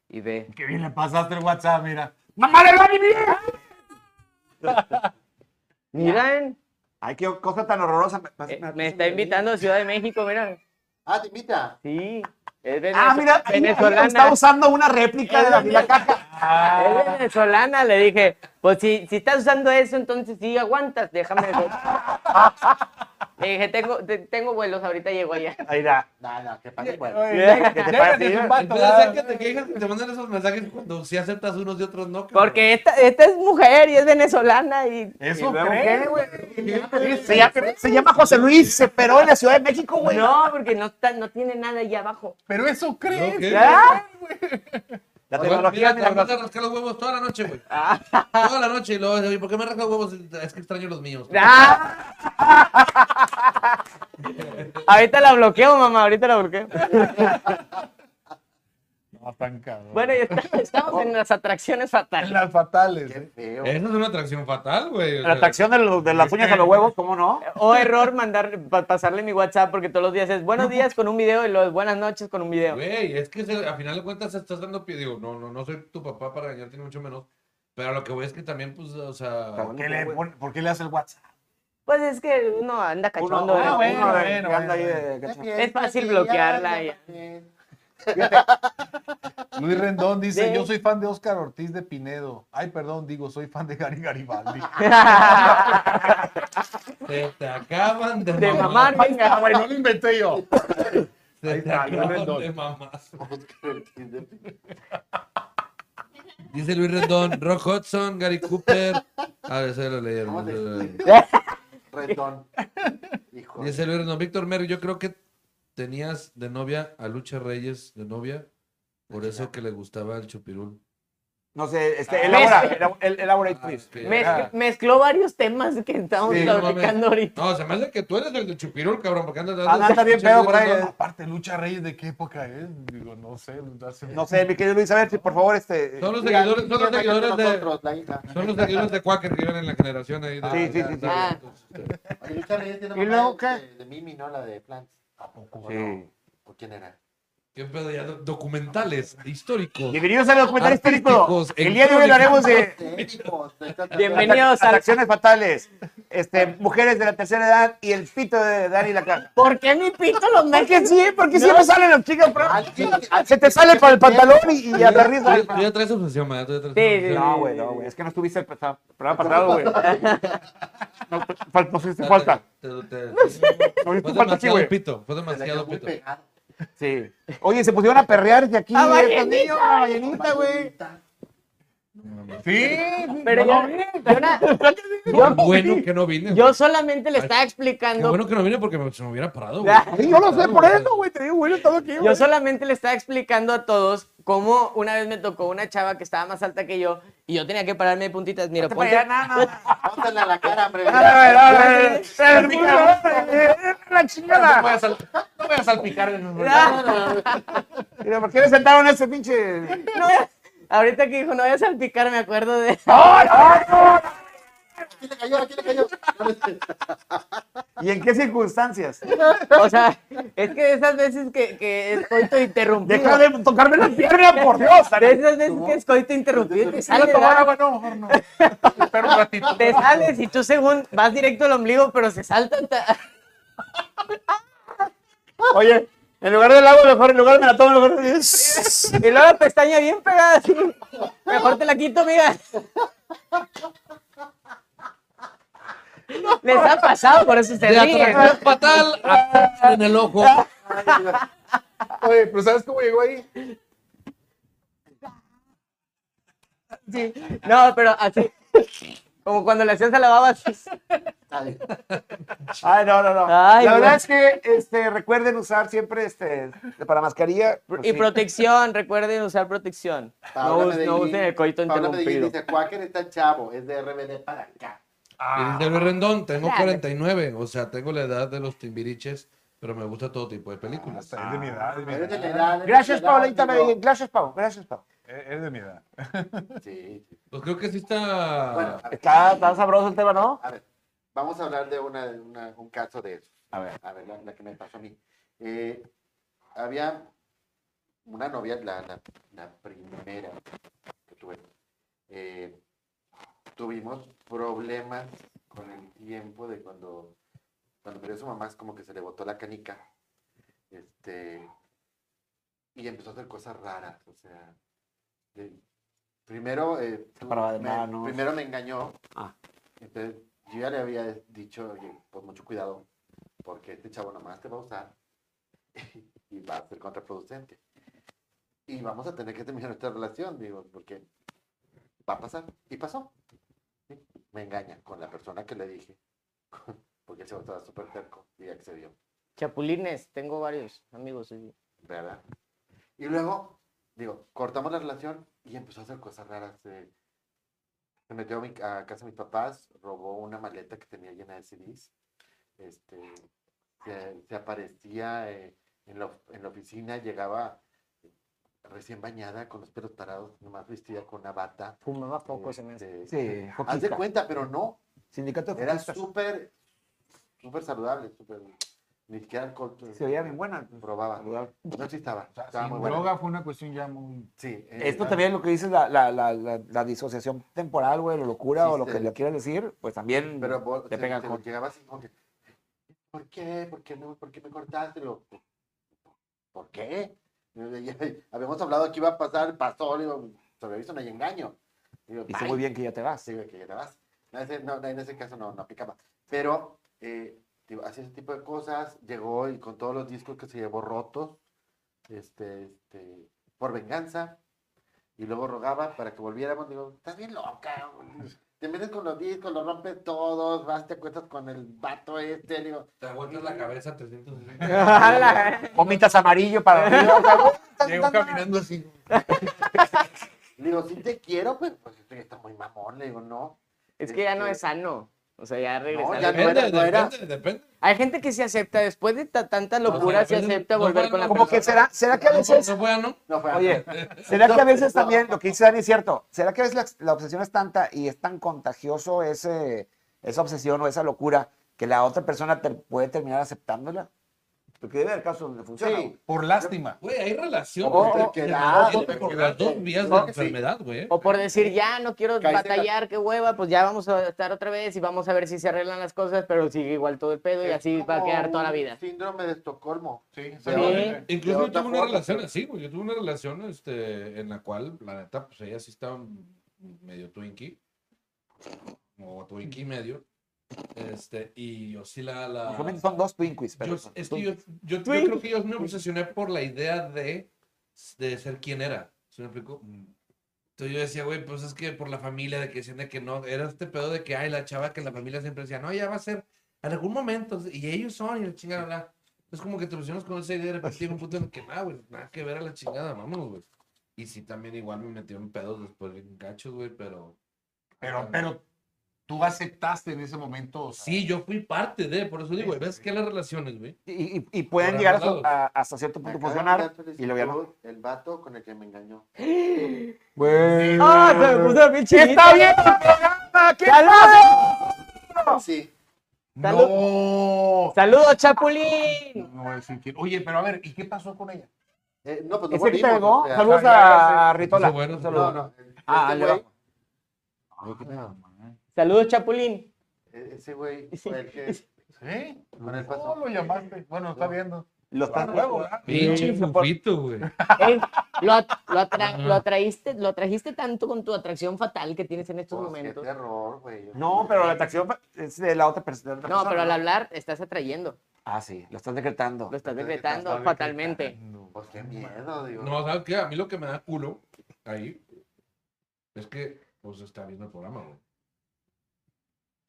Speaker 4: y ve.
Speaker 5: Qué bien le pasaste el WhatsApp, mira.
Speaker 2: ¡Mamá de Dani, mira!
Speaker 4: Miren,
Speaker 2: Ay, qué cosa tan horrorosa. Me,
Speaker 4: eh, me está invitando a Ciudad de México, miren.
Speaker 3: Ah, te invita.
Speaker 4: Sí. Es
Speaker 2: Ah,
Speaker 4: venezol-
Speaker 2: mira, ahí- ahí está
Speaker 4: venezolana.
Speaker 2: usando una réplica de la, de la caja.
Speaker 4: Es venezolana, le dije. Pues si, si estás usando eso, entonces sí aguantas, déjame. ver". Le dije, tengo, te- tengo vuelos, ahorita llego allá.
Speaker 2: Ahí está.
Speaker 3: No, no, que pase bueno.
Speaker 5: Oye,
Speaker 4: Bien.
Speaker 5: ya-
Speaker 2: ¿Qué te
Speaker 5: ya
Speaker 2: parece?
Speaker 5: eres un vato,
Speaker 6: Entonces,
Speaker 2: ah.
Speaker 6: ¿sabes que
Speaker 5: ¿verdad?
Speaker 6: te quejas que te mandan esos mensajes cuando si aceptas unos y otros no? cabrón?
Speaker 4: Porque esta, esta es mujer y es venezolana y
Speaker 5: Eso
Speaker 2: ¿Y luego
Speaker 5: creen,
Speaker 2: qué,
Speaker 5: güey.
Speaker 2: Se llama, se llama José Luis, se operó en la Ciudad de México, güey.
Speaker 4: No, porque no, está, no tiene nada ahí abajo.
Speaker 5: Pero eso
Speaker 6: ¿No?
Speaker 5: crees.
Speaker 6: ¿Qué?
Speaker 2: La
Speaker 6: Oye, mira,
Speaker 2: tecnología, Ah.
Speaker 6: te
Speaker 2: mira,
Speaker 6: vas a rascar los huevos toda la noche, güey. Toda la noche. Y luego, "Oye, ¿por qué me rascas los huevos? Es que extraño los míos.
Speaker 4: ¡Ah! ahorita la bloqueo, mamá, ahorita la bloqueo.
Speaker 5: No, tan cabrón.
Speaker 4: Bueno, ya está- estamos en las atracciones
Speaker 5: en
Speaker 4: fatales.
Speaker 5: las fatales.
Speaker 3: Qué
Speaker 5: ¿eh?
Speaker 3: feo.
Speaker 6: Eso es una atracción fatal, güey. o
Speaker 2: la
Speaker 6: sea,
Speaker 2: atracción de, los- de las uñas a los huevos, ¿cómo no?
Speaker 4: O error mandar, pa- pasarle mi WhatsApp porque todos los días es buenos días con un video y los buenas noches con un video.
Speaker 6: Güey, es que se- a final de cuentas estás dando pie. Digo, no, no, no soy tu papá para engañarte, ni mucho menos. Pero lo que voy es que también, pues, o sea.
Speaker 5: ¿Por qué le pon- ¿Por qué le hace el WhatsApp?
Speaker 4: Pues es que uno anda
Speaker 2: Uno,
Speaker 4: cachondo.
Speaker 5: ah,
Speaker 4: ¿verdad?
Speaker 5: bueno,
Speaker 2: uno de-
Speaker 5: bueno,
Speaker 2: que anda ahí
Speaker 5: bueno.
Speaker 2: de-
Speaker 3: Está
Speaker 2: cacho.
Speaker 3: bien,
Speaker 4: Es
Speaker 3: está
Speaker 4: fácil
Speaker 3: bien,
Speaker 4: bloquearla
Speaker 3: ya,
Speaker 4: ya.
Speaker 3: está bien.
Speaker 5: Luis Rendón dice,
Speaker 4: Sí.
Speaker 5: yo soy fan de Óscar Ortiz de Pinedo. Ay, perdón, digo, soy fan de Gary Garibaldi.
Speaker 6: Se te acaban de,
Speaker 4: De mamar, venga.
Speaker 5: Ay, no lo inventé yo.
Speaker 6: Se te
Speaker 5: está, Luis
Speaker 6: acaban
Speaker 5: Rendón.
Speaker 6: de mamar.
Speaker 3: Pero
Speaker 6: Dice Luis Rendón, Rock Hudson, Gary Cooper. A ver, se lo
Speaker 3: ¿Cómo se
Speaker 6: leyeron.
Speaker 3: Retón. Hijo.
Speaker 6: Dice Luis Rendón, Víctor Mer, yo creo que tenías de novia a Lucha Reyes de novia, por eso que le gustaba el chupirul.
Speaker 2: No sé, este,
Speaker 5: Ah.
Speaker 2: elabora,
Speaker 4: Mezcla-
Speaker 2: elab- el- elaborate,
Speaker 6: Ah,
Speaker 2: please.
Speaker 6: que-
Speaker 4: Mezc- mezcló varios temas que estamos
Speaker 6: Sí, no mames.
Speaker 4: platicando ahorita.
Speaker 6: No, se me hace que tú eres el de chupirul, cabrón, porque andas
Speaker 2: Ah, anda bien
Speaker 6: pinche Luis
Speaker 2: pedo por ahí,
Speaker 6: Rendón.
Speaker 2: eh.
Speaker 5: Aparte, Lucha Reyes, ¿de qué época es? Digo, no sé. hace-
Speaker 2: No sé, mi querido Luis, a ver si por favor, este.
Speaker 6: Son los
Speaker 3: Mira,
Speaker 6: seguidores, son los
Speaker 3: niños,
Speaker 6: seguidores de...
Speaker 3: nosotros, la hija.
Speaker 6: Son los seguidores de Quaker que iban en la generación ahí. de-
Speaker 2: Sí, sí, sí, sí.
Speaker 6: Ah.
Speaker 3: Oye, Lucha Reyes tiene
Speaker 2: ¿Y
Speaker 3: mamá
Speaker 2: luego
Speaker 3: de-
Speaker 2: qué?
Speaker 3: De, de Mimi, ¿no? La de Plants.
Speaker 5: ¿A poco?
Speaker 2: Sí.
Speaker 3: ¿O quién era?
Speaker 6: ¿Qué pedo ya? Doc- Documentales, históricos.
Speaker 2: Bienvenidos a los comentarios
Speaker 6: Artísticos,
Speaker 2: históricos. El día de hoy hablaremos de
Speaker 3: Técnicos, de tantas-
Speaker 4: Bienvenido. Bienvenidos
Speaker 2: atac-
Speaker 4: al-
Speaker 2: atracciones fatales, este, mujeres de la tercera edad y el pito de Dani la caja.
Speaker 4: ¿Por qué mi pito lo mezcló?
Speaker 2: sí? Porque siempre salen los chicos, pero-
Speaker 3: Al fin,
Speaker 2: se te sale para el pantalón y, y aterriza.
Speaker 6: Tú ya- Tú ya traes obsesión, ma, tú ya traes
Speaker 4: Sí, sí,
Speaker 6: obsesión.
Speaker 2: No, güey, no, güey. Es que no estuviste el pa- programa pasado, güey. No, pues, fal- no hiciste
Speaker 6: Te-
Speaker 2: falta.
Speaker 6: te- te-
Speaker 2: No
Speaker 6: Fue
Speaker 2: hiciste falta aquí,
Speaker 6: demasiado
Speaker 2: güey.
Speaker 6: pito, fue
Speaker 3: se la quedó
Speaker 6: demasiado
Speaker 3: muy
Speaker 6: pito.
Speaker 3: pegada.
Speaker 2: Sí. Oye, se pusieron a perrear de aquí.
Speaker 4: ¡A
Speaker 2: estos
Speaker 4: ballenita!
Speaker 2: niños, a ballenita, güey.
Speaker 3: Ballenita.
Speaker 5: Sí.
Speaker 4: Pero yo, yo na-
Speaker 6: Qué bueno que no vine.
Speaker 4: yo
Speaker 6: güey.
Speaker 4: solamente le estaba
Speaker 6: Qué
Speaker 4: explicando
Speaker 6: bueno que no vine porque me- se me hubiera parado, güey.
Speaker 4: Ya.
Speaker 2: Sí, yo lo sé por eso, güey. Te digo, güey, yo estaba aquí, güey.
Speaker 4: Yo solamente le estaba explicando a todos cómo una vez me tocó una chava que estaba más alta que yo y yo tenía que pararme de puntitas. Mira,
Speaker 2: Para
Speaker 4: ponte,
Speaker 2: allá, nada, nada.
Speaker 3: Póntela a la cara, hombre.
Speaker 2: Ay, ay, ay, ay, ay, ay, eh, La chingada.
Speaker 5: voy a sal- no voy a salpicar en un-
Speaker 2: Mira, ¿por qué le sentaron a ese pinche?
Speaker 4: No, ahorita que dijo, no voy a salpicar, me acuerdo de...
Speaker 3: Aquí le cayó, aquí le cayó.
Speaker 2: ¿Y en qué circunstancias?
Speaker 4: O sea, es que de esas veces que, que es coito interrumpido.
Speaker 2: Deja de tocarme la pierna, por Dios.
Speaker 4: De esas veces que es coito interrumpido, te
Speaker 5: Voy a
Speaker 4: sale,
Speaker 5: tomar
Speaker 4: ¿verdad?
Speaker 5: agua, no, mejor no. Espera un ratito.
Speaker 4: Te sales y tú según vas directo al ombligo, pero se salta... ta-
Speaker 2: Oye, en lugar del agua, mejor en lugar de me la tomo, mejor.
Speaker 4: Y luego la pestaña bien pegada, así. Mejor te la quito, amiga. Les ha pasado, por eso se
Speaker 6: De
Speaker 4: ríen.
Speaker 6: atracción fatal a- en el ojo.
Speaker 3: Ah,
Speaker 5: Oye, pero ¿sabes cómo llegó ahí?
Speaker 4: Sí. No, pero así. Como cuando le hacías a la baba. así.
Speaker 2: Pues
Speaker 3: Ay,
Speaker 2: Ay, no, no, no.
Speaker 4: Ay,
Speaker 2: la verdad
Speaker 4: güey.
Speaker 2: es que este, recuerden usar siempre este, para mascarilla. pues,
Speaker 4: Y
Speaker 2: sí.
Speaker 4: protección, recuerden usar protección.
Speaker 3: Paola
Speaker 4: No, us-
Speaker 3: Medellín-
Speaker 4: no usen el coito
Speaker 3: Paola Medellín
Speaker 4: interrumpido.
Speaker 3: Dice, Quaker está chavo, es de RBD para acá.
Speaker 6: Y dice Luis Rendón, tengo
Speaker 4: Claro.
Speaker 6: 49, o sea, tengo la edad de los timbiriches, pero me gusta todo tipo de películas.
Speaker 5: Es de mi edad, es de mi
Speaker 3: Eres de la
Speaker 5: edad.
Speaker 3: edad, eres
Speaker 2: Gracias,
Speaker 3: de la edad,
Speaker 2: Paulita.
Speaker 3: digo.
Speaker 2: Medellín. Gracias, Pau. Gracias, Pau.
Speaker 5: Es de mi edad.
Speaker 3: Sí, sí.
Speaker 6: Pues creo que sí
Speaker 3: Bueno,
Speaker 6: está...
Speaker 3: a ver,
Speaker 2: Está, está sabroso el tema, ¿no?
Speaker 3: a ver, vamos a hablar de una, una- un caso de eso.
Speaker 2: A ver.
Speaker 3: A ver, la, la que me pasó a mí. Eh, había una novia, la, la, la primera que tuve. eh, tuvimos problemas con el tiempo de cuando, cuando murió su mamá, es como que se le botó la canica. Este, y empezó a hacer cosas raras. O sea, de- primero, eh, tú-
Speaker 2: paraba de
Speaker 3: me-
Speaker 2: manos.
Speaker 3: primero me engañó.
Speaker 2: Ah.
Speaker 3: Entonces, yo ya le había dicho, oye, pues mucho cuidado, porque este chavo nomás te va a usar y va a ser contraproducente. Y vamos a tener que terminar nuestra relación, digo, porque va a pasar. Y pasó. ¿sí? Me engaña con la persona que le dije, porque él se estaba súper terco y accedió,
Speaker 4: Chapulines, tengo varios amigos. sí.
Speaker 3: ¿verdad? Y luego, digo, cortamos la relación y empezó a hacer cosas raras. eh, Se metió a, mi, a casa de mis papás, robó una maleta que tenía llena de CDs. Este, se, se aparecía eh, en, la, of- en la oficina, llegaba recién bañada, con los pelos parados, nomás vestida con una bata.
Speaker 4: Fumaba
Speaker 2: pues,
Speaker 4: poco, se me hace.
Speaker 3: Este,
Speaker 2: Sí,
Speaker 3: Haz de
Speaker 2: foquista.
Speaker 3: cuenta, pero no.
Speaker 2: Sindicato de
Speaker 3: Era
Speaker 2: foquistas.
Speaker 3: súper, súper saludable, súper. Ni siquiera alcohol. pues,
Speaker 2: Se veía bien buena.
Speaker 3: Probaba.
Speaker 2: Saludable.
Speaker 3: No, sí estaba.
Speaker 5: O sea,
Speaker 3: estaba
Speaker 5: sin
Speaker 3: muy
Speaker 5: droga
Speaker 3: buena.
Speaker 5: fue una cuestión ya muy...
Speaker 3: Sí. eh,
Speaker 2: Esto
Speaker 3: ah,
Speaker 2: también es lo que dices, la, la, la, la, la disociación temporal, güey, la locura
Speaker 3: Sí,
Speaker 2: o lo
Speaker 3: sí.
Speaker 2: que le quieras decir, pues también
Speaker 3: Pero vos,
Speaker 2: te
Speaker 3: se-
Speaker 2: pega
Speaker 3: se-
Speaker 2: con-
Speaker 3: llegaba así como que. ¿Por qué? ¿Por qué no? ¿Por qué me cortaste? Lo- ¿Por qué? Ya Habíamos hablado que iba a pasar, pasó, le digo, sobre aviso no hay engaño. Digo,
Speaker 2: Hice
Speaker 3: "Bye".
Speaker 2: muy bien que ya te vas.
Speaker 3: Sí, güey, que ya te vas. No, ese- no, no, en ese caso no, no aplicaba. Pero eh, digo, hacía ese tipo de cosas, llegó y con todos los discos que se llevó rotos, este, este, por venganza, y luego rogaba para que volviéramos. Digo, estás bien loca, güey. te metes con los discos, los rompes todos, vas, te acuestas con el vato este, digo,
Speaker 6: Te aguantas la cabeza 360.
Speaker 4: ¡Hala!
Speaker 2: Vomitas amarillo para arriba. o sea, no, estás-
Speaker 6: Llego
Speaker 2: estás-
Speaker 6: caminando así.
Speaker 3: le digo, sí te quiero, pues, pues esto ya está muy mamón, le digo, no.
Speaker 4: Es que ya no es sano. O sea, ya regresar.
Speaker 3: ya
Speaker 4: al-
Speaker 3: Este no era-
Speaker 6: Depende,
Speaker 3: no era.
Speaker 6: depende, depende.
Speaker 4: Hay gente que se acepta, después de ta- tanta locura,
Speaker 3: pues,
Speaker 4: se
Speaker 6: depende-
Speaker 4: acepta
Speaker 6: no,
Speaker 4: volver
Speaker 6: no,
Speaker 4: con la
Speaker 6: no,
Speaker 2: Como que será, será que a
Speaker 6: No fue-
Speaker 2: veces
Speaker 6: no fue, ¿no?
Speaker 3: No fue
Speaker 2: Oye, ¿será que a veces también, lo que dice Dani es cierto, ¿será que a veces la, la obsesión es tanta y es tan contagioso ese, esa obsesión o esa locura que la otra persona te puede terminar aceptándola? Porque debe haber casos donde funciona.
Speaker 3: Sí,
Speaker 5: Por lástima.
Speaker 6: Güey, hay relación.
Speaker 3: O
Speaker 6: güey.
Speaker 3: te quedas, o Oh, te
Speaker 6: por
Speaker 3: quedas.
Speaker 6: las dos vías de
Speaker 3: Claro
Speaker 6: la
Speaker 3: que sí.
Speaker 6: enfermedad, güey.
Speaker 4: O por decir, ya no quiero
Speaker 3: Caíste en la-
Speaker 4: batallar, qué hueva, pues ya vamos a estar otra vez y vamos a ver si se arreglan las cosas, pero sigue igual todo el pedo y
Speaker 3: es
Speaker 4: así va a
Speaker 3: como
Speaker 4: quedar toda la
Speaker 3: un
Speaker 4: vida.
Speaker 3: Síndrome de Estocolmo.
Speaker 5: Sí,
Speaker 4: exactamente.
Speaker 6: Incluso
Speaker 3: De
Speaker 6: yo
Speaker 3: otra
Speaker 6: tuve una
Speaker 3: forma,
Speaker 6: relación
Speaker 3: pero-
Speaker 6: así, güey. Yo tuve una relación este, en la cual, la neta, pues ella sí estaba medio Twinkie. O Twinkie medio. Este, y yo sí la. la-
Speaker 2: Usualmente son dos Twinkies, pero
Speaker 6: yo,
Speaker 2: son-
Speaker 6: es que yo, yo, yo creo que yo me obsesioné por la idea de, de ser quien era. ¿Se me explicó? Entonces yo decía, güey, pues es que por la familia, de que decían de que no, era este pedo de que, ay, la chava que la familia siempre decía, no, ya va a ser, en algún momento, y ellos son, y la chingada, bla. Entonces como que te obsesionas con esa idea y de repente llega un punto en el que, nada, güey, nada que ver a la chingada, vámonos, güey. Y sí, también igual me metió en pedos después en gachos, güey, pero...
Speaker 5: Pero, pero tú aceptaste en ese momento. o sea,
Speaker 6: Sí, yo fui parte de, por eso digo, güey, ves que las relaciones, güey,
Speaker 2: y, y- y pueden
Speaker 6: Por
Speaker 2: llegar
Speaker 6: ambos
Speaker 2: hasta, a- hasta cierto punto a
Speaker 3: Acaba de
Speaker 2: funcionar
Speaker 3: mandar solicitud
Speaker 2: y lo vieron.
Speaker 3: El vato con el que me engañó.
Speaker 4: ¡Ah! Se me puso la pinche
Speaker 2: ¡Está
Speaker 4: chinita.
Speaker 2: bien el programa! ¿Qué
Speaker 3: Sí.
Speaker 5: No.
Speaker 4: ¡Saludos, Chapulín!
Speaker 5: No voy a decir quién. Oye, pero a ver, ¿y qué pasó con ella?
Speaker 3: Eh, no, pues no
Speaker 2: ¿Ese que te
Speaker 3: volvimos,
Speaker 2: pegó?
Speaker 3: o sea,
Speaker 2: Saludos
Speaker 5: ya, ya,
Speaker 2: a
Speaker 5: ya,
Speaker 2: Ritola.
Speaker 6: Eso bueno,
Speaker 2: Un
Speaker 6: eso
Speaker 2: saludo.
Speaker 3: No, no.
Speaker 2: Ah,
Speaker 3: ese
Speaker 2: le
Speaker 3: güey-
Speaker 4: ¡Saludos, Chapulín!
Speaker 3: eh, Ese güey fue el que...
Speaker 5: ¿Sí?
Speaker 3: Con el
Speaker 5: ¿Cómo
Speaker 3: paso. pues,
Speaker 5: lo llamaste? Bueno, está
Speaker 3: No.
Speaker 5: viendo.
Speaker 2: Lo
Speaker 5: Está
Speaker 2: estás-
Speaker 5: nuevo, ¿verdad?
Speaker 6: pinche
Speaker 2: Sí, por-
Speaker 6: fufito, güey.
Speaker 4: Ey, lo, at- lo, atra- lo atraíste, lo atrajiste tanto con tu atracción fatal que tienes en estos
Speaker 3: Pues,
Speaker 4: momentos.
Speaker 3: Qué terror, güey. "Pues,
Speaker 2: No, pero la atracción es de la otra pers- de la otra persona.
Speaker 4: No, pero al hablar estás atrayendo,
Speaker 2: Ah, sí, lo estás decretando.
Speaker 4: lo estás
Speaker 3: Estás
Speaker 4: decretando
Speaker 3: decretando.
Speaker 4: fatalmente.
Speaker 3: Pues qué miedo, digo.
Speaker 6: No, ¿sabes qué? A mí lo que me da culo ahí es que pues está viendo el programa, güey.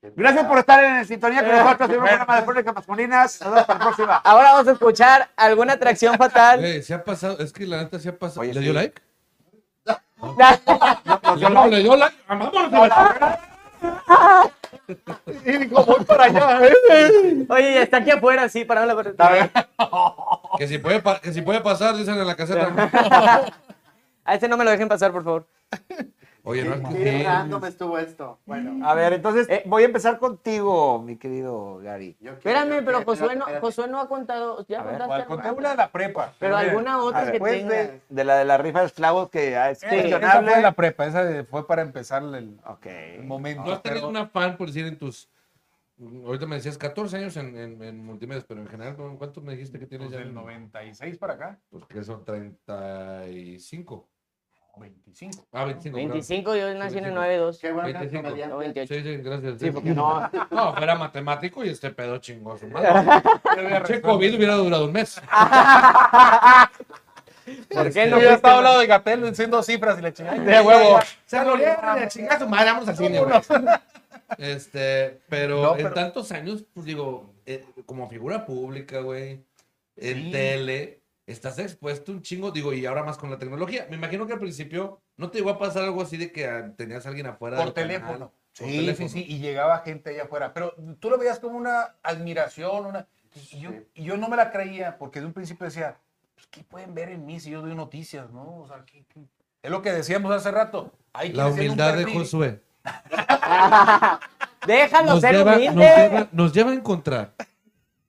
Speaker 3: Qué
Speaker 2: Gracias por
Speaker 3: miedo.
Speaker 2: estar en sintonía con nosotros en un programa de Públicas Masculinas. Nos vemos para la próxima.
Speaker 4: Ahora vamos a escuchar alguna atracción fatal.
Speaker 6: Güey, Eh, se ha pasado, es que la neta se ha pasado.
Speaker 2: Oye,
Speaker 6: ¿Le
Speaker 2: sí.
Speaker 6: dio like?
Speaker 2: Nos
Speaker 6: Yo
Speaker 2: vemos.
Speaker 6: no le dio like. Ah, vámonos, güey.
Speaker 5: Y dijo, voy para allá.
Speaker 4: Oye, está aquí afuera, sí, para la
Speaker 2: Está bien.
Speaker 6: Que si puede, pa- que si puede pasar, dicen en la caseta.
Speaker 4: A este no me lo dejen pasar, por favor.
Speaker 6: Oye, no es
Speaker 3: Qué
Speaker 6: que
Speaker 3: random estuvo esto. Bueno.
Speaker 2: A ver, entonces
Speaker 4: Eh.
Speaker 2: voy a empezar contigo, mi querido Gary.
Speaker 3: yo quiero-
Speaker 4: Espérame,
Speaker 3: yo
Speaker 4: pero
Speaker 3: quiero-
Speaker 4: Josué no,
Speaker 3: espérate.
Speaker 4: Josué no ha contado. Ya
Speaker 2: A ver,
Speaker 4: contaste
Speaker 5: Bueno,
Speaker 4: alguna,
Speaker 5: Conté una de la prepa.
Speaker 4: Pero
Speaker 5: mira,
Speaker 4: alguna
Speaker 2: A
Speaker 4: otra
Speaker 2: ver,
Speaker 4: que
Speaker 2: Ah, Después
Speaker 4: tenga.
Speaker 2: de, de la de la rifa del clavos que ya es
Speaker 5: eh, Esa fue
Speaker 2: cuestionable.
Speaker 5: la prepa, esa de- fue para empezar el,
Speaker 2: Ok.
Speaker 5: el momento.
Speaker 6: No has tenido
Speaker 5: pero-
Speaker 6: una fan, por decir, en tus. Ahorita me decías 14 años en, en, en multimedia, pero en general, ¿cu- ¿cuántos me dijiste que tienes
Speaker 5: Pues
Speaker 6: ya?
Speaker 5: del 96 para acá.
Speaker 6: Pues que son 35.
Speaker 5: 25.
Speaker 6: Ah, 25. perdón.
Speaker 4: 25, yo nací en el
Speaker 6: 25.
Speaker 4: 92.
Speaker 3: Qué bueno que eres
Speaker 6: 25.
Speaker 4: No,
Speaker 3: comediante.
Speaker 4: 28.
Speaker 6: Sí, sí, gracias.
Speaker 2: Sí, porque no.
Speaker 6: No, fuera matemático y este pedo chingó a su madre. Che COVID hubiera durado un mes.
Speaker 4: ¿Por qué
Speaker 5: Yo
Speaker 4: no?
Speaker 5: hubiera estado al lado de Gatel diciendo cifras y le chingáis.
Speaker 6: De huevo. Se lo dieron, chingar a su madre, vamos al cine, güey. Este, pero,
Speaker 5: No, pero-
Speaker 6: en tantos años, pues digo, eh, como figura pública, güey, en
Speaker 5: Sí.
Speaker 6: tele, estás expuesto un chingo, digo, y ahora más con la tecnología. Me imagino que al principio no te iba a pasar algo así de que ah, tenías a alguien afuera.
Speaker 5: Por
Speaker 6: del canal.
Speaker 5: teléfono.
Speaker 6: Por
Speaker 5: Sí,
Speaker 6: teléfono.
Speaker 5: sí, sí, y llegaba gente allá afuera. Pero tú lo veías como una admiración, una... Y yo,
Speaker 3: Sí.
Speaker 5: y yo no me la creía, porque de un principio decía, pues, ¿qué pueden ver en mí si yo doy noticias, no? O sea, ¿qué- qué? es lo que decíamos hace rato. Hay
Speaker 6: La
Speaker 5: quienes tienen un
Speaker 6: humildad de
Speaker 5: perfil-
Speaker 6: Josué
Speaker 4: Déjalo
Speaker 6: nos
Speaker 4: ser
Speaker 6: lleva, nos,
Speaker 4: humilde.
Speaker 6: lleva, nos lleva a encontrar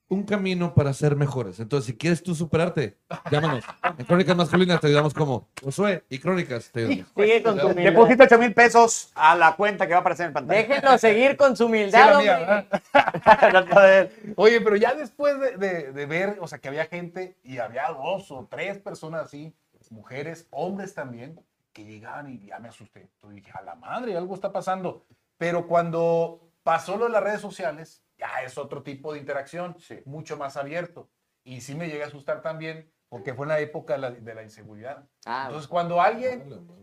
Speaker 6: un camino para ser mejores. Entonces, si quieres tú superarte, llámanos. En Crónicas Masculinas te ayudamos como Josué y Crónicas te ayudamos.
Speaker 4: Sigue con tu humildad.
Speaker 2: Deposita 8 mil pesos a la cuenta que va a aparecer en pantalla.
Speaker 4: Déjenlo seguir con su
Speaker 5: Sí, era
Speaker 4: humildad,
Speaker 5: mía,
Speaker 4: hombre.
Speaker 5: ¿verdad? Oye, pero ya después de, de- de ver, o sea, que había gente y había dos o tres personas así, mujeres, hombres también, que llegaban y ya me asusté. Yo dije, a la madre, algo está pasando. Pero cuando pasó lo de las redes sociales, ya es otro tipo de interacción, mucho más abierto. Y sí me llegué a asustar también, porque fue en la época de la, de la inseguridad.
Speaker 4: Ah,
Speaker 5: Entonces, cuando alguien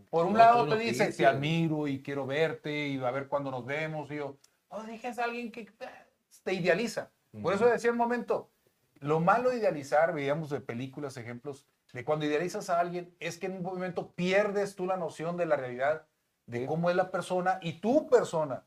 Speaker 5: por un
Speaker 6: No,
Speaker 5: lado
Speaker 6: todos
Speaker 5: te
Speaker 6: los
Speaker 5: dice,
Speaker 6: días,
Speaker 5: te
Speaker 6: sí.
Speaker 5: admiro y quiero verte y a ver cuándo nos vemos. Y yo, no, dije, es alguien que eh, te idealiza. Por eso decía un momento, lo malo de idealizar, veíamos de películas, ejemplos, de cuando idealizas a alguien, es que en un momento pierdes tú la noción de la realidad, de cómo es la persona y tu persona.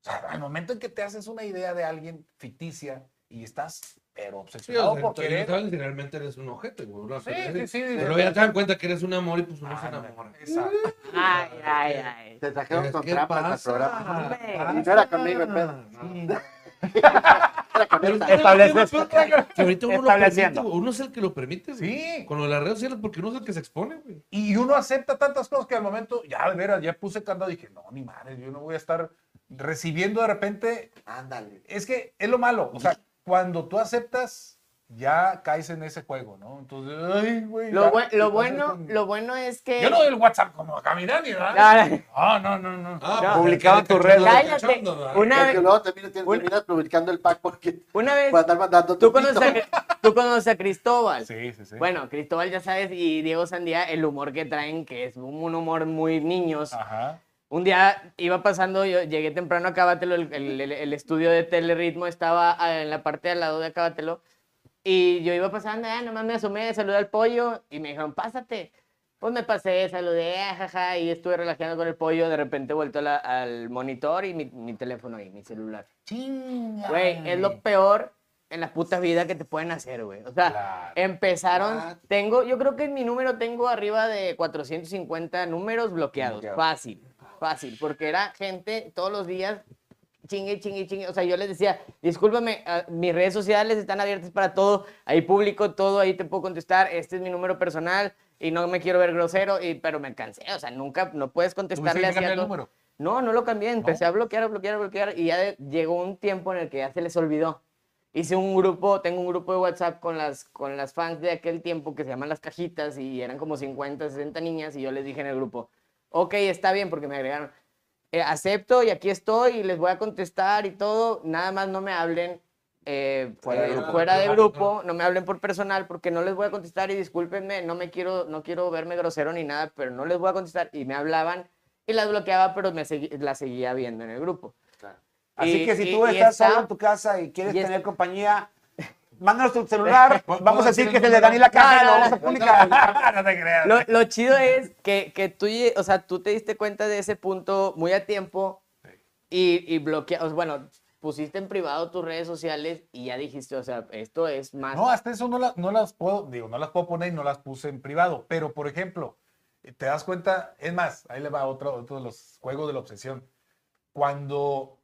Speaker 5: O sea, al momento en que te haces una idea de alguien ficticia y estás, pero
Speaker 6: Sí, o
Speaker 5: obsesionado
Speaker 6: sea,
Speaker 5: por
Speaker 6: entonces, no
Speaker 5: querer.
Speaker 6: saben si realmente eres un ojete, güey. una
Speaker 5: Sí,
Speaker 6: pendeja.
Speaker 5: sí, sí.
Speaker 6: Pero luego ya te dan cuenta que eres un amor y pues uno se
Speaker 5: Ah,
Speaker 6: enamora.
Speaker 5: Exacto.
Speaker 4: ay, ay, ay.
Speaker 3: Te trajeron
Speaker 6: Pero
Speaker 3: con
Speaker 6: ¿qué
Speaker 3: trampas al
Speaker 6: pasa?
Speaker 3: programa.
Speaker 4: Hombre.
Speaker 3: Y no era conmigo el pedo. Era con
Speaker 6: Pero
Speaker 3: esta.
Speaker 6: ustedes
Speaker 2: Estableces-
Speaker 6: no tienen peor que- que ahorita uno lo
Speaker 2: Estableciendo.
Speaker 6: permite, güey. uno es el que lo permite, güey.
Speaker 5: Sí.
Speaker 6: Con lo de las redes sociales, porque uno es el que se expone, güey.
Speaker 5: Y uno acepta tantas cosas que al momento, ya de veras, ya puse candado y dije, no, ni madre, yo no voy a estar recibiendo de repente.
Speaker 3: Ándale.
Speaker 5: Es que es lo malo. O sea, cuando tú aceptas, ya caes en ese juego, ¿no? Entonces, ay, güey.
Speaker 4: Lo,
Speaker 5: ya,
Speaker 4: bue-
Speaker 5: ¿qué
Speaker 4: lo
Speaker 5: pasa
Speaker 4: bueno,
Speaker 5: con-
Speaker 4: lo bueno es que.
Speaker 5: ah, Yo no doy el WhatsApp como a caminar, ni ¿verdad?
Speaker 4: Ah,
Speaker 5: No, no, no, no.
Speaker 6: pues,
Speaker 2: publicaba
Speaker 6: ya te
Speaker 2: tu
Speaker 6: cachó,
Speaker 2: red.
Speaker 6: ya te
Speaker 4: cállate.
Speaker 6: cachó, ¿verdad?
Speaker 4: Una
Speaker 3: Porque
Speaker 4: vez,
Speaker 3: luego también tienes-
Speaker 4: una-
Speaker 3: terminas publicando el pack porque
Speaker 4: una vez
Speaker 3: para andar mandando
Speaker 4: tú
Speaker 3: tu pito.
Speaker 4: conoces a, tú conoces a Cristóbal.
Speaker 5: Sí, sí, sí.
Speaker 4: Bueno, Cristóbal, ya sabes, y Diego Sandía, el humor que traen, que es un humor muy niños.
Speaker 5: Ajá.
Speaker 4: Un día iba pasando, yo llegué temprano a Acábatelo, el, el- el- el estudio de Teleritmo estaba ah, en la parte de al lado de Acábatelo, y yo iba pasando, ah, nomás me asomé, saludé al pollo, y me dijeron, pásate. Pues me pasé, saludé, ah, jaja, y estuve relajando con el pollo, de repente vuelto al monitor y mi, mi teléfono y mi celular.
Speaker 5: Chinga.
Speaker 4: Güey, es lo peor en la puta vida que te pueden hacer, güey. O sea,
Speaker 5: Claro.
Speaker 4: empezaron,
Speaker 3: Claro.
Speaker 4: tengo, yo creo que en mi número tengo arriba de 450 números bloqueados.
Speaker 3: Bloqueados.
Speaker 4: Fácil, fácil, porque era gente todos los días chingue, chingue, chingue. O sea, yo les decía, discúlpame, ah, mis redes sociales están abiertas para todo, ahí publico todo, ahí te puedo contestar, este es mi número personal y no me quiero ver grosero, y, pero me cansé, o sea, nunca, no puedes contestarle
Speaker 5: que
Speaker 4: así a
Speaker 5: cambiar el
Speaker 4: todo.
Speaker 5: número?
Speaker 4: No, no lo cambié, empecé a bloquear, a bloquear, a bloquear y ya de- llegó un tiempo en el que ya se les olvidó. Hice un grupo, tengo un grupo de WhatsApp con las, con las fans de aquel tiempo que se llaman Las Cajitas y eran como 50, 60 niñas y yo les dije en el grupo, ok, está bien porque me agregaron, eh, acepto y aquí estoy y les voy a contestar y todo, nada más no me hablen eh, eh, fuera, de grupo. no me hablen por personal porque no les voy a contestar y discúlpenme, no me quiero, no quiero verme grosero ni nada, pero no les voy a contestar y me hablaban y las bloqueaba, pero me segui- las seguía viendo en el grupo.
Speaker 3: Claro.
Speaker 2: Así
Speaker 4: Y-
Speaker 2: que si
Speaker 4: y-
Speaker 2: tú
Speaker 4: y
Speaker 2: estás
Speaker 4: está-
Speaker 2: solo en tu casa y quieres
Speaker 4: y está-
Speaker 2: tener compañía, mándanos tu celular. Vamos
Speaker 6: ¿puedo
Speaker 2: a decir
Speaker 6: decir
Speaker 2: que
Speaker 6: el
Speaker 2: se le dan y
Speaker 6: número?
Speaker 2: la caja y lo
Speaker 4: No, no,
Speaker 2: vamos a
Speaker 4: no,
Speaker 2: publicar.
Speaker 5: no te creas.
Speaker 4: Lo, lo chido es que, que tú, lle- o sea, tú te diste cuenta de ese punto muy a tiempo y, y bloquea- o sea, bueno, pusiste en privado tus redes sociales y ya dijiste, o sea, esto es más...
Speaker 5: No, hasta eso no, la- no las puedo, digo, no las puedo poner y no las puse en privado. Pero, por ejemplo, te das cuenta, es más, ahí le va otro, otro de los juegos de la obsesión. Cuando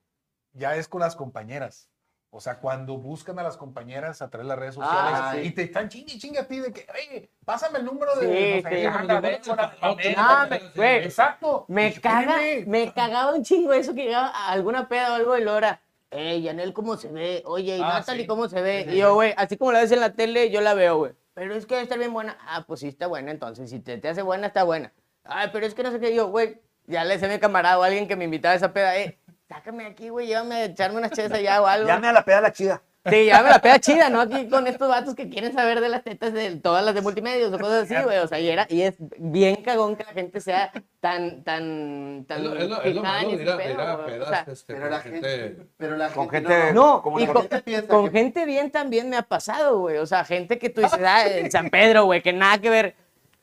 Speaker 5: ya es con las compañeras. O sea, cuando buscan a las compañeras a través de las redes sociales
Speaker 4: Ah,
Speaker 5: y te están chingue, chingue a ti de que, oye, pásame el número de...
Speaker 4: Sí, sí.
Speaker 5: anda, ve con la-
Speaker 6: Ah,
Speaker 5: ve-
Speaker 4: Ah, me- güey.
Speaker 5: Exacto.
Speaker 4: Me
Speaker 5: Dije,
Speaker 4: caga,
Speaker 5: "Espérame".
Speaker 4: me cagaba un chingo eso que llegaba a alguna peda o algo y Lora. Ey, Yanel, ¿cómo se ve? Oye, y
Speaker 5: Ah,
Speaker 4: Natalie,
Speaker 5: sí.
Speaker 4: ¿cómo se ve? Y yo, güey, así como la ves en la tele, yo la veo, güey. Pero es que debe estar bien buena. Ah, pues sí, está buena, entonces. Si te, te hace buena, está buena. Ay, pero es que no sé qué. Yo, güey, ya le decía a mi camarada o a alguien que me invitaba a esa peda, eh, sácame de aquí, güey, llévame a echarme unas chesas allá o algo.
Speaker 2: Llame a la peda la chida.
Speaker 4: Sí, ya me la peda chida, ¿no? Aquí con estos vatos que quieren saber de las tetas de todas las de multimedios o cosas así, güey. O sea, y, era, y es bien cagón que la gente sea tan, tan, tan.
Speaker 6: Es lo, es lo- es lo
Speaker 4: fijada en
Speaker 6: malo de ir
Speaker 4: ese
Speaker 6: a, de ir a
Speaker 4: pedo, güey. O
Speaker 6: pedas
Speaker 4: sea,
Speaker 6: este,
Speaker 3: Pero
Speaker 6: con
Speaker 3: la
Speaker 6: gente-
Speaker 3: gente. Pero la
Speaker 2: Con
Speaker 3: gente
Speaker 2: gente-
Speaker 3: no-
Speaker 4: no,
Speaker 2: como
Speaker 4: y
Speaker 2: la
Speaker 4: con,
Speaker 3: gente piensa
Speaker 4: con
Speaker 3: que-
Speaker 4: gente bien también me ha pasado, güey. O sea, gente que tú dices, ah, en San Pedro, güey, que nada que ver.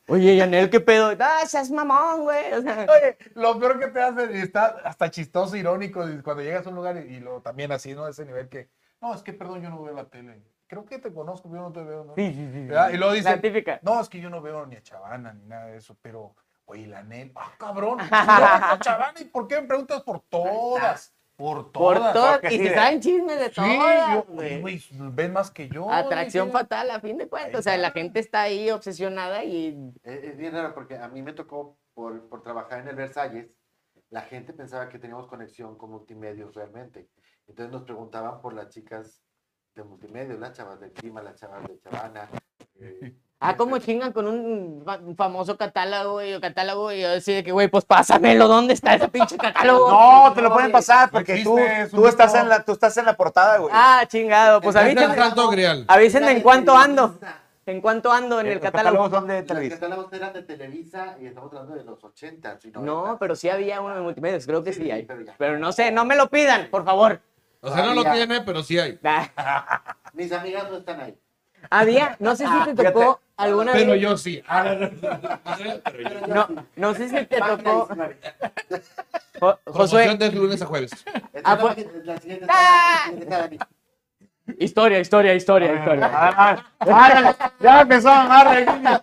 Speaker 4: Oye, Yanel, ¿qué pedo? Ah, seas mamón, güey. O sea,
Speaker 5: Oye, lo peor que te hacen y está hasta chistoso, irónico, y cuando llegas a un lugar y, y lo también así, ¿no? Ese nivel que, no, es que perdón, yo no veo la tele. Creo que te conozco, pero yo no te veo, ¿no? ¿Verdad? Y luego
Speaker 4: la
Speaker 5: dicen,
Speaker 4: típica.
Speaker 5: no, es que yo no veo ni a Chavana ni nada de eso, pero, oye, la Nel, ah, cabrón, ¿sí veo a Chavana, ¿y por qué me preguntas por todas? Por
Speaker 4: Por
Speaker 5: todas.
Speaker 4: todas.
Speaker 7: porque
Speaker 4: Y
Speaker 7: sí
Speaker 4: se
Speaker 7: de-
Speaker 4: saben chismes de
Speaker 5: Sí,
Speaker 4: todas,
Speaker 5: yo-
Speaker 4: güey.
Speaker 5: güey, ves más que yo.
Speaker 4: Atracción
Speaker 5: dije.
Speaker 4: fatal, a fin de cuentas.
Speaker 5: Ahí
Speaker 4: O sea, la
Speaker 5: está.
Speaker 4: gente está ahí obsesionada y
Speaker 3: Es, Eh, es bien raro porque a mí me tocó por, por trabajar en el Versalles, la gente pensaba que teníamos conexión con multimedios realmente. Entonces nos preguntaban por las chicas de multimedios, las chavas del clima, las chavas de Chavana. eh,
Speaker 4: Ah, como chingan con un fa- un famoso catálogo, güey, o catálogo, y yo decía de que, güey, pues pásamelo, ¿dónde está ese pinche catálogo?
Speaker 2: No, te lo pueden pasar porque tú,
Speaker 5: existe, es un
Speaker 2: tú, estás
Speaker 5: mito.
Speaker 2: en la, tú estás en la portada, güey.
Speaker 4: Ah, chingado, pues
Speaker 6: Pues ahí está el
Speaker 4: avísenme,
Speaker 6: santo grial.
Speaker 4: avísenme en cuánto
Speaker 3: Televisa.
Speaker 4: ando, en cuánto ando en el
Speaker 2: Los
Speaker 4: catálogo.
Speaker 2: catálogos son de
Speaker 3: Los
Speaker 2: Televisa.
Speaker 3: catálogos eran de Televisa y estamos hablando de los 80 y 90.
Speaker 4: No, pero sí había uno de multimedia, creo que
Speaker 3: Sí,
Speaker 4: sí
Speaker 3: sí,
Speaker 4: hay.
Speaker 3: pero ya.
Speaker 4: Pero no sé, no me lo pidan, por favor.
Speaker 6: O sea, no lo
Speaker 3: Había-
Speaker 6: tiene, pero sí hay.
Speaker 4: Nah.
Speaker 3: Mis amigas no están ahí.
Speaker 4: Había, no sé si te tocó alguna
Speaker 6: Pero
Speaker 4: vez,
Speaker 6: yo sí. Ah, no, no. Pero yo-
Speaker 4: no, no sé si te
Speaker 3: Página
Speaker 4: tocó,
Speaker 3: 19.
Speaker 4: Jo- Josué,
Speaker 6: Promoción de lunes a jueves.
Speaker 3: Esta
Speaker 4: Ah,
Speaker 3: es
Speaker 4: pues-
Speaker 3: la página- la siguiente
Speaker 4: Ah.
Speaker 3: está- la siguiente está Dani.
Speaker 4: historia, historia, historia, historia.
Speaker 2: Ah, ah, ya empezó a amar el niño.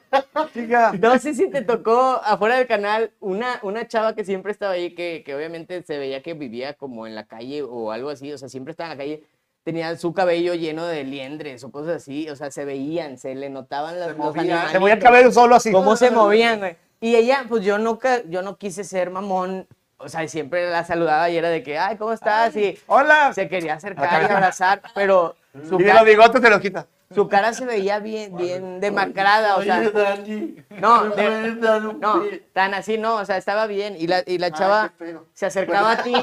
Speaker 2: Chica.
Speaker 4: No sé si te tocó afuera del canal una, una chava que siempre estaba ahí, que, que obviamente se veía que vivía como en la calle o algo así, o sea, siempre estaba en la calle, tenía su cabello lleno de liendres o cosas así, o sea, se veían, se le notaban las los
Speaker 3: movía,
Speaker 2: Se voy a
Speaker 4: animalitos,
Speaker 2: cabello solo así.
Speaker 4: cómo se movían, güey. Y ella, pues yo nunca, yo no quise ser mamón, o sea, y siempre la saludaba y era de que, ay, Mm. ¿cómo estás? Y
Speaker 2: Hola.
Speaker 4: se quería acercar y abrazar, pero su,
Speaker 2: Y
Speaker 4: ca-
Speaker 2: los bigotes se los quita.
Speaker 4: su cara se veía bien, bien demacrada, o sea...
Speaker 3: Oye, Dani.
Speaker 4: No,
Speaker 3: me
Speaker 4: de-
Speaker 3: pueden dar un
Speaker 4: No,
Speaker 3: beso.
Speaker 4: tan así no, o sea, estaba bien. Y la, y la
Speaker 3: Ay,
Speaker 4: chava
Speaker 3: qué feo.
Speaker 4: se acercaba a ti,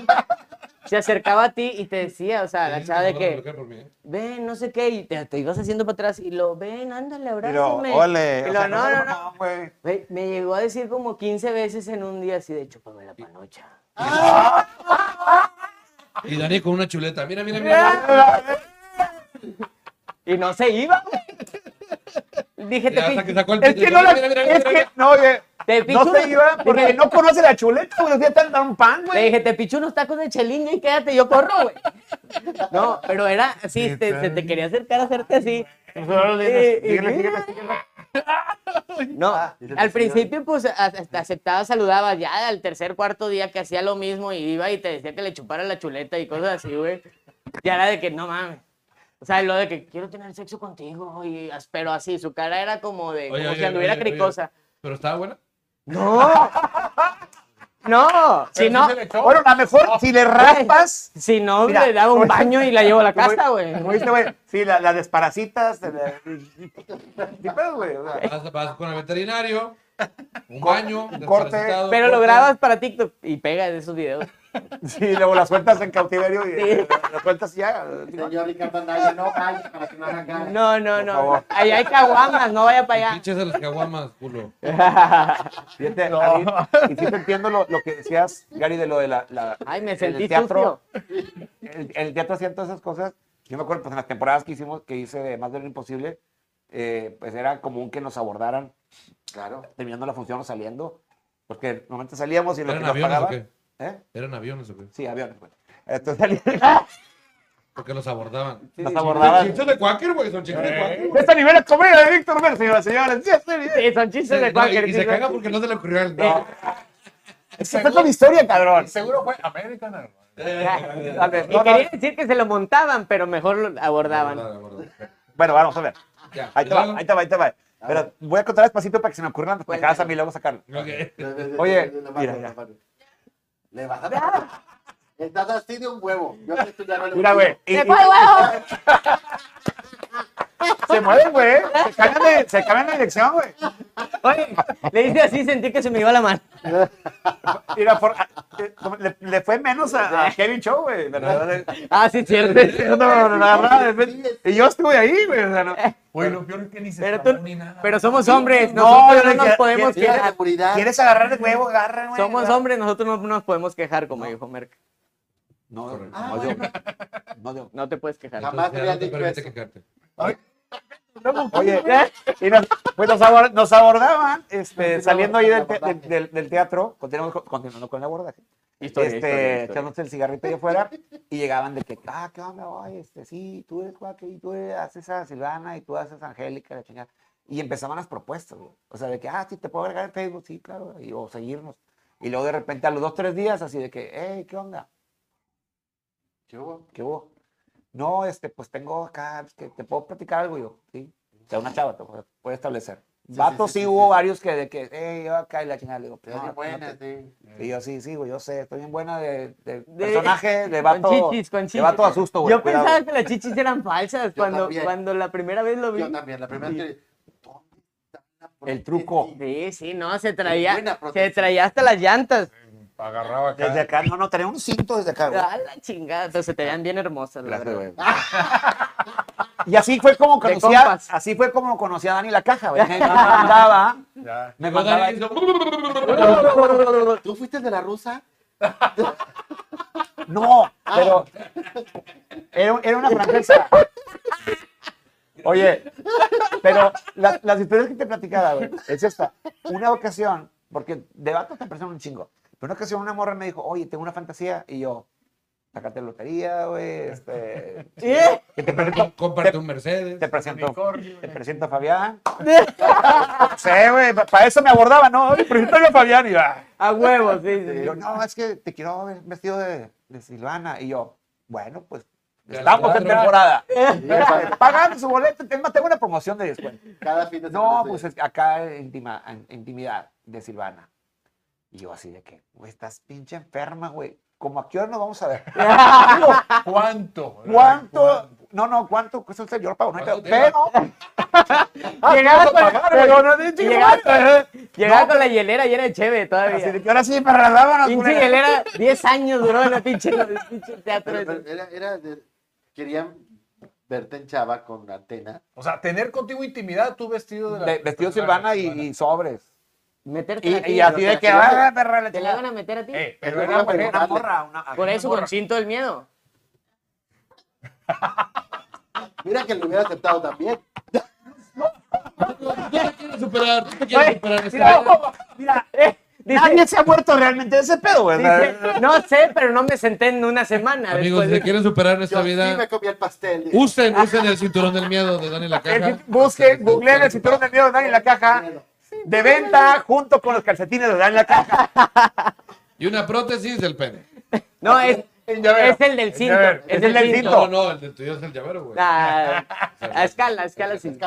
Speaker 4: se acercaba a ti y te decía, o sea, la chava de que, ven, no sé qué, y te, te ibas haciendo para atrás y lo, ven, ándale,
Speaker 2: Pero,
Speaker 4: abrázame.
Speaker 2: ole.
Speaker 4: Y
Speaker 2: o
Speaker 4: lo,
Speaker 2: sea,
Speaker 4: no, no, no.
Speaker 2: güey.
Speaker 4: Güey, Me llegó a decir como 15 veces en un día así de, chúpame la panocha.
Speaker 6: Y Dani con una chuleta. Mira, mira, mira.
Speaker 4: Y no se iba, güey. Dije,
Speaker 6: Y
Speaker 4: te,
Speaker 6: hasta
Speaker 4: pi-
Speaker 6: que sacó el
Speaker 2: Es
Speaker 6: pito,
Speaker 2: que no la.
Speaker 6: mira, mira, mira,
Speaker 2: Es
Speaker 6: mira.
Speaker 2: que no, oye.
Speaker 4: te picho
Speaker 2: No se
Speaker 4: unos-
Speaker 2: iba porque
Speaker 4: dije-
Speaker 2: no conoce la chuleta, güey. Los tan tan pan,
Speaker 4: Le
Speaker 2: güey.
Speaker 4: dije, te picho unos tacos de chelinga y quédate, yo corro, güey. No, pero era así,
Speaker 5: ¿Qué
Speaker 4: te, se
Speaker 5: tal?
Speaker 4: te quería acercar, hacerte así.
Speaker 3: Eh,
Speaker 2: Síguele,
Speaker 4: Y- y-
Speaker 2: síguele, síguele.
Speaker 4: No,
Speaker 2: Ah,
Speaker 3: dice
Speaker 4: al
Speaker 3: el señor.
Speaker 4: principio pues a- hasta aceptaba, saludaba, ya al tercer, cuarto día que hacía lo mismo y iba y te decía que le chupara la chuleta y cosas así, güey. Ya era de que no mames. O sea, lo de que quiero tener sexo contigo, y, as- pero así, su cara era como de,
Speaker 6: Oye,
Speaker 4: como si
Speaker 6: oye,
Speaker 4: anduviera
Speaker 6: oye, oye.
Speaker 4: cricosa.
Speaker 6: Pero estaba buena.
Speaker 4: No, no, si
Speaker 5: Pero
Speaker 4: no,
Speaker 5: sí se le echó.
Speaker 2: Bueno, a lo mejor si le raspas.
Speaker 4: si no,
Speaker 2: Mira,
Speaker 4: le daba un
Speaker 2: güey.
Speaker 4: baño y la llevo a la
Speaker 2: como-
Speaker 4: casa, güey.
Speaker 2: Como dice, güey. Sí, la, la desparasitas. de la- ¿Qué pedo, güey? O sea,
Speaker 6: Vas, vas con el veterinario. Un baño.
Speaker 2: un corte,
Speaker 6: desparasitado,
Speaker 4: Pero lo
Speaker 6: corte.
Speaker 4: grabas para TikTok y pega de esos videos.
Speaker 2: Sí, luego las sueltas en cautiverio y
Speaker 4: Sí.
Speaker 2: las sueltas ya.
Speaker 3: Señor Ricardo Anaya, no vaya para que no hagan ganas.
Speaker 4: No, no,
Speaker 2: Por
Speaker 4: no.
Speaker 2: favor.
Speaker 4: Ahí hay caguamas, no vaya para allá.
Speaker 6: Pinches a las caguamas, culo.
Speaker 2: Fíjate, David, este, y sí te entiendo lo, lo que decías, Gary, de lo de la. la-
Speaker 4: Ay, me
Speaker 2: en el
Speaker 4: sentí
Speaker 2: teatro. El, el teatro hacía todas esas cosas. Yo me acuerdo, pues en las temporadas que hicimos, que hice de Más de lo Imposible, eh, pues era común que nos abordaran
Speaker 3: Claro.
Speaker 2: terminando la función o saliendo, porque normalmente salíamos y lo que
Speaker 6: ¿Eran
Speaker 2: nos
Speaker 6: aviones o
Speaker 2: pagaba.
Speaker 6: qué?
Speaker 2: ¿Eh?
Speaker 6: ¿Eran aviones o qué?
Speaker 2: Sí, aviones, güey. Entonces salíamos,
Speaker 6: Porque los abordaban.
Speaker 2: nos abordaban.
Speaker 6: Chistes de cuáquer, güey. Son chistes de cuáquer.
Speaker 2: De esta nivel es comedia de Víctor Mer, señora, señora. Sí, sí, sí.
Speaker 4: Sí, son chistes de
Speaker 6: No, y-
Speaker 4: cualquier
Speaker 6: y se caga porque no se le ocurrió al no.
Speaker 2: Es que fue con historia, cabrón.
Speaker 5: Seguro fue American Airlines.
Speaker 2: Dale,
Speaker 4: Y
Speaker 2: no, no.
Speaker 4: quería decir que se lo montaban, pero mejor lo abordaban.
Speaker 6: Verdad, verdad.
Speaker 2: Bueno, vamos a ver.
Speaker 6: Ya.
Speaker 2: Ahí te va, ahí te va, ahí te va. Pero voy a contar despacito para que se me ocurran las pendejadas a mí y luego sacarlo.
Speaker 6: Ok.
Speaker 2: Oye,
Speaker 3: Le vas a-
Speaker 2: mira, ya. Ah.
Speaker 3: Le vas a dar. Estás así de un huevo. Yo sé que ya no le
Speaker 2: Mira, güey. y-
Speaker 4: ¡Se
Speaker 2: y-
Speaker 4: fue el huevo!
Speaker 2: Se mueven, güey. Se cambian de, se cambian de dirección, güey.
Speaker 4: eh, Oye, le hice así, sentí que se me iba la mano.
Speaker 2: Mira, por- a- eh, como le, le fue menos a, a Kevin Show, güey. ¿verdad?
Speaker 4: Ah, sí,
Speaker 2: No,
Speaker 4: cierto.
Speaker 2: no, no, la verdad, de repente- Y yo estuve ahí, güey. o sea, no.
Speaker 5: Güey, lo peor es que ni se
Speaker 4: Pero,
Speaker 5: tardó
Speaker 4: tú-
Speaker 5: ni nada.
Speaker 4: pero somos hombres,
Speaker 2: No,
Speaker 4: nosotros
Speaker 2: yo
Speaker 4: no
Speaker 2: dije,
Speaker 4: nos podemos
Speaker 3: Tiene
Speaker 4: quejar.
Speaker 3: seguridad.
Speaker 2: ¿Quieres agarrar de huevo? Agarra, güey.
Speaker 4: Somos
Speaker 2: ¿verdad?
Speaker 4: hombres, nosotros no nos podemos quejar, como dijo Merck.
Speaker 2: No, no,
Speaker 6: Correcto.
Speaker 3: Ah,
Speaker 2: no, yo. No, yo.
Speaker 4: No te puedes quejar.
Speaker 3: Jamás
Speaker 6: Entonces,
Speaker 3: te
Speaker 6: ya
Speaker 3: habían
Speaker 6: no te
Speaker 3: dicho
Speaker 6: permite
Speaker 3: eso.
Speaker 6: quejarte.
Speaker 2: Oye, y nos, pues nos, abor- nos abordaban, este, saliendo ahí del, te- del- del- del teatro, continuamos con- continuando con el abordaje,
Speaker 4: Historia,
Speaker 2: este,
Speaker 4: historia, historia.
Speaker 2: echándose el cigarrito ahí afuera, y llegaban de que, ah, qué onda, oye, este, sí, tú eres cuaque, y tú eres- haces a Silvana, y tú haces a Angélica, la chingada, y empezaban las propuestas, güey. o sea, de que, ah, sí, te puedo agregar en Facebook, sí, claro, y, o seguirnos, y luego de repente a los dos, tres días, así de que, hey, qué onda,
Speaker 3: ¿Qué hubo?
Speaker 2: ¿Qué hubo? No, este, pues tengo acá, es que te puedo platicar algo yo, ¿sí? O sea, una chava, te puede, puede establecer.
Speaker 3: Sí,
Speaker 2: Vatos
Speaker 3: sí, sí,
Speaker 2: sí,
Speaker 3: sí,
Speaker 2: hubo
Speaker 3: sí.
Speaker 2: varios que de que, eh, yo acá y la chingada, le digo,
Speaker 3: Te
Speaker 4: Ah,
Speaker 2: no,
Speaker 3: das
Speaker 2: no
Speaker 3: buenas,
Speaker 2: te-
Speaker 3: sí.
Speaker 2: Y yo sí, sí, güey, yo sé, estoy bien buena de, de
Speaker 4: De-
Speaker 2: personaje, de
Speaker 4: Con
Speaker 2: vato,
Speaker 4: chichis, con
Speaker 2: de
Speaker 4: chichis.
Speaker 2: vato a susto, güey.
Speaker 4: Yo
Speaker 2: cuidado.
Speaker 4: pensaba que las chichis eran
Speaker 3: Yo
Speaker 4: falsas cuando,
Speaker 3: también.
Speaker 4: cuando la primera vez lo vi.
Speaker 3: Yo también, la primera vez que... ¿Dónde está la
Speaker 2: El truco.
Speaker 3: protección?
Speaker 4: Sí, sí, no, se
Speaker 3: buena
Speaker 4: traía, se
Speaker 3: protección.
Speaker 4: traía hasta las llantas.
Speaker 5: Agarraba acá.
Speaker 2: Desde acá, no, no, tenía un cinto desde acá, güey.
Speaker 4: Ah, la chingada, pero se te veían bien hermosas, la
Speaker 2: Gracias,
Speaker 4: verdad.
Speaker 2: güey. Y así fue como
Speaker 4: De
Speaker 2: conocí a,
Speaker 4: compas.
Speaker 2: así fue como conocí a Dani la caja, güey. Me mandaba,
Speaker 5: Ya.
Speaker 2: me mandaba.
Speaker 3: ¿Tú fuiste el de la rusa?
Speaker 2: No, pero era, era una francesa. Oye, pero la- las historias que te platicaba, güey, es esta. Una ocasión, porque de vato te presionan un chingo, pero una ocasión una morra me dijo, oye, tengo una fantasía, y yo, sacate lotería, güey, este,
Speaker 4: ¿Eh?
Speaker 2: que te, presento,
Speaker 6: Comparte un Mercedes.
Speaker 2: te presento,
Speaker 5: Unicornio.
Speaker 2: te presento a Fabián. Sí, güey, para eso me abordaba, ¿no? Oye, preséntame a Fabián, y yo, "Ah".
Speaker 4: A huevos, sí, sí,
Speaker 2: Y
Speaker 4: sí.
Speaker 2: yo, no, es que te quiero ver vestido de, de Silvana, y yo, bueno, pues,
Speaker 6: De la
Speaker 2: estamos en
Speaker 6: cuadra.
Speaker 2: temporada.
Speaker 3: Sí, pa-
Speaker 2: Pagando su boleto, es más, tengo una promoción de descuento.
Speaker 3: Cada fin de semana.
Speaker 2: No,
Speaker 3: estoy-
Speaker 2: pues es- acá en intima- en intimidad de Silvana. Y yo así de que, güey, estás pinche enferma, güey. ¿Cómo a qué hora nos vamos a ver?
Speaker 5: ¿Cuánto?
Speaker 2: ¿Cuánto? No, no, ¿cuánto cuesta el señor para una
Speaker 6: ¿Cuánto te
Speaker 2: Pero,
Speaker 4: Llegaba con la,
Speaker 2: pero no de
Speaker 4: llegaba con- llegaba
Speaker 2: No,
Speaker 4: con la hielera llena de
Speaker 2: Así
Speaker 4: cheve
Speaker 2: de
Speaker 4: todavía.
Speaker 2: que ahora sí, para la
Speaker 4: Pinche hielera, 10 años duró en la pinche, en el pinche teatro.
Speaker 3: Pero- pero era, era de- Querían verte en chava con una antena.
Speaker 5: O sea, tener contigo intimidad, tú vestido de la.
Speaker 2: Vestido Silvana y, y sobres.
Speaker 4: Meterte
Speaker 2: Y,
Speaker 4: a ti,
Speaker 2: y así de que, ah, perra, la
Speaker 4: ¿Te la van
Speaker 2: chingada.
Speaker 4: a meter a ti?
Speaker 5: Eh, pero
Speaker 3: Pero
Speaker 5: era
Speaker 3: no, pero
Speaker 5: manera-
Speaker 2: Una morra, una.
Speaker 4: Por eso, con cinto del miedo.
Speaker 3: Mira que lo hubiera aceptado también.
Speaker 6: Tú te quieres superar, tú te quieres superar.
Speaker 2: eh, mira,
Speaker 6: está bien.
Speaker 2: mira,
Speaker 4: Eh, dice-
Speaker 2: nadie se ha muerto realmente de ese pedo, güey.
Speaker 4: dice, no sé, pero no me senté en una semana.
Speaker 6: Amigos,
Speaker 4: después
Speaker 6: si
Speaker 4: de-
Speaker 6: quieren superar en
Speaker 3: Yo
Speaker 6: esta
Speaker 3: sí
Speaker 6: vida,
Speaker 3: me comí el pastel. dije,
Speaker 6: usen, usen el cinturón del miedo de Dani la
Speaker 2: Eh,
Speaker 6: caja.
Speaker 2: Busquen, googleen el cinturón de miedo de Dani la caja. De venta junto con los calcetines de Dani la caja.
Speaker 6: Y una prótesis del pene.
Speaker 4: No, es,
Speaker 5: llavero.
Speaker 4: es el del cinto.
Speaker 5: llavero.
Speaker 4: Es el del cinto.
Speaker 6: No, no, el de tuyo es el llavero, güey.
Speaker 4: Ah, a escala, a escala sin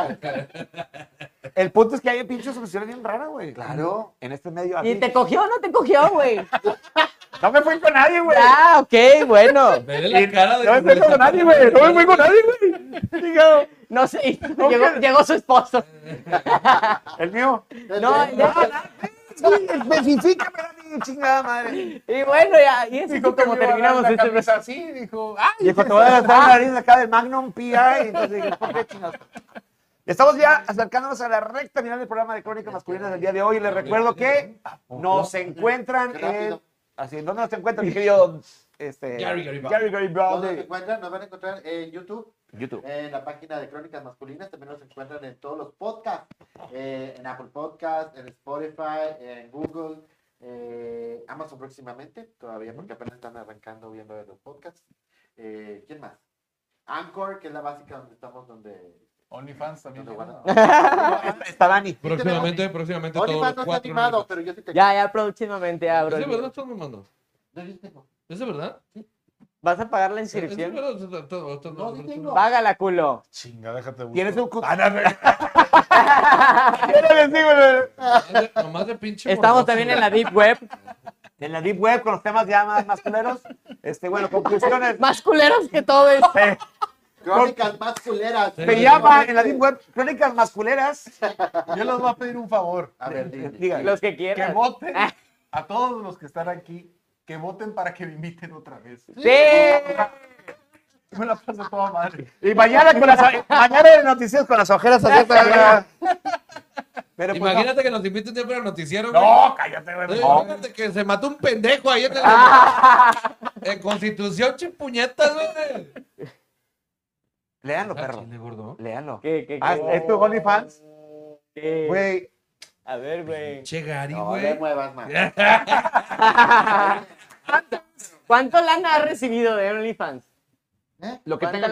Speaker 2: El punto es que hay pinches soluciones bien raras, güey.
Speaker 3: Claro.
Speaker 2: En este medio.
Speaker 4: ¿Y
Speaker 2: así.
Speaker 4: te cogió o no te cogió, güey?
Speaker 2: No me fui con nadie, güey.
Speaker 4: Ah, ok, bueno.
Speaker 6: Me ve la cara de.
Speaker 2: No me fui con nadie, güey. No me fui con nadie, güey. Digo,
Speaker 4: No sé, y llegó, llegó su esposo.
Speaker 2: El mío.
Speaker 4: No,
Speaker 3: Sí.
Speaker 4: ya-
Speaker 2: Sí, especificame, Dani, chingada madre.
Speaker 4: y bueno, ya, y es así
Speaker 5: Dijo que
Speaker 4: como
Speaker 5: me iba a
Speaker 4: terminamos
Speaker 5: dar la
Speaker 4: este
Speaker 5: camisa así, dijo. ¡Ay!
Speaker 2: Y cuando te voy a gastar la nariz acá del Magnum PI. Entonces dije, ¿por qué chingados? Estamos ya acercándonos a la recta final del programa de Crónicas Masculinas del día de hoy. Les recuerdo que nos encuentran
Speaker 3: Qué
Speaker 2: en...
Speaker 3: rápido.
Speaker 2: Así, ¿Dónde nos encuentran, mi querido este,
Speaker 6: Gary Garibaldi.
Speaker 2: Gary Garibaldi?
Speaker 3: ¿Dónde nos encuentran? Nos van a encontrar en YouTube,
Speaker 2: YouTube.
Speaker 3: Eh, en la página de Crónicas Masculinas. También nos encuentran en todos los podcasts. eh, en Apple Podcast, en Spotify, en Google, eh, Amazon próximamente. Todavía porque apenas están arrancando viendo de los podcasts. Eh, ¿Quién más? Anchor, que es la básica donde estamos, donde...
Speaker 5: OnlyFans también.
Speaker 3: donde
Speaker 5: ¿no?
Speaker 3: guardan-
Speaker 2: Está Dani.
Speaker 6: Próximamente, próximamente.
Speaker 3: OnlyFans no
Speaker 6: todos los
Speaker 3: está
Speaker 6: cuatro.
Speaker 3: animado, pero yo sí te...
Speaker 4: Ya, ya, próximamente abro.
Speaker 6: ¿Es de
Speaker 4: el
Speaker 6: verdad
Speaker 4: video.
Speaker 6: estás mamando?
Speaker 3: No, yo sí tengo.
Speaker 6: ¿Es de verdad?
Speaker 4: ¿Vas a pagar la
Speaker 6: ¿Es de
Speaker 4: inscripción?
Speaker 6: verdad? ¿Es de verdad?
Speaker 3: No, sí tengo.
Speaker 4: Págala, culo.
Speaker 5: Chinga, déjate buscar.
Speaker 2: Tienes un... cu-
Speaker 5: Ah, no, no, no.
Speaker 2: Yo no les digo, no, no.
Speaker 6: Nomás de- Nomás de pinche.
Speaker 4: Estamos
Speaker 6: morboso,
Speaker 4: también en
Speaker 6: güey.
Speaker 4: la Deep Web.
Speaker 2: En la Deep Web, con los temas ya más masculeros. Este, bueno, conclusiones.
Speaker 4: Más culeros que todo es.
Speaker 2: Eh,
Speaker 3: Crónicas más culeras.
Speaker 2: me llama en la Deep Web Crónicas Masculeras.
Speaker 5: Yo les voy a pedir un favor.
Speaker 3: A ver, dime.
Speaker 2: Diga.
Speaker 4: Los que
Speaker 5: Que
Speaker 4: quieran.
Speaker 5: voten a todos los que están aquí, que voten para que me inviten otra vez.
Speaker 4: Sí.
Speaker 5: Yo me la paso toda madre.
Speaker 2: Y mañana, con las, mañana en noticias con las ojeras abiertas. Pero pues, no.
Speaker 6: Imagínate que nos inviten siempre al noticiero. güey.
Speaker 5: No, cállate, güey.
Speaker 6: No,
Speaker 5: No.
Speaker 6: imagínate que se mató un pendejo ahí en, la- en Constitución, chipuñetas, güey.
Speaker 2: Léanlo, perro.
Speaker 6: Chile, gordo.
Speaker 2: Léanlo.
Speaker 4: ¿Qué, qué, qué?
Speaker 2: Ah, ¿Es tu OnlyFans?
Speaker 4: ¿Qué?
Speaker 2: Güey,
Speaker 4: A ver, güey.
Speaker 6: Che, Gary,
Speaker 3: No le
Speaker 6: güey.
Speaker 3: muevas más.
Speaker 4: ¿Cuánto lana has recibido de OnlyFans?
Speaker 3: ¿Eh?
Speaker 2: lo que
Speaker 4: ¿Cuánto
Speaker 2: tenga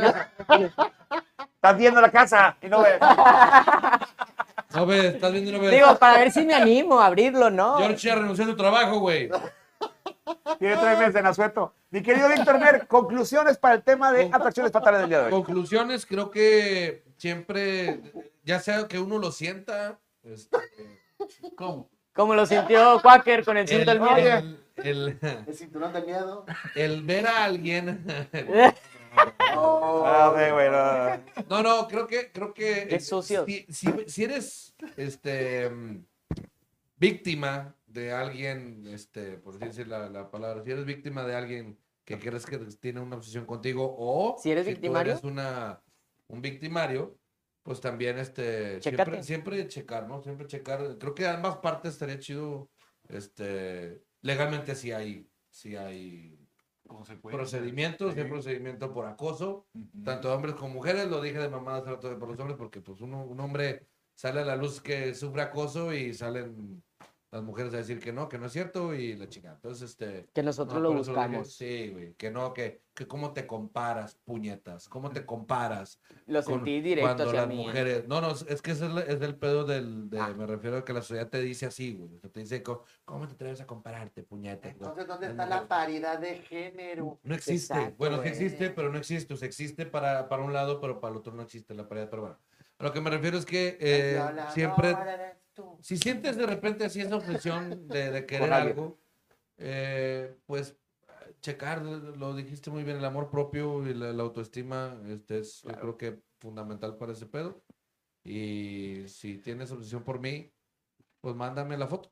Speaker 4: lana?
Speaker 2: Estás viendo la casa y no ves.
Speaker 6: No ves, estás viendo una vez.
Speaker 4: Digo, para ver si me animo a abrirlo, ¿no?
Speaker 6: George ya renunció a su trabajo, güey.
Speaker 2: Tiene tres meses en asueto. Mi querido Víctor Mer, conclusiones para el tema de atracciones fatales del día de hoy.
Speaker 6: Conclusiones, creo que siempre, ya sea que uno lo sienta, este,
Speaker 5: ¿Cómo?
Speaker 4: Como lo sintió Quaker con el
Speaker 6: el,
Speaker 4: cinto del miedo.
Speaker 6: el- el-
Speaker 3: El cinturón de miedo.
Speaker 6: el ver a alguien.
Speaker 2: Ah, sí, güey, no, no.
Speaker 6: No, no, creo que, creo que.
Speaker 4: Qué
Speaker 6: eh,
Speaker 4: sucios.
Speaker 6: Si, si- si eres este mm, víctima de alguien, este, por así decir la, la palabra, si eres víctima de alguien que crees que tiene una obsesión contigo, o
Speaker 4: Si eres
Speaker 6: tú
Speaker 4: victimario.
Speaker 6: eres una, un victimario, pues también este
Speaker 4: Chécate.
Speaker 6: siempre, siempre checar, ¿no? Siempre checar. Creo que ambas partes estaría chido. Este, legalmente si hay, si hay procedimientos, si hay procedimiento por acoso tanto de hombres como mujeres, lo dije de mamá hace rato de por los hombres, porque pues uno, un hombre sale a la luz que sufre acoso y salen las mujeres a decir que no, que no es cierto y la chica. Entonces, este...
Speaker 4: Que nosotros
Speaker 6: no,
Speaker 4: lo
Speaker 6: por eso dije,
Speaker 4: buscamos.
Speaker 6: sí, güey, que no, que, que cómo te comparas, puñetas, cómo te comparas
Speaker 4: Lo
Speaker 6: con
Speaker 4: sentí directo
Speaker 6: cuando
Speaker 4: hacia
Speaker 6: las
Speaker 4: mí. Ah. ¿eh?
Speaker 6: mujeres. No, no, es que ese es, la- es el pedo del. de- Me refiero a que la sociedad te dice así, güey. Te dice, co- ¿cómo te atreves a compararte, puñetas? güey?
Speaker 3: Entonces, ¿dónde
Speaker 6: Las
Speaker 3: está la
Speaker 6: mujeres-
Speaker 3: paridad de género?
Speaker 6: no existe.
Speaker 4: Exacto,
Speaker 6: bueno, sí
Speaker 4: güey.
Speaker 6: existe, pero no existe. O sea, existe para, para un lado, pero para el otro no existe la paridad. Pero bueno, a lo que me refiero es que eh,
Speaker 3: Violadora
Speaker 6: siempre,
Speaker 3: eres tú.
Speaker 6: si sientes de repente así esa obsesión de, de querer
Speaker 2: alguien.
Speaker 6: algo, eh, pues checar, lo dijiste muy bien, el amor propio y la, la autoestima este es, yo creo que fundamental para ese pedo. Y si tienes obsesión por mí, pues mándame la foto.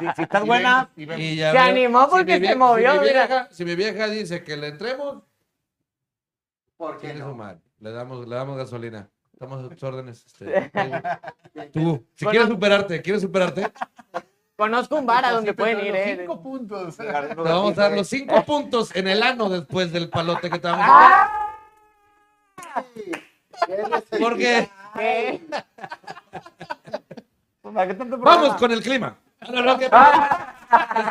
Speaker 2: Si, si estás buena,
Speaker 6: Y ya
Speaker 4: Se
Speaker 6: veo-
Speaker 4: animó porque se
Speaker 6: mi vie- si mi
Speaker 4: movió, mira.
Speaker 6: vieja- si mi vieja dice que le entremos,
Speaker 3: ¿Por qué
Speaker 6: Tiene su
Speaker 3: no?
Speaker 6: madre. Le damos, le damos gasolina. Estamos a tus órdenes. este. Tú, si
Speaker 4: Bueno.
Speaker 6: quieres superarte, quieres superarte,
Speaker 4: Conozco un bar a donde pueden ir, ¿eh?
Speaker 5: Cinco puntos.
Speaker 6: te vamos a dar los cinco puntos en el ano después del palote que te vamos a
Speaker 3: ¿Qué
Speaker 6: dar.
Speaker 3: necesidad?
Speaker 6: Porque
Speaker 4: ¿Qué?
Speaker 2: ¿para qué tanto problema?
Speaker 6: vamos con el clima. No, no, no,
Speaker 4: Ah.
Speaker 6: que-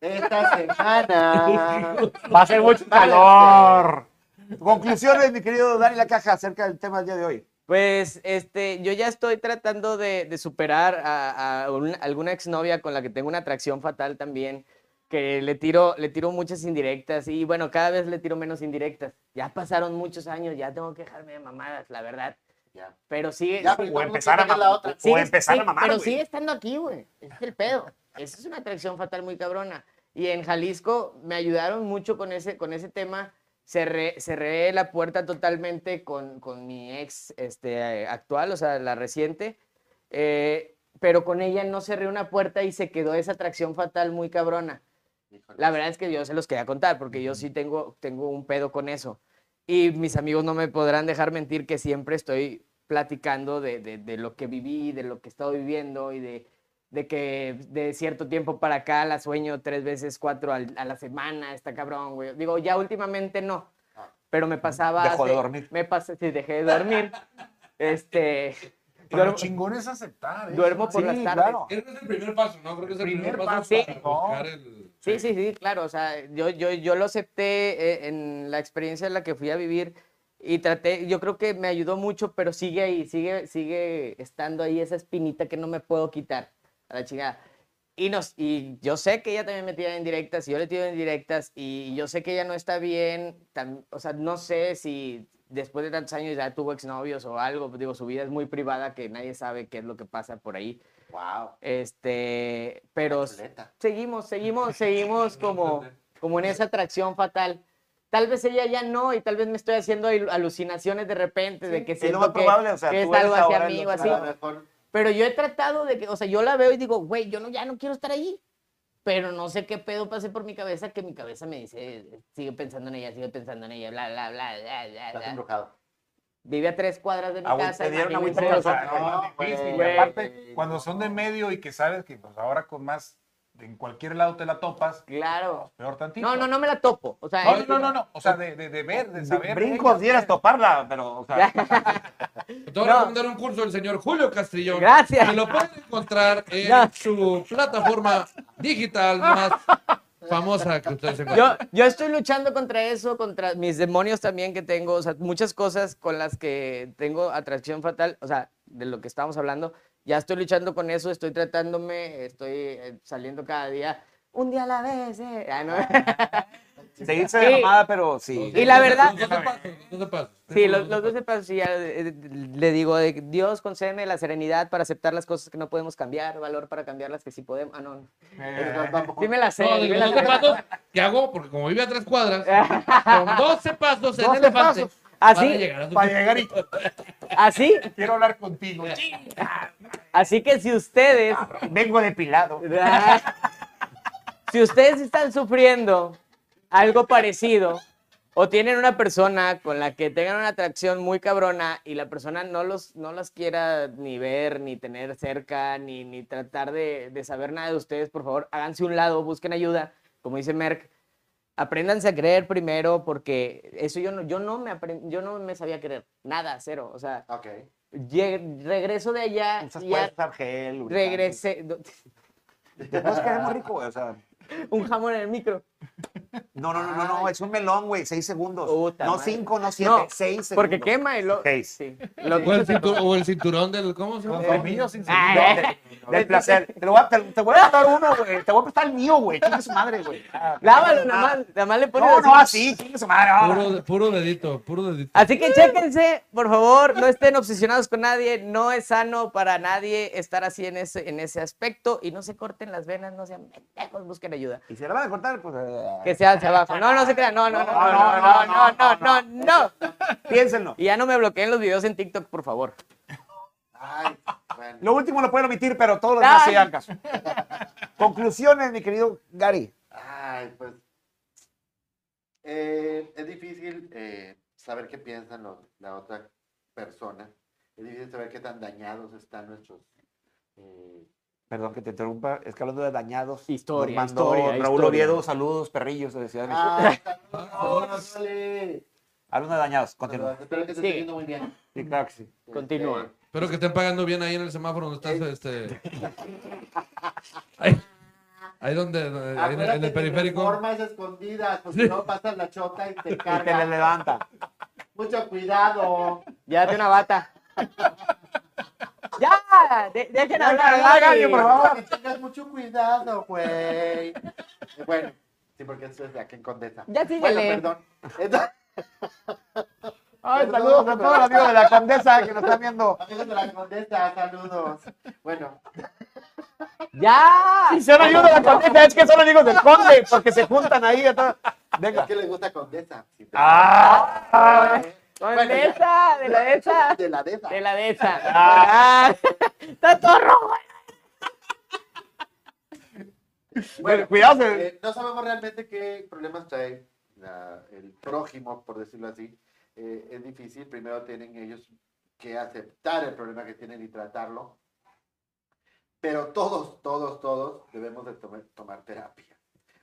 Speaker 3: Esta semana.
Speaker 7: Va a ser mucho calor.
Speaker 2: Conclusiones, mi querido Dani La Caja, acerca del tema del día de hoy.
Speaker 4: Pues este, yo ya estoy tratando de, de superar a, a un- alguna exnovia con la que tengo una atracción fatal también, que le tiro, le tiro muchas indirectas y bueno, cada vez le tiro menos indirectas. Ya pasaron muchos años, ya tengo que dejarme de mamadas, la verdad.
Speaker 3: Ya.
Speaker 4: Pero sigue,
Speaker 3: Ya,
Speaker 4: sigue-
Speaker 3: pero
Speaker 7: empezar a
Speaker 3: saca la
Speaker 7: mamar.
Speaker 3: otra.
Speaker 7: o empezar a mamar,
Speaker 4: Pero
Speaker 7: güey.
Speaker 4: sigue estando aquí, güey. Ese es el pedo. Esa es una atracción fatal muy cabrona. Y en Jalisco me ayudaron mucho con ese, con ese tema. Cerré, cerré la puerta totalmente con, con mi ex este, eh, actual, o sea, la reciente. Eh, pero con ella no cerré una puerta y se quedó esa atracción fatal muy cabrona.
Speaker 3: Híjole.
Speaker 4: La verdad es que yo se los quería contar porque yo sí tengo, tengo un pedo con eso. Y mis amigos no me podrán dejar mentir que siempre estoy platicando de, de- de lo que viví, de lo que he estado viviendo y de, de que de cierto tiempo para acá la sueño tres veces, cuatro al- a la semana, está cabrón, güey. Digo, ya últimamente no, pero me pasaba...
Speaker 2: Ah. Dejó de
Speaker 4: hace-
Speaker 2: dormir.
Speaker 4: Me pasé, sí, dejé de dormir. Este,
Speaker 5: Pero
Speaker 4: duermo,
Speaker 5: lo chingón es aceptar. ¿eh?
Speaker 4: duermo por
Speaker 2: Sí,
Speaker 4: las tardes.
Speaker 2: claro.
Speaker 6: Creo que es el primer paso, ¿no? Creo que es el primer,
Speaker 5: Primer
Speaker 6: paso,
Speaker 5: paso,
Speaker 6: para
Speaker 5: ¿no?
Speaker 6: buscar el-
Speaker 4: Sí, sí, sí, claro. O sea, yo, yo, yo lo acepté eh, en la experiencia en la que fui a vivir y traté, yo creo que me ayudó mucho, pero sigue ahí, sigue, sigue estando ahí esa espinita que no me puedo quitar a la chingada. Y, nos, y yo sé que ella también me tira en directas y yo le tiro en directas y yo sé que ella no está bien, tam- o sea, no sé si después de tantos años ya tuvo exnovios o algo, digo, su vida es muy privada que nadie sabe qué es lo que pasa por ahí.
Speaker 3: Wow.
Speaker 4: Este, pero
Speaker 3: Chuleta.
Speaker 4: seguimos, seguimos, seguimos como, como en esa atracción fatal. Tal vez ella ya no, y tal vez me estoy haciendo al- alucinaciones de repente, de que
Speaker 2: es lo
Speaker 4: siento
Speaker 2: más
Speaker 4: que,
Speaker 2: probable, o sea,
Speaker 4: que
Speaker 2: tú
Speaker 4: es
Speaker 2: eres
Speaker 4: algo hacia
Speaker 2: ahora el
Speaker 4: mí o
Speaker 2: otro
Speaker 4: así.
Speaker 3: A lo mejor
Speaker 4: Pero yo he tratado de que, o sea, yo la veo y digo, güey, yo no, ya no quiero estar ahí. Pero no sé qué pedo pase por mi cabeza, que mi cabeza me dice, sigue pensando en ella, sigue pensando en ella, bla, bla, bla, bla, bla,
Speaker 3: estás
Speaker 4: bla".
Speaker 3: embrujado.
Speaker 4: Vive a tres cuadras de mi
Speaker 2: Agüita,
Speaker 4: casa.
Speaker 2: Ah, te dieron
Speaker 4: imagínense,
Speaker 2: agüita con
Speaker 4: o sea,
Speaker 2: sal.
Speaker 5: Ah, No,
Speaker 3: güey,
Speaker 5: difícil. Y
Speaker 4: güey.
Speaker 5: aparte, cuando son de medio y que sabes que pues ahora con más, en cualquier lado te la topas,
Speaker 4: Claro.
Speaker 5: peor tantito.
Speaker 4: No, no, no me la topo. O sea,
Speaker 5: No,
Speaker 4: es-
Speaker 5: no, no, no. O sea, de, de, de ver, de saber.
Speaker 2: Brincos dieras toparla, pero, o sea,
Speaker 6: Te voy a recomendar un curso del señor Julio Castrillón.
Speaker 4: Gracias.
Speaker 6: Y lo pueden encontrar en
Speaker 4: Ya.
Speaker 6: su plataforma digital más famosa que ustedes
Speaker 4: yo,
Speaker 6: encuentran.
Speaker 4: yo estoy luchando contra eso, contra mis demonios también que tengo, o sea, muchas cosas con las que tengo atracción fatal, o sea, de lo que estábamos hablando, ya estoy luchando con eso, estoy tratándome, estoy eh, saliendo cada día, un día a la vez. eh. Ah, no.
Speaker 2: Se dice
Speaker 4: Sí.
Speaker 2: de mamada, pero sí.
Speaker 4: Y la verdad-
Speaker 6: Los 12 pasos, los 12 pasos.
Speaker 4: Sí, los, los 12 pasos, y ya eh, le digo, de, Dios, concédeme la serenidad para aceptar las cosas que no podemos cambiar, valor para cambiar las que sí podemos. Ah, no. no.
Speaker 6: Eh.
Speaker 4: Sí me la sé.
Speaker 6: No,
Speaker 4: sí
Speaker 6: digo,
Speaker 4: me
Speaker 6: los
Speaker 4: la
Speaker 6: 12
Speaker 4: sé.
Speaker 6: pasos que hago, porque como vive a tres cuadras, con 12 pasos en
Speaker 2: 12
Speaker 6: elefante,
Speaker 2: pasos.
Speaker 6: vas a
Speaker 4: Así.
Speaker 6: llegar a tu-
Speaker 5: Para llegar y
Speaker 4: Así,
Speaker 5: quiero hablar contigo.
Speaker 4: así que si ustedes
Speaker 2: Vengo depilado.
Speaker 4: si ustedes están sufriendo algo parecido o tienen una persona con la que tengan una atracción muy cabrona y la persona no los no las quiera ni ver, ni tener cerca, ni, ni tratar de, de saber nada de ustedes, por favor, háganse un lado, busquen ayuda, como dice Merck. Apréndanse a creer primero porque eso yo no, yo no me apren- yo no me sabía creer, nada, cero, o sea,
Speaker 3: Ok.
Speaker 4: llegué- regreso de allá
Speaker 2: Usas,
Speaker 4: y
Speaker 2: puedes
Speaker 4: ya
Speaker 2: usar gel. lubricante.
Speaker 4: regresé
Speaker 2: Te puedes quedar muy rico, güey. O sea,
Speaker 4: un jamón en el micro.
Speaker 2: no, no, no, no, no.
Speaker 4: Ay.
Speaker 2: Es un melón, güey. Seis segundos.
Speaker 4: Puta
Speaker 2: no
Speaker 4: madre.
Speaker 2: cinco, no siete.
Speaker 4: No,
Speaker 2: seis segundos.
Speaker 4: Porque quema y lo.
Speaker 2: Seis.
Speaker 4: Sí.
Speaker 6: O el, cintu- o el cinturón del. ¿Cómo se llama?
Speaker 5: Conformillo sin
Speaker 4: Ah,
Speaker 5: sentido.
Speaker 4: eh.
Speaker 2: Del placer. Te, lo voy a, te, te voy a prestar uno, güey. Te voy a prestar el mío, güey. Chingue su madre, güey. Ah,
Speaker 4: Lávalo, nada más, nada más le pones.
Speaker 2: No,
Speaker 4: así.
Speaker 2: no, así. Chingue su madre. ah.
Speaker 6: Puro, puro dedito, puro dedito.
Speaker 4: Así que chéquense, por favor, no estén obsesionados con nadie, no es sano para nadie estar así en ese, en ese aspecto y no se corten las venas, no sean pendejos, busquen ayuda.
Speaker 2: Y si la van a cortar, pues. eh,
Speaker 4: Que sea hacia abajo. No, no se crean, no, no, no, no, no, no, no, no, no, no.
Speaker 2: Piénsenlo.
Speaker 4: Y ya no me bloqueen los videos en TikTok, por favor.
Speaker 3: Ay, bueno.
Speaker 2: Lo último lo pueden omitir, pero todos los demás
Speaker 4: Ay.
Speaker 2: sí hagan caso. Conclusiones, mi querido Gary.
Speaker 3: Ay, pues. eh, es difícil eh, saber qué piensan los- la otra persona. Es difícil saber qué tan dañados están nuestros. eh,
Speaker 2: Perdón que te interrumpa, es que hablando de dañados.
Speaker 4: Historia,
Speaker 2: nos mandó
Speaker 4: historia,
Speaker 2: Raúl
Speaker 4: historia.
Speaker 2: Oviedo, saludos, perrillos de la Ciudad de México.
Speaker 3: ¡Ah, saludos, órale!
Speaker 2: Hablando de dañados,
Speaker 3: Bueno,
Speaker 2: continúa.
Speaker 3: Espero que te
Speaker 4: Sigue.
Speaker 3: esté yendo muy bien.
Speaker 2: Sí, claro que sí.
Speaker 4: Continúa.
Speaker 3: Este,
Speaker 6: Espero que estén pagando bien ahí en el semáforo donde estás,
Speaker 5: Eh.
Speaker 6: este. Ahí, ahí donde, donde- ahí en el-
Speaker 3: acuérdate
Speaker 6: en el
Speaker 3: de
Speaker 6: periférico.
Speaker 3: Reformas escondidas, porque no pasas la chota y te
Speaker 2: Y te
Speaker 3: cargas.
Speaker 2: le levanta.
Speaker 3: Mucho cuidado.
Speaker 4: Llévate una bata. ¡Ya! de- dejen hablar,
Speaker 2: ya,
Speaker 4: Gaby.
Speaker 2: Gaby, por favor.
Speaker 3: Que tengas mucho cuidado, güey. Eh, Bueno, sí, porque eso es de aquí en Condesa.
Speaker 4: Ya
Speaker 3: Bueno,
Speaker 4: síguele.
Speaker 3: perdón. Entonces,
Speaker 2: Ay, saludos a todos los amigos de la condesa que nos están viendo.
Speaker 3: amigos de la Condesa, saludos. Bueno,
Speaker 4: ¡Ya!
Speaker 2: Si son amigos de la condesa, es que son amigos del conde, porque se juntan ahí. a todo.
Speaker 3: es
Speaker 2: Venga.
Speaker 3: que les gusta Condesa. Sí, pero-
Speaker 2: Ah,
Speaker 3: Eh,
Speaker 4: Con
Speaker 3: Bueno,
Speaker 4: de
Speaker 3: ya.
Speaker 4: esa, de la de esa,
Speaker 3: De la Desa.
Speaker 4: de la de esa. Ah, Está todo rojo.
Speaker 2: Bueno, cuidado, se-
Speaker 3: eh, no sabemos realmente qué problemas trae la- el prójimo, por decirlo así. Eh, es difícil, primero tienen ellos que aceptar el problema que tienen y tratarlo. Pero todos, todos, todos debemos de tome- tomar terapia.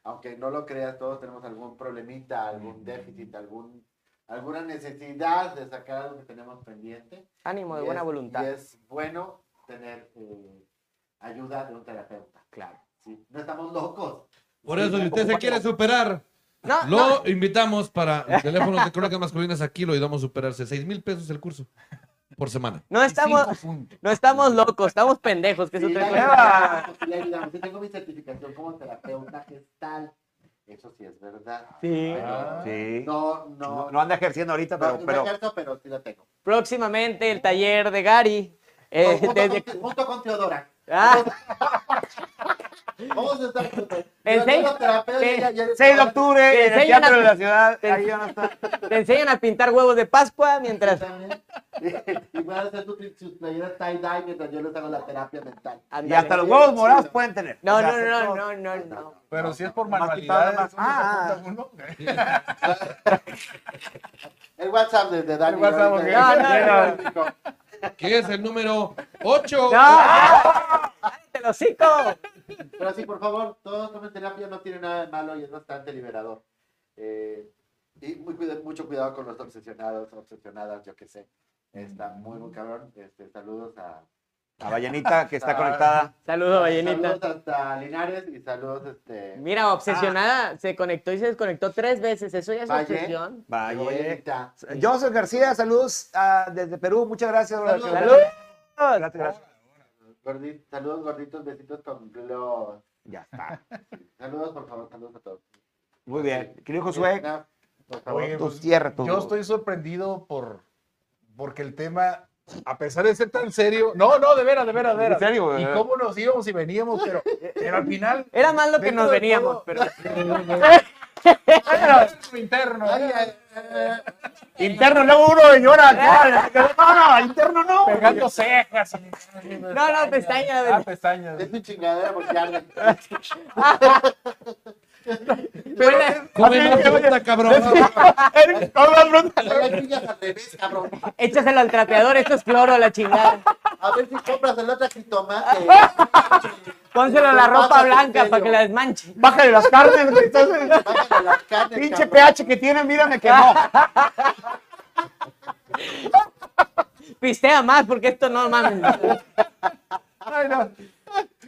Speaker 3: Aunque no lo creas, todos tenemos algún problemita, algún déficit, algún, alguna necesidad de sacar algo que tenemos pendiente.
Speaker 4: Ánimo, de
Speaker 3: Y
Speaker 4: buena
Speaker 3: es- Y
Speaker 4: voluntad.
Speaker 3: es bueno tener eh, ayuda de un terapeuta.
Speaker 4: Claro.
Speaker 3: ¿sí? No estamos locos.
Speaker 6: Por eso, si usted se quiere superar,
Speaker 4: No, no.
Speaker 6: lo invitamos para el teléfono de crónicas masculinas. Aquí lo ayudamos a superarse. 6 mil pesos el curso por semana.
Speaker 4: No estamos,
Speaker 5: Cinco puntos.
Speaker 4: no estamos locos, estamos pendejos, que es
Speaker 3: Sí, la
Speaker 4: otra cosa.
Speaker 2: Ah.
Speaker 3: ayudamos, sí, la ayudamos. Yo tengo mi certificación como terapeuta gestal. Eso sí es verdad.
Speaker 4: Sí.
Speaker 3: Pero
Speaker 2: Ah. Sí.
Speaker 3: No,
Speaker 2: No,
Speaker 3: no.
Speaker 2: no anda ejerciendo ahorita,
Speaker 3: no,
Speaker 2: pero,
Speaker 3: no
Speaker 2: pero
Speaker 3: ejerzo, pero sí la tengo.
Speaker 4: Próximamente el taller de Gary. eh,
Speaker 3: junto,
Speaker 4: desde-
Speaker 3: con, junto con Teodora.
Speaker 4: Ah,
Speaker 3: Vamos a estar juntos.
Speaker 4: El
Speaker 3: Yo
Speaker 4: seis-
Speaker 3: tengo terapeuta y ya- ya-
Speaker 2: 6 de octubre en el
Speaker 4: Enséñanos.
Speaker 2: Teatro de la Ciudad.
Speaker 4: Te-
Speaker 2: Ahí van a estar.
Speaker 4: te enseñan a pintar huevos de Pascua mientras.
Speaker 3: También. Y van a hacer sus sus playeras tie-dye mientras yo les hago la terapia mental.
Speaker 2: Y
Speaker 4: Ándale.
Speaker 2: hasta los huevos
Speaker 3: Sí,
Speaker 2: morados
Speaker 3: no.
Speaker 2: pueden tener.
Speaker 4: No,
Speaker 2: O sea,
Speaker 4: no,
Speaker 2: hacer
Speaker 4: no,
Speaker 2: todo.
Speaker 4: no, no, no.
Speaker 5: Pero si es por
Speaker 2: Nomás
Speaker 5: manualidades,
Speaker 2: quitado, nomás-
Speaker 5: uno se
Speaker 2: Ah,
Speaker 5: apunta uno.
Speaker 3: El WhatsApp desde Dani.
Speaker 5: El WhatsApp,
Speaker 3: ahorita.
Speaker 5: ok.
Speaker 4: Ah, No,
Speaker 3: no, no.
Speaker 6: Que es el número 8.
Speaker 4: ¡Te lo hocico!
Speaker 3: Pero sí, por favor, todos tomen terapia, no tiene nada de malo y es bastante liberador. Eh, y muy cuida- mucho cuidado con los obsesionados, obsesionadas, yo qué sé. Está muy, muy cabrón. Este, saludos a...
Speaker 2: A Vallenita que está conectada.
Speaker 4: Saludos, ballenita.
Speaker 3: Saludos hasta Linares y saludos, este...
Speaker 4: Mira, obsesionada, se conectó y se desconectó tres veces. Eso ya es
Speaker 3: Valle.
Speaker 4: obsesión.
Speaker 3: digo,
Speaker 2: Valle.
Speaker 3: Vallenita.
Speaker 2: Joseph García, saludos ah, desde Perú. Muchas gracias. brother.
Speaker 3: Saludos.
Speaker 2: Gracias, gracias.
Speaker 3: Gordi- saludos gorditos, besitos con gloss.
Speaker 2: Ya está.
Speaker 3: Saludos, por favor, saludos a todos.
Speaker 2: Muy bien. Querido Josué,
Speaker 3: Edna, por favor.
Speaker 5: Oye,
Speaker 2: tus
Speaker 5: pues,
Speaker 2: tierras. tus-
Speaker 5: Yo estoy sorprendido por porque el tema, a pesar de ser tan serio, no, no, de veras, de veras, de
Speaker 2: ¿En
Speaker 5: veras.
Speaker 2: serio? eh.
Speaker 5: Y cómo nos íbamos y veníamos, pero, pero al final.
Speaker 4: Era más lo que
Speaker 5: dentro
Speaker 4: nos
Speaker 5: de
Speaker 4: veníamos,
Speaker 5: todo,
Speaker 4: pero
Speaker 5: era nuestro interno.
Speaker 3: Ay, ay, ay, ay.
Speaker 7: Interno, luego uno llora. Ah, No, no, interno no.
Speaker 5: Pegando cejas.
Speaker 4: No, no, pestañas,
Speaker 5: Ah,
Speaker 4: güey.
Speaker 5: pestañas.
Speaker 3: Es mi chingadera porque arde.
Speaker 6: Come la fruta, cabrón.
Speaker 3: Trae las sillas al revés, cabrón.
Speaker 4: échaselo al trapeador, esto es cloro a la chingada.
Speaker 3: A ver si compras el otro jitomate.
Speaker 7: Ah.
Speaker 4: Pónselo a la
Speaker 3: Te pasas
Speaker 4: ropa
Speaker 3: en
Speaker 4: blanca
Speaker 3: serio.
Speaker 4: para que la desmanche.
Speaker 7: Bájale las carnes, güey. Entonces,
Speaker 3: Bájale las carnes,
Speaker 7: pinche
Speaker 3: cabrón.
Speaker 7: pH que tiene, mira, me quemó.
Speaker 4: Pistea más, porque esto no mames.
Speaker 7: Ay, no.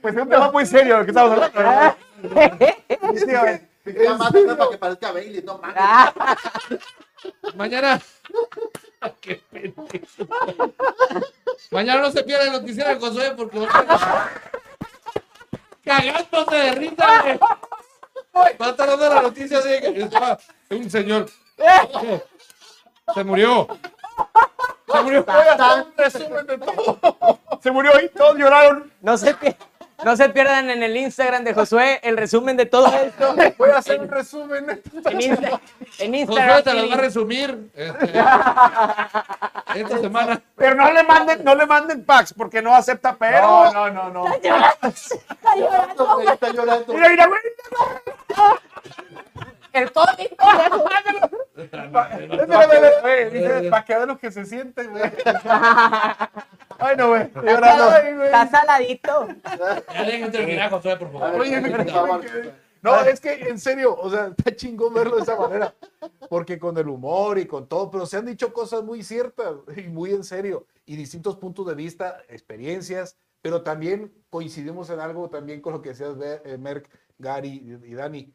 Speaker 7: Pues es un tema muy serio lo que estamos hablando. ¿no? Sí, Ah. güey.
Speaker 3: Nada más hazlo para que parezca Bailey, no mames.
Speaker 6: Mañana. Qué pendejo. Mañana no se pierda el noticiero de Josué porque va a estar cagándose de risa. güey. Va a estar dando la noticia así de que está un señor. Se murió. Se murió.
Speaker 7: Se murió ahí, todos lloraron.
Speaker 4: No se, pier- no se pierdan en el Instagram de Josué el resumen de todo esto.
Speaker 5: Voy a hacer un resumen.
Speaker 4: En, Insta- en Instagram.
Speaker 6: Josué te las va a
Speaker 4: TV.
Speaker 6: resumir este, esta semana.
Speaker 7: Pero no le manden, no le manden packs porque no acepta pero.
Speaker 5: No, no, no, no.
Speaker 3: Güey, Está llorando.
Speaker 7: Mira, mira, güey.
Speaker 4: El COVID.
Speaker 5: Para que vean lo que se siente, güey.
Speaker 7: Bueno, güey.
Speaker 4: Está
Speaker 7: Llorando.
Speaker 4: sal- está saladito.
Speaker 6: Ya dejen terminar, Josué, por
Speaker 3: A ver,
Speaker 6: favor.
Speaker 5: Oye, me
Speaker 3: por
Speaker 5: quedé-
Speaker 3: favor.
Speaker 5: me quedé- No, es que en serio, o sea, está chingón verlo de esa manera. Porque con el humor y con todo, pero se han dicho cosas muy ciertas y muy en serio. Y distintos puntos de vista, experiencias, pero también coincidimos en algo también con lo que decías, Be- eh, Merck, Gary y y Dani.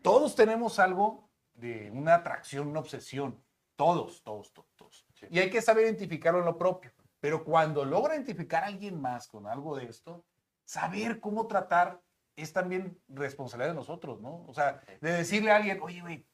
Speaker 5: Todos tenemos algo de una atracción, una obsesión. Todos, todos, todos. todos. Y hay que saber identificarlo en lo propio. Pero cuando logra identificar a alguien más con algo de esto, saber cómo tratar es también responsabilidad de nosotros, ¿no? O sea, de decirle a alguien, oye, güey,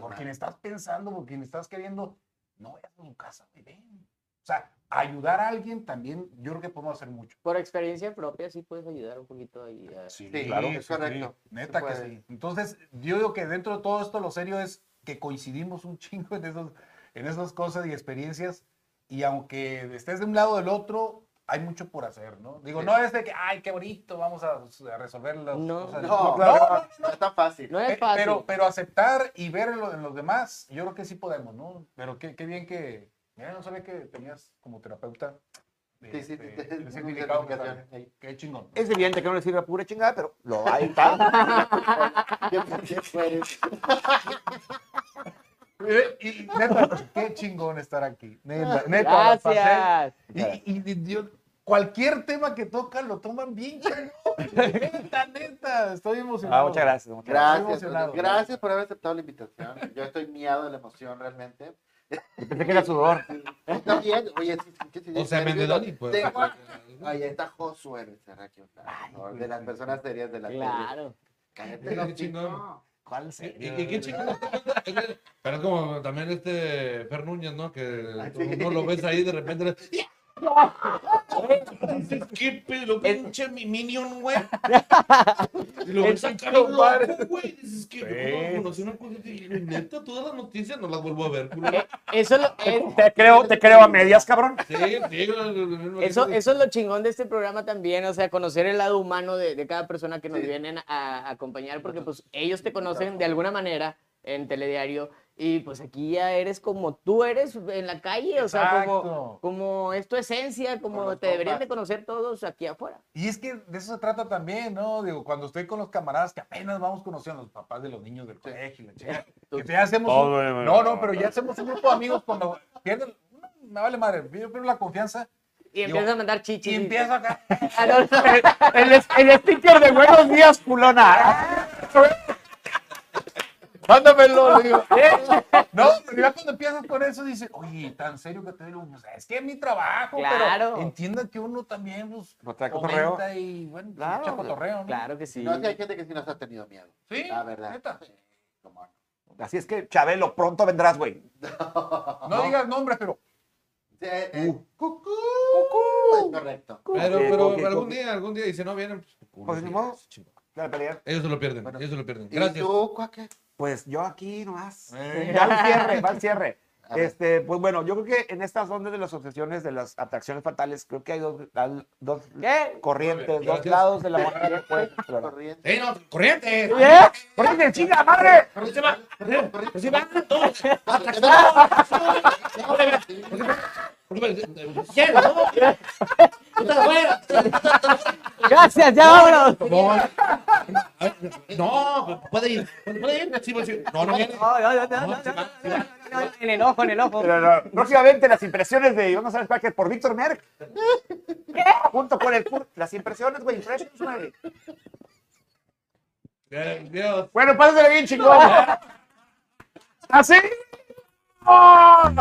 Speaker 5: por quien estás pensando, por quien estás queriendo, no vayas a tu casa, güey, ven. O sea, ayudar a alguien también, yo creo que podemos hacer mucho.
Speaker 4: Por experiencia propia, sí puedes ayudar un poquito ahí. a-
Speaker 3: Sí, claro que es sí, correcto.
Speaker 5: Neta
Speaker 3: Se
Speaker 5: que
Speaker 3: puede.
Speaker 5: sí. Entonces, yo digo que dentro de todo esto, lo serio es que coincidimos un chingo en, esos, en esas cosas y experiencias. Y aunque estés de un lado o del otro, hay mucho por hacer, ¿no? Digo,
Speaker 3: Sí.
Speaker 5: no es de que, ay, qué bonito, vamos a, pues, a resolver las
Speaker 4: No.
Speaker 5: cosas.
Speaker 3: No,
Speaker 5: no, no,
Speaker 3: no, no es tan fácil.
Speaker 4: No
Speaker 5: Pe-
Speaker 4: es fácil.
Speaker 5: Pero, pero aceptar y ver en, lo- en los demás, yo creo que sí podemos, ¿no? Pero qué, qué bien que. Mira, no sabía que tenías como terapeuta.
Speaker 3: Sí, sí, sí,
Speaker 5: este,
Speaker 3: sí,
Speaker 5: el
Speaker 3: sí,
Speaker 5: certificado que
Speaker 3: certificación,
Speaker 5: trae.
Speaker 3: ahí.
Speaker 5: Qué chingón.
Speaker 2: Es evidente que no le sirve a pura chingada, pero lo ahí está.
Speaker 3: ¿Qué pendejo eres?
Speaker 5: Y, y neta, pues, qué chingón estar aquí. Neta,
Speaker 4: eh,
Speaker 5: neta, la pasé.
Speaker 4: Gracias.
Speaker 5: Y, y- y Dios, cualquier tema que tocan lo toman bien chingón. Neta, neta, estoy emocionado.
Speaker 2: Ah, muchas gracias. muchas gracias.
Speaker 3: Gracias,
Speaker 5: emocionado.
Speaker 3: gracias por haber aceptado la invitación. Yo estoy miado de la emoción realmente.
Speaker 2: Pensé que era sudor.
Speaker 3: Está bien, oye, sí, sí, sí, sí,
Speaker 6: O sea,
Speaker 3: nervioso.
Speaker 6: Mendedoni, pues.
Speaker 3: Tengo- Ay, ahí está Josué Becerra aquí, claro, de
Speaker 7: pues,
Speaker 3: las personas serias de la tele.
Speaker 4: Claro.
Speaker 3: Cállate
Speaker 6: Qué
Speaker 3: los
Speaker 6: chingón.
Speaker 5: ¿Cuál
Speaker 6: Y- y- y qué chingón está cuenta, es que- Pero es como también este Fer Núñez, ¿no? Que
Speaker 3: sí.
Speaker 6: no lo ves ahí de repente. le- ¿Qué pedo? Pinche mi minion, güey. Y lo ves acá bien loco, güey. Dices que no conocí una cosa así. Y neta, todas las noticias no las vuelvo a ver, culero.
Speaker 4: Eh, Eso, lo- eh,
Speaker 7: Te creo, te creo a medias, cabrón.
Speaker 6: Sí, sí, lo- lo- lo mismo que
Speaker 4: eso,
Speaker 6: dices.
Speaker 4: eso es lo chingón de este programa también, o sea, conocer el lado humano de, de cada persona que nos
Speaker 3: Sí.
Speaker 4: vienen a, a acompañar, porque pues ellos te conocen de alguna manera en Telediario y pues aquí ya eres como tú eres en la calle, o sea, como,
Speaker 5: Exacto.
Speaker 4: como es tu esencia,
Speaker 3: Con
Speaker 4: como
Speaker 3: los
Speaker 4: te deberían de
Speaker 3: compas.
Speaker 4: conocer todos aquí afuera.
Speaker 5: Y es que de eso se trata también, ¿no? Digo, cuando estoy con los camaradas que apenas vamos conociendo, los papás de los niños del colegio, la chingada, que ya hacemos. un- no, no, pero ya hacemos un grupo de amigos cuando pierden. Me vale madre, yo pierdo la confianza
Speaker 4: Y
Speaker 5: Digo,
Speaker 4: empiezas a mandar chichis.
Speaker 5: y empiezo acá.
Speaker 4: Ah, no,
Speaker 7: El, es- el sticker de buenos días, culona.
Speaker 4: ¿Eh?
Speaker 5: Mándamelo, le digo. No, Pero ya cuando empiezas con eso, dices, oye, tan serio que te digo, pues, es que es mi trabajo,
Speaker 4: Claro.
Speaker 5: pero entiendan que uno también, pues,
Speaker 2: Pues, trae
Speaker 5: comenta
Speaker 2: cotorreo.
Speaker 5: y, bueno, pues,
Speaker 4: Claro,
Speaker 5: echa cotorreo, ¿no?
Speaker 4: Claro que sí.
Speaker 3: No, es que hay gente que sí nos ha tenido miedo.
Speaker 5: Sí,
Speaker 3: La verdad.
Speaker 5: neta.
Speaker 3: Sí, cómo no.
Speaker 2: Así es que, Chabelo, pronto vendrás, güey.
Speaker 5: No, digas nombres, pero
Speaker 3: Sí, eh, eh, cucú. Es correcto.
Speaker 6: Pero,
Speaker 2: Ok,
Speaker 6: pero
Speaker 2: ok, ok.
Speaker 6: algún día, algún día, y si no vienen, pues, culo,
Speaker 2: Pues, ni
Speaker 6: sí,
Speaker 2: modo.
Speaker 6: sí, chingo.
Speaker 2: Dale, pelea.
Speaker 6: Ellos se lo pierden,
Speaker 3: Bueno,
Speaker 6: ellos se lo pierden.
Speaker 3: ¿Y
Speaker 6: Gracias.
Speaker 3: tú, cuaque?
Speaker 2: Pues yo aquí nomás.
Speaker 5: Eh.
Speaker 2: Ya al cierre, va al cierre.
Speaker 3: A ver.
Speaker 2: Este, pues bueno, yo creo que en estas ondas de las obsesiones, de las atracciones fatales, creo que hay dos, al- dos
Speaker 4: ¿Qué?
Speaker 2: corrientes,
Speaker 6: Muy bien,
Speaker 2: dos
Speaker 6: gracias.
Speaker 2: lados de la moneda. pues, claro.
Speaker 3: Corriente.
Speaker 6: ¡Eh, no! ¡Corriente!
Speaker 4: ¿Eh?
Speaker 2: ¡Corriente, chinga madre!
Speaker 6: ¡Corriente va! ¡Corriente sí va! ¡Todos! ¡Lleno, no! ¡Puta fuera!
Speaker 4: Gracias, ya vámonos.
Speaker 6: No, puede ir. Puede ir. Sí, pues, sí. No, no viene.
Speaker 4: No, no, no, no, no, no, no, no, no, En el ojo, en el ojo.
Speaker 2: Pero, no, próximamente las impresiones de Iván González Parker por Víctor Merck. Junto con el... Fur- Las impresiones, güey, impresiones, güey.
Speaker 6: Eh, Dios.
Speaker 2: Bueno, pásale bien, chingón. ¿Ah, ¿Así? ¡Oh!